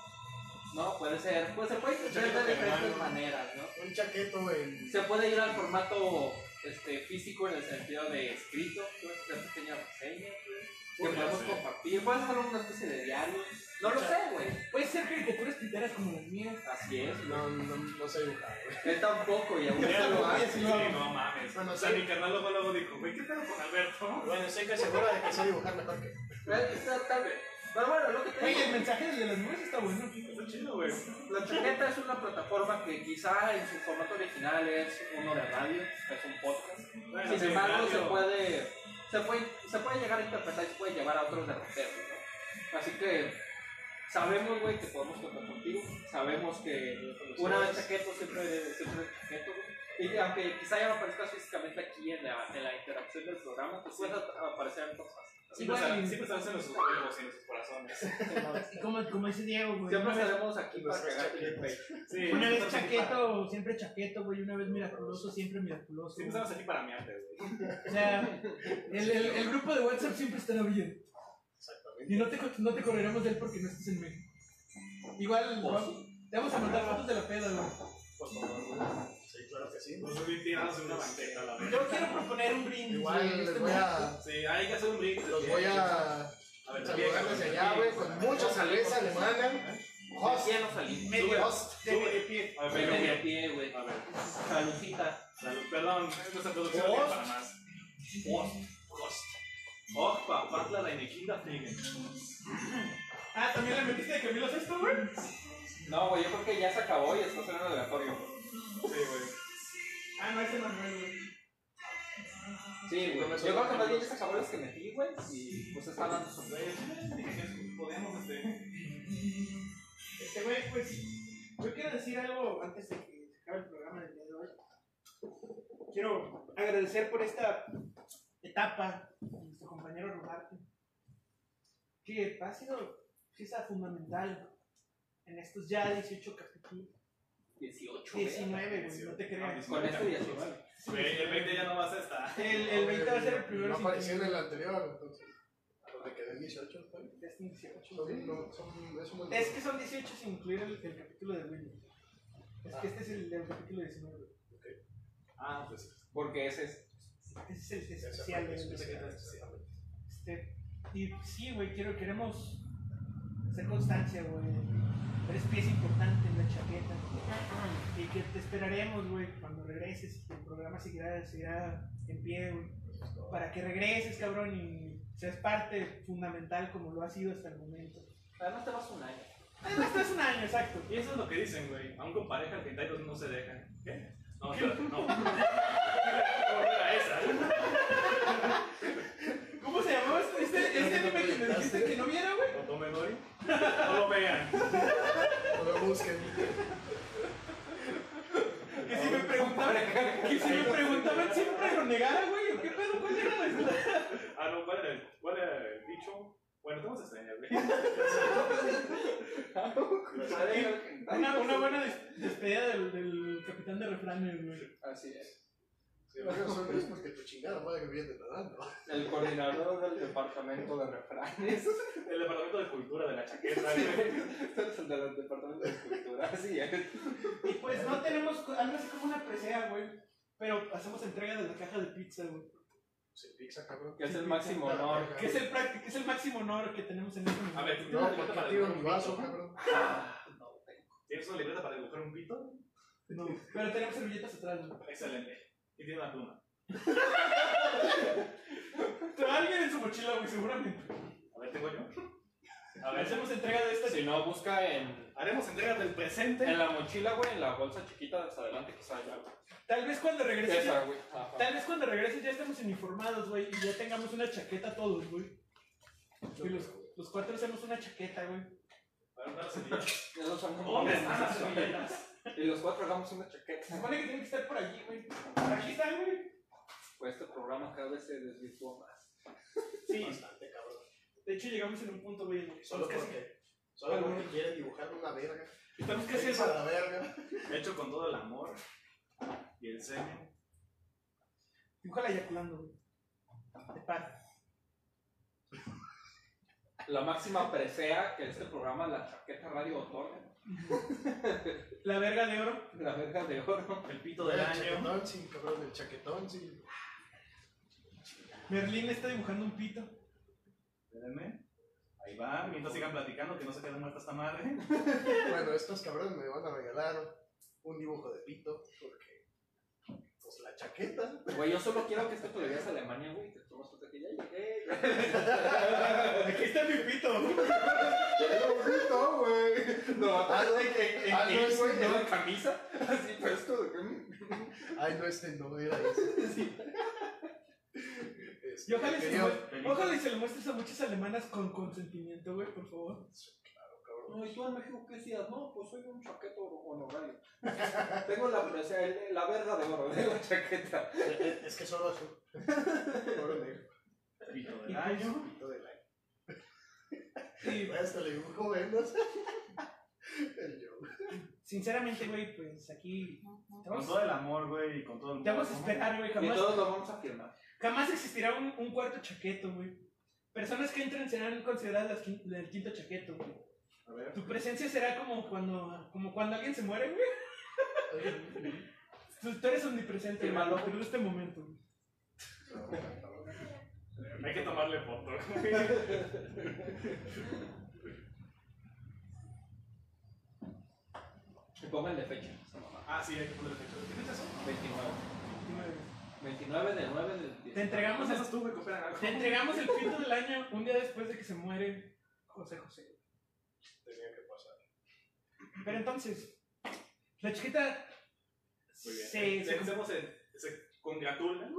[SPEAKER 3] No, puede ser, pues se puede interpretar de
[SPEAKER 4] Chaqueto
[SPEAKER 3] diferentes
[SPEAKER 4] alemán.
[SPEAKER 3] maneras, ¿no?
[SPEAKER 4] Un chaqueto en.
[SPEAKER 3] Se puede ir al formato este, físico en el sentido de escrito, puedes hacer pequeñas reseñas, güey, que
[SPEAKER 5] Podría
[SPEAKER 3] podemos
[SPEAKER 5] ser.
[SPEAKER 3] compartir, puedes hacer una especie de diario, no lo sé, güey.
[SPEAKER 2] Puedes ser caricaturas pintadas como las mías.
[SPEAKER 3] Así es, güey.
[SPEAKER 4] No, no, no sé dibujar, güey.
[SPEAKER 3] Él tampoco, y aún
[SPEAKER 5] Sí,
[SPEAKER 3] así lo
[SPEAKER 5] no,
[SPEAKER 3] hace.
[SPEAKER 5] sí, no mames.
[SPEAKER 4] Bueno,
[SPEAKER 5] o sea,
[SPEAKER 4] sí.
[SPEAKER 5] mi carnal luego luego dijo, güey, ¿qué pedo con Alberto?
[SPEAKER 4] Bueno, estoy casi seguro de que sé dibujar mejor que.
[SPEAKER 3] Él está tal vez. Pero bueno, lo que te digo,
[SPEAKER 2] Oye, el mensaje de las nubes está bueno.
[SPEAKER 5] Está chido, güey.
[SPEAKER 3] la chaqueta es una plataforma que quizá en su formato original es uno de radio, es un podcast.
[SPEAKER 5] Bueno, sí,
[SPEAKER 3] Sin embargo, se
[SPEAKER 5] radio.
[SPEAKER 3] puede, se puede, se puede llegar a interpretar y se puede llevar a otros derroteros, ¿no? Así que sabemos, güey, que podemos contar contigo. Sabemos que una vez chaqueto siempre, siempre es chaqueto, güey. Y aunque quizá ya no aparezcas físicamente aquí en la, en la interacción del programa, pues puedes a- aparecer en otras fases.
[SPEAKER 5] Siempre
[SPEAKER 2] Igual
[SPEAKER 5] sal-
[SPEAKER 2] y-
[SPEAKER 5] siempre sabes en nuestros huevos y en sus corazones.
[SPEAKER 2] Y como, como dice Diego, güey.
[SPEAKER 3] Siempre
[SPEAKER 2] una vez-
[SPEAKER 3] estaremos aquí para
[SPEAKER 4] Nuestros
[SPEAKER 3] cagar
[SPEAKER 4] chaquetos.
[SPEAKER 3] clickbait.
[SPEAKER 5] Sí,
[SPEAKER 2] Una vez
[SPEAKER 5] siempre estamos aquí
[SPEAKER 2] chaqueto, siempre chaqueto, güey. Una vez miraculoso, siempre
[SPEAKER 5] para-
[SPEAKER 2] miraculoso.
[SPEAKER 5] Siempre estamos aquí para miarte, güey.
[SPEAKER 2] O sea, el, el, el grupo de WhatsApp siempre estará bien.
[SPEAKER 4] Exactamente.
[SPEAKER 2] Y no te, co- no te correremos de él porque no estés en México. Igual,
[SPEAKER 3] Pues
[SPEAKER 2] ¿no? te vamos a mandar fotos de la peda, güey.
[SPEAKER 4] Pues por favor, Sí, claro que sí.
[SPEAKER 5] Nos subí tirados de una banqueta, la verdad.
[SPEAKER 2] Yo quiero proponer un brindis. güey, en
[SPEAKER 4] Igual
[SPEAKER 2] este
[SPEAKER 4] les voy a.
[SPEAKER 5] Sí, hay que hacer un brindis.
[SPEAKER 4] Los voy a
[SPEAKER 5] A
[SPEAKER 4] saludar
[SPEAKER 5] ver, también,
[SPEAKER 4] desde
[SPEAKER 5] güey.
[SPEAKER 4] allá, güey, con mucha cerveza alemana. Host,
[SPEAKER 3] Ya no salimos.
[SPEAKER 2] momento. Medio
[SPEAKER 4] host.
[SPEAKER 2] de medio pie.
[SPEAKER 5] A ver,
[SPEAKER 3] Medio
[SPEAKER 5] medio.
[SPEAKER 3] pie, güey.
[SPEAKER 5] A ver,
[SPEAKER 3] Saludcita.
[SPEAKER 5] salud. Perdón, nuestra producción no
[SPEAKER 4] Post.
[SPEAKER 5] tiene para más. Post. Post. Opa, patla de Nequinda Fingen.
[SPEAKER 2] Ah, ¿también le metiste de Camilo Sesto, güey?
[SPEAKER 3] No, güey, yo creo que ya se acabó y está sonando aleatorio.
[SPEAKER 5] Sí, güey.
[SPEAKER 2] Ah, no, ese Manuel, güey.
[SPEAKER 3] Sí, güey.
[SPEAKER 4] No me
[SPEAKER 3] Yo creo que más bien ya se acabó los que metí, güey. Y pues está hablando sobre.
[SPEAKER 5] Podemos, este.
[SPEAKER 2] Este güey, pues, yo quiero decir algo antes de que se acabe el programa del día de hoy. Quiero agradecer por esta etapa a nuestro compañero Rodarte, que ha sido pieza fundamental en estos ya 18 capítulos.
[SPEAKER 3] 18, güey.
[SPEAKER 2] 19, güey, no te creas.
[SPEAKER 3] Con este 19.
[SPEAKER 5] Güey, el 20 ya no vas a estar.
[SPEAKER 2] El, el 20 va a ser el primero.
[SPEAKER 4] No
[SPEAKER 2] sin-
[SPEAKER 4] apareció en el anterior, entonces. ¿Dónde quedó el 18? ¿sabes?
[SPEAKER 2] Es 18, güey.
[SPEAKER 4] Son- no, son- Es un buen
[SPEAKER 2] Es que son 18 sin incluir el, el capítulo de Willy. Es
[SPEAKER 4] Ah.
[SPEAKER 2] que este es el, el capítulo 19. güey.
[SPEAKER 5] Ah, pues.
[SPEAKER 3] Porque ese es.
[SPEAKER 2] Ese es el
[SPEAKER 4] Ese fue
[SPEAKER 2] especial.
[SPEAKER 4] el
[SPEAKER 2] güey, el
[SPEAKER 4] especial,
[SPEAKER 2] especial.
[SPEAKER 4] exactamente.
[SPEAKER 2] Este, y pues, sí, güey, quiero, queremos hacer constancia, güey. Eres pieza importante en la chaqueta. Y que te esperaremos, güey, cuando regreses. El programa seguirá, seguirá en pie, güey. Para que regreses, cabrón, y seas parte fundamental como lo ha sido hasta el momento.
[SPEAKER 3] Además te vas ¿eh? un año.
[SPEAKER 2] Además, estás un año, exacto.
[SPEAKER 5] Y eso es lo que dicen, güey. Aún con pareja, argentinos no se dejan. ¿Qué? No, espérate, no. No era esa.
[SPEAKER 2] ¿Cómo se llamaba este, este, este anime que me dijiste que no viera, güey?
[SPEAKER 5] No tomen hoy. No lo vean.
[SPEAKER 4] No lo busquen.
[SPEAKER 2] Que si me preguntaban, que si me preguntaban siempre lo negara, güey. ¿o ¿Qué pedo? ¿Cuál era la
[SPEAKER 5] Ah, no, ¿cuál era el, cuál era el dicho? Bueno, te vamos a extrañar, güey.
[SPEAKER 2] Una, una buena des- despedida del, del capitán de refranes, güey.
[SPEAKER 3] Así es.
[SPEAKER 4] Sí, bueno, son ellos porque tu chingada madre me viene nadando.
[SPEAKER 3] El coordinador del departamento de refranes.
[SPEAKER 5] El departamento de cultura de la chaqueta, güey.
[SPEAKER 3] El del departamento de cultura. Así es.
[SPEAKER 2] Y pues no tenemos co- algo así como una presea, güey. Pero hacemos entrega de la caja de pizza, güey.
[SPEAKER 4] Se pizza, cabrón.
[SPEAKER 3] Que es el máximo honor.
[SPEAKER 2] Que es el, prácti- es el máximo honor que tenemos en este momento.
[SPEAKER 5] A ver,
[SPEAKER 4] No, porque tiro mi vaso,
[SPEAKER 5] ¿no?
[SPEAKER 4] cabrón.
[SPEAKER 5] ¿Tienes una libreta para dibujar un pito?
[SPEAKER 2] No, pero tenemos servilletas atrás, güey.
[SPEAKER 5] Excelente. Y tiene una pluma.
[SPEAKER 2] Trae alguien en su mochila, güey, seguramente.
[SPEAKER 5] A ver, tengo yo. A ver,
[SPEAKER 2] Hacemos entrega de este- esta.
[SPEAKER 3] Si no, busca en.
[SPEAKER 5] haremos entrega del presente.
[SPEAKER 3] En la mochila, güey, en la bolsa chiquita de hasta adelante, quizá ya. güey.
[SPEAKER 2] Tal vez cuando regreses. ya-
[SPEAKER 3] Esa, güey. Ajá.
[SPEAKER 2] Tal vez cuando regreses ya estemos uniformados, güey, y ya tengamos una chaqueta todos, güey. Que los, los cuatro hacemos una chaqueta, güey.
[SPEAKER 5] A ver, para servilletas.
[SPEAKER 3] Esos son como-
[SPEAKER 5] ¿Dónde están las servilletas?
[SPEAKER 3] Y los cuatro hagamos una
[SPEAKER 2] Se
[SPEAKER 3] chaqueta.
[SPEAKER 2] supone que tiene que estar por allí, güey. Por aquí está, güey.
[SPEAKER 3] Pues este programa cada vez se desvirtuó más.
[SPEAKER 2] Sí.
[SPEAKER 4] Bastante, cabrón.
[SPEAKER 2] hecho, llegamos en un punto, güey, en el que
[SPEAKER 4] Solo
[SPEAKER 2] estamos casi-
[SPEAKER 4] porque, solo porque quiere dibujar una verga.
[SPEAKER 2] estamos
[SPEAKER 4] ¿Qué es
[SPEAKER 2] casi al-
[SPEAKER 4] la verga?
[SPEAKER 5] Hecho con todo el amor y el semen.
[SPEAKER 2] Dibújala eyaculando, güey. De paz.
[SPEAKER 3] La máxima presea que este programa, la chaqueta radio otorga.
[SPEAKER 2] La verga de oro.
[SPEAKER 3] La verga de oro.
[SPEAKER 5] El pito del
[SPEAKER 4] El
[SPEAKER 5] año.
[SPEAKER 4] chaquetón, sí, cabrón, el chaquetón, sí.
[SPEAKER 2] Merlín está dibujando un pito.
[SPEAKER 5] Espérenme. Ahí va, mientras sigan platicando que no se quede muerta esta madre.
[SPEAKER 4] Bueno, estos cabrones me van a regalar un dibujo de pito, porque. Pues la chaqueta.
[SPEAKER 3] Güey, yo solo quiero que esto te lo digas a Alemania, güey. Te tomas foto que ya llegué.
[SPEAKER 2] Aquí está mi pito.
[SPEAKER 4] No, güey.
[SPEAKER 3] No,
[SPEAKER 4] Ah, no, ah, no,
[SPEAKER 3] es
[SPEAKER 4] güey, no.
[SPEAKER 3] en camisa. Así puesto. mm.
[SPEAKER 4] Ay, no, este no era ese. Este,
[SPEAKER 2] Y ojalá y se,
[SPEAKER 4] quería-
[SPEAKER 2] lo muest- ojalá y se lo muestres a muchas alemanas con consentimiento, güey, por favor.
[SPEAKER 4] cabrón.
[SPEAKER 3] No, y tú en México, ¿qué decías? No, pues soy un chaqueto honorario. Tengo la presea, el- la verga de oro. Tengo chaqueta.
[SPEAKER 4] Eh, Es es que solo azul. Oro negro.
[SPEAKER 5] Pito
[SPEAKER 2] Y
[SPEAKER 5] del
[SPEAKER 2] pues,
[SPEAKER 5] año.
[SPEAKER 4] pito de la-
[SPEAKER 2] sí,
[SPEAKER 4] Hasta le dibujo menos. El yo.
[SPEAKER 2] sinceramente, güey, pues aquí te
[SPEAKER 5] Con
[SPEAKER 2] vamos,
[SPEAKER 5] todo el amor, güey, y con todo el
[SPEAKER 2] te vamos a esperar, güey,
[SPEAKER 3] Y
[SPEAKER 2] jamás.
[SPEAKER 3] todos lo vamos a firmar.
[SPEAKER 2] Jamás existirá un, un cuarto chaqueto, güey. Personas que entren serán consideradas las quin- del quinto chaqueto, güey.
[SPEAKER 5] A ver.
[SPEAKER 2] Tu presencia será como cuando, como cuando alguien se muere, güey. Tú, tú eres omnipresente, güey,
[SPEAKER 3] Fírmalo.
[SPEAKER 2] a partir de este momento, güey.
[SPEAKER 5] Hay que tomarle foto.
[SPEAKER 3] Y pónganle fecha. esa mamá.
[SPEAKER 5] ah, sí, hay que ponerle fecha. ¿Tienes eso?
[SPEAKER 3] 29.
[SPEAKER 2] Dime, güey.
[SPEAKER 3] 29 del 9 del 10.
[SPEAKER 2] Te entregamos,
[SPEAKER 5] Vamos,
[SPEAKER 2] el,
[SPEAKER 5] esas tú, güey, cooperan algo.
[SPEAKER 2] te entregamos el pito del año un día después de que se muere José José.
[SPEAKER 4] Tenía que pasar.
[SPEAKER 2] Pero entonces, la chiquita
[SPEAKER 5] Muy bien.
[SPEAKER 2] se, se-
[SPEAKER 5] Pensemos en. Se congratula.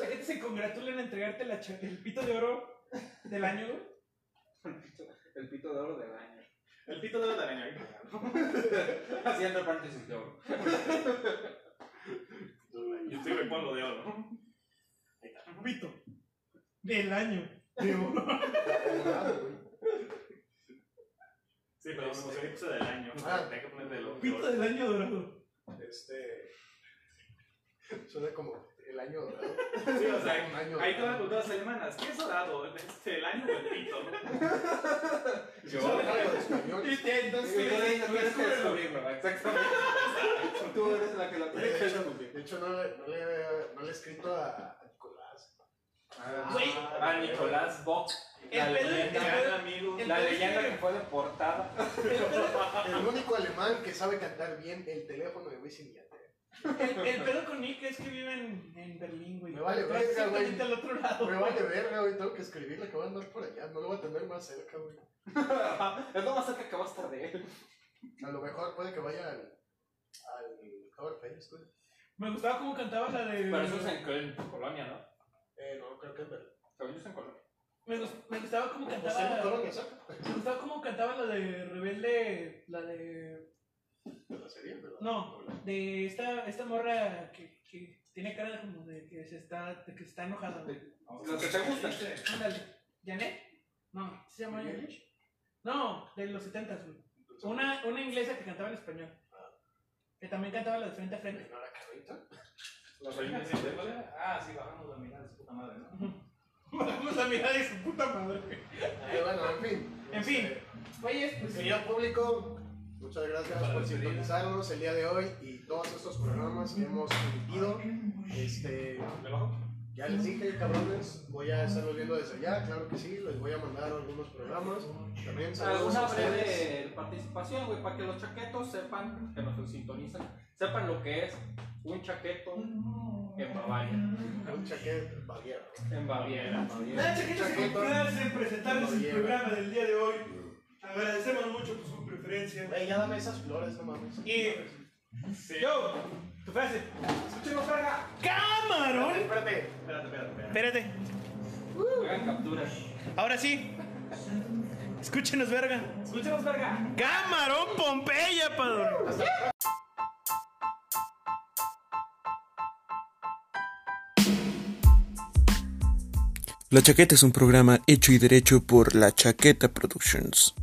[SPEAKER 2] la gente se congratula en entregarte la cha- el pito de oro del año, güey.
[SPEAKER 3] El pito de oro del año.
[SPEAKER 5] El pito de la araña. güey.
[SPEAKER 3] Así entre paréntesis de oro.
[SPEAKER 5] Yo estoy le pongo de oro. ¿no?
[SPEAKER 2] Pito del año. de oro.
[SPEAKER 4] Ah, güey.
[SPEAKER 5] Sí, pero me emocioné que puse del año.
[SPEAKER 4] Ah.
[SPEAKER 5] Tengo que poner de oro.
[SPEAKER 2] Pito del año dorado.
[SPEAKER 4] Este. Suena como el año dorado.
[SPEAKER 5] Sí, o sea,
[SPEAKER 4] Un año
[SPEAKER 5] Ahí te van
[SPEAKER 4] dorado.
[SPEAKER 5] a preguntar las alemanas, ¿qué es dorado? Este, ¿El año o el pito? Yo,
[SPEAKER 4] Suena algo de español.
[SPEAKER 2] Y te- entonces,
[SPEAKER 3] Sí, tú eres- tú eres que
[SPEAKER 2] descúbrelo.
[SPEAKER 3] descubrirlo, exactamente. Tú eres la que lo
[SPEAKER 4] De
[SPEAKER 3] tienes que
[SPEAKER 4] hecho,
[SPEAKER 3] descubrir.
[SPEAKER 4] de hecho, no, le- no, le, no le he escrito a, a Nicolás.
[SPEAKER 2] Güey.
[SPEAKER 3] A Ah, Nicolás Bock, la
[SPEAKER 2] El pedo-
[SPEAKER 3] leyenda,
[SPEAKER 2] el pedo-
[SPEAKER 5] amigo.
[SPEAKER 2] el
[SPEAKER 3] la
[SPEAKER 2] pedo es
[SPEAKER 3] leyenda
[SPEAKER 2] que-
[SPEAKER 3] que fue deportada.
[SPEAKER 4] El único alemán que sabe cantar bien el teléfono de Wisin y Yandel.
[SPEAKER 2] El, el pedo con Nick es que vive en, en Berlín, güey.
[SPEAKER 4] Me vale
[SPEAKER 2] Tú eres
[SPEAKER 4] verga, güey.
[SPEAKER 2] exactamente al otro lado.
[SPEAKER 4] Me vale verga, güey. Tengo que escribirle que va a andar por allá. No lo voy a tener más cerca, güey.
[SPEAKER 3] es lo más cerca que va a estar de él.
[SPEAKER 4] A lo mejor puede que vaya al. al Coverface, güey.
[SPEAKER 2] Me gustaba cómo cantaba la de.
[SPEAKER 3] Pero eso es en Köln, Colonia, ¿no?
[SPEAKER 4] Eh, no, creo que en Berlín.
[SPEAKER 3] Según yo es en Colonia.
[SPEAKER 2] me, gus- me gustaba cómo
[SPEAKER 4] Pues sí, no
[SPEAKER 2] cantaba.
[SPEAKER 4] lo que saca.
[SPEAKER 2] Me gustaba cómo cantaba la de Rebelde. La de.
[SPEAKER 4] De la serie, ¿verdad?
[SPEAKER 2] No. De esta, esta morra que, que tiene cara de como de que se está, de que está enojada. güey.
[SPEAKER 3] Lo que te gusta.
[SPEAKER 2] Ándale. ¿Janet? No, ¿se llama
[SPEAKER 4] ¿Billie
[SPEAKER 2] Janet? No, de los 70 güey. Una, una inglesa que cantaba en español. Que también cantaba la de frente a frente.
[SPEAKER 4] ¿No la carrita?
[SPEAKER 5] Los reinas de Inglaterra. Ah, sí, bajamos la mirada de su puta madre, ¿no?
[SPEAKER 2] Vamos a mirar de su puta madre. güey.
[SPEAKER 4] Eh, bueno, en fin.
[SPEAKER 2] En
[SPEAKER 4] Este,
[SPEAKER 2] Oye, pues.
[SPEAKER 4] Señor público, muchas gracias por sintonizarnos el día de hoy y todos estos programas que hemos emitido. Este,
[SPEAKER 5] ¿Le bajo?
[SPEAKER 4] ya les dije, cabrones, voy a estar volviendo desde allá, claro que sí, les voy a mandar algunos programas. También saludos a
[SPEAKER 3] Alguna
[SPEAKER 4] ustedes.
[SPEAKER 3] breve participación, güey, para que los chaquetos sepan, que nos sintonizan, sepan lo que es un chaqueto en Bavaria.
[SPEAKER 4] Un chaquet Baviera.
[SPEAKER 3] En Baviera.
[SPEAKER 2] Nada, chaquetos y
[SPEAKER 4] Chaquetos.
[SPEAKER 2] compradas en presentarles el
[SPEAKER 4] Oye,
[SPEAKER 2] programa del día de hoy. Agradecemos mucho por su preferencia.
[SPEAKER 4] Güey, ya dame esas flores, no mames.
[SPEAKER 2] Y. Yo, tu frase.
[SPEAKER 5] Escuchemos, verga.
[SPEAKER 2] ¡Camarón!
[SPEAKER 4] Espérate.
[SPEAKER 5] Espérate, espérate, espérate.
[SPEAKER 2] Espérate,
[SPEAKER 3] Hagan capturas.
[SPEAKER 2] ahora sí. Escúchenos, verga.
[SPEAKER 5] Escuchemos, verga.
[SPEAKER 2] ¡Camarón Pompeya, padrón!
[SPEAKER 1] La Chaqueta es un programa hecho y derecho por La Chaqueta Productions.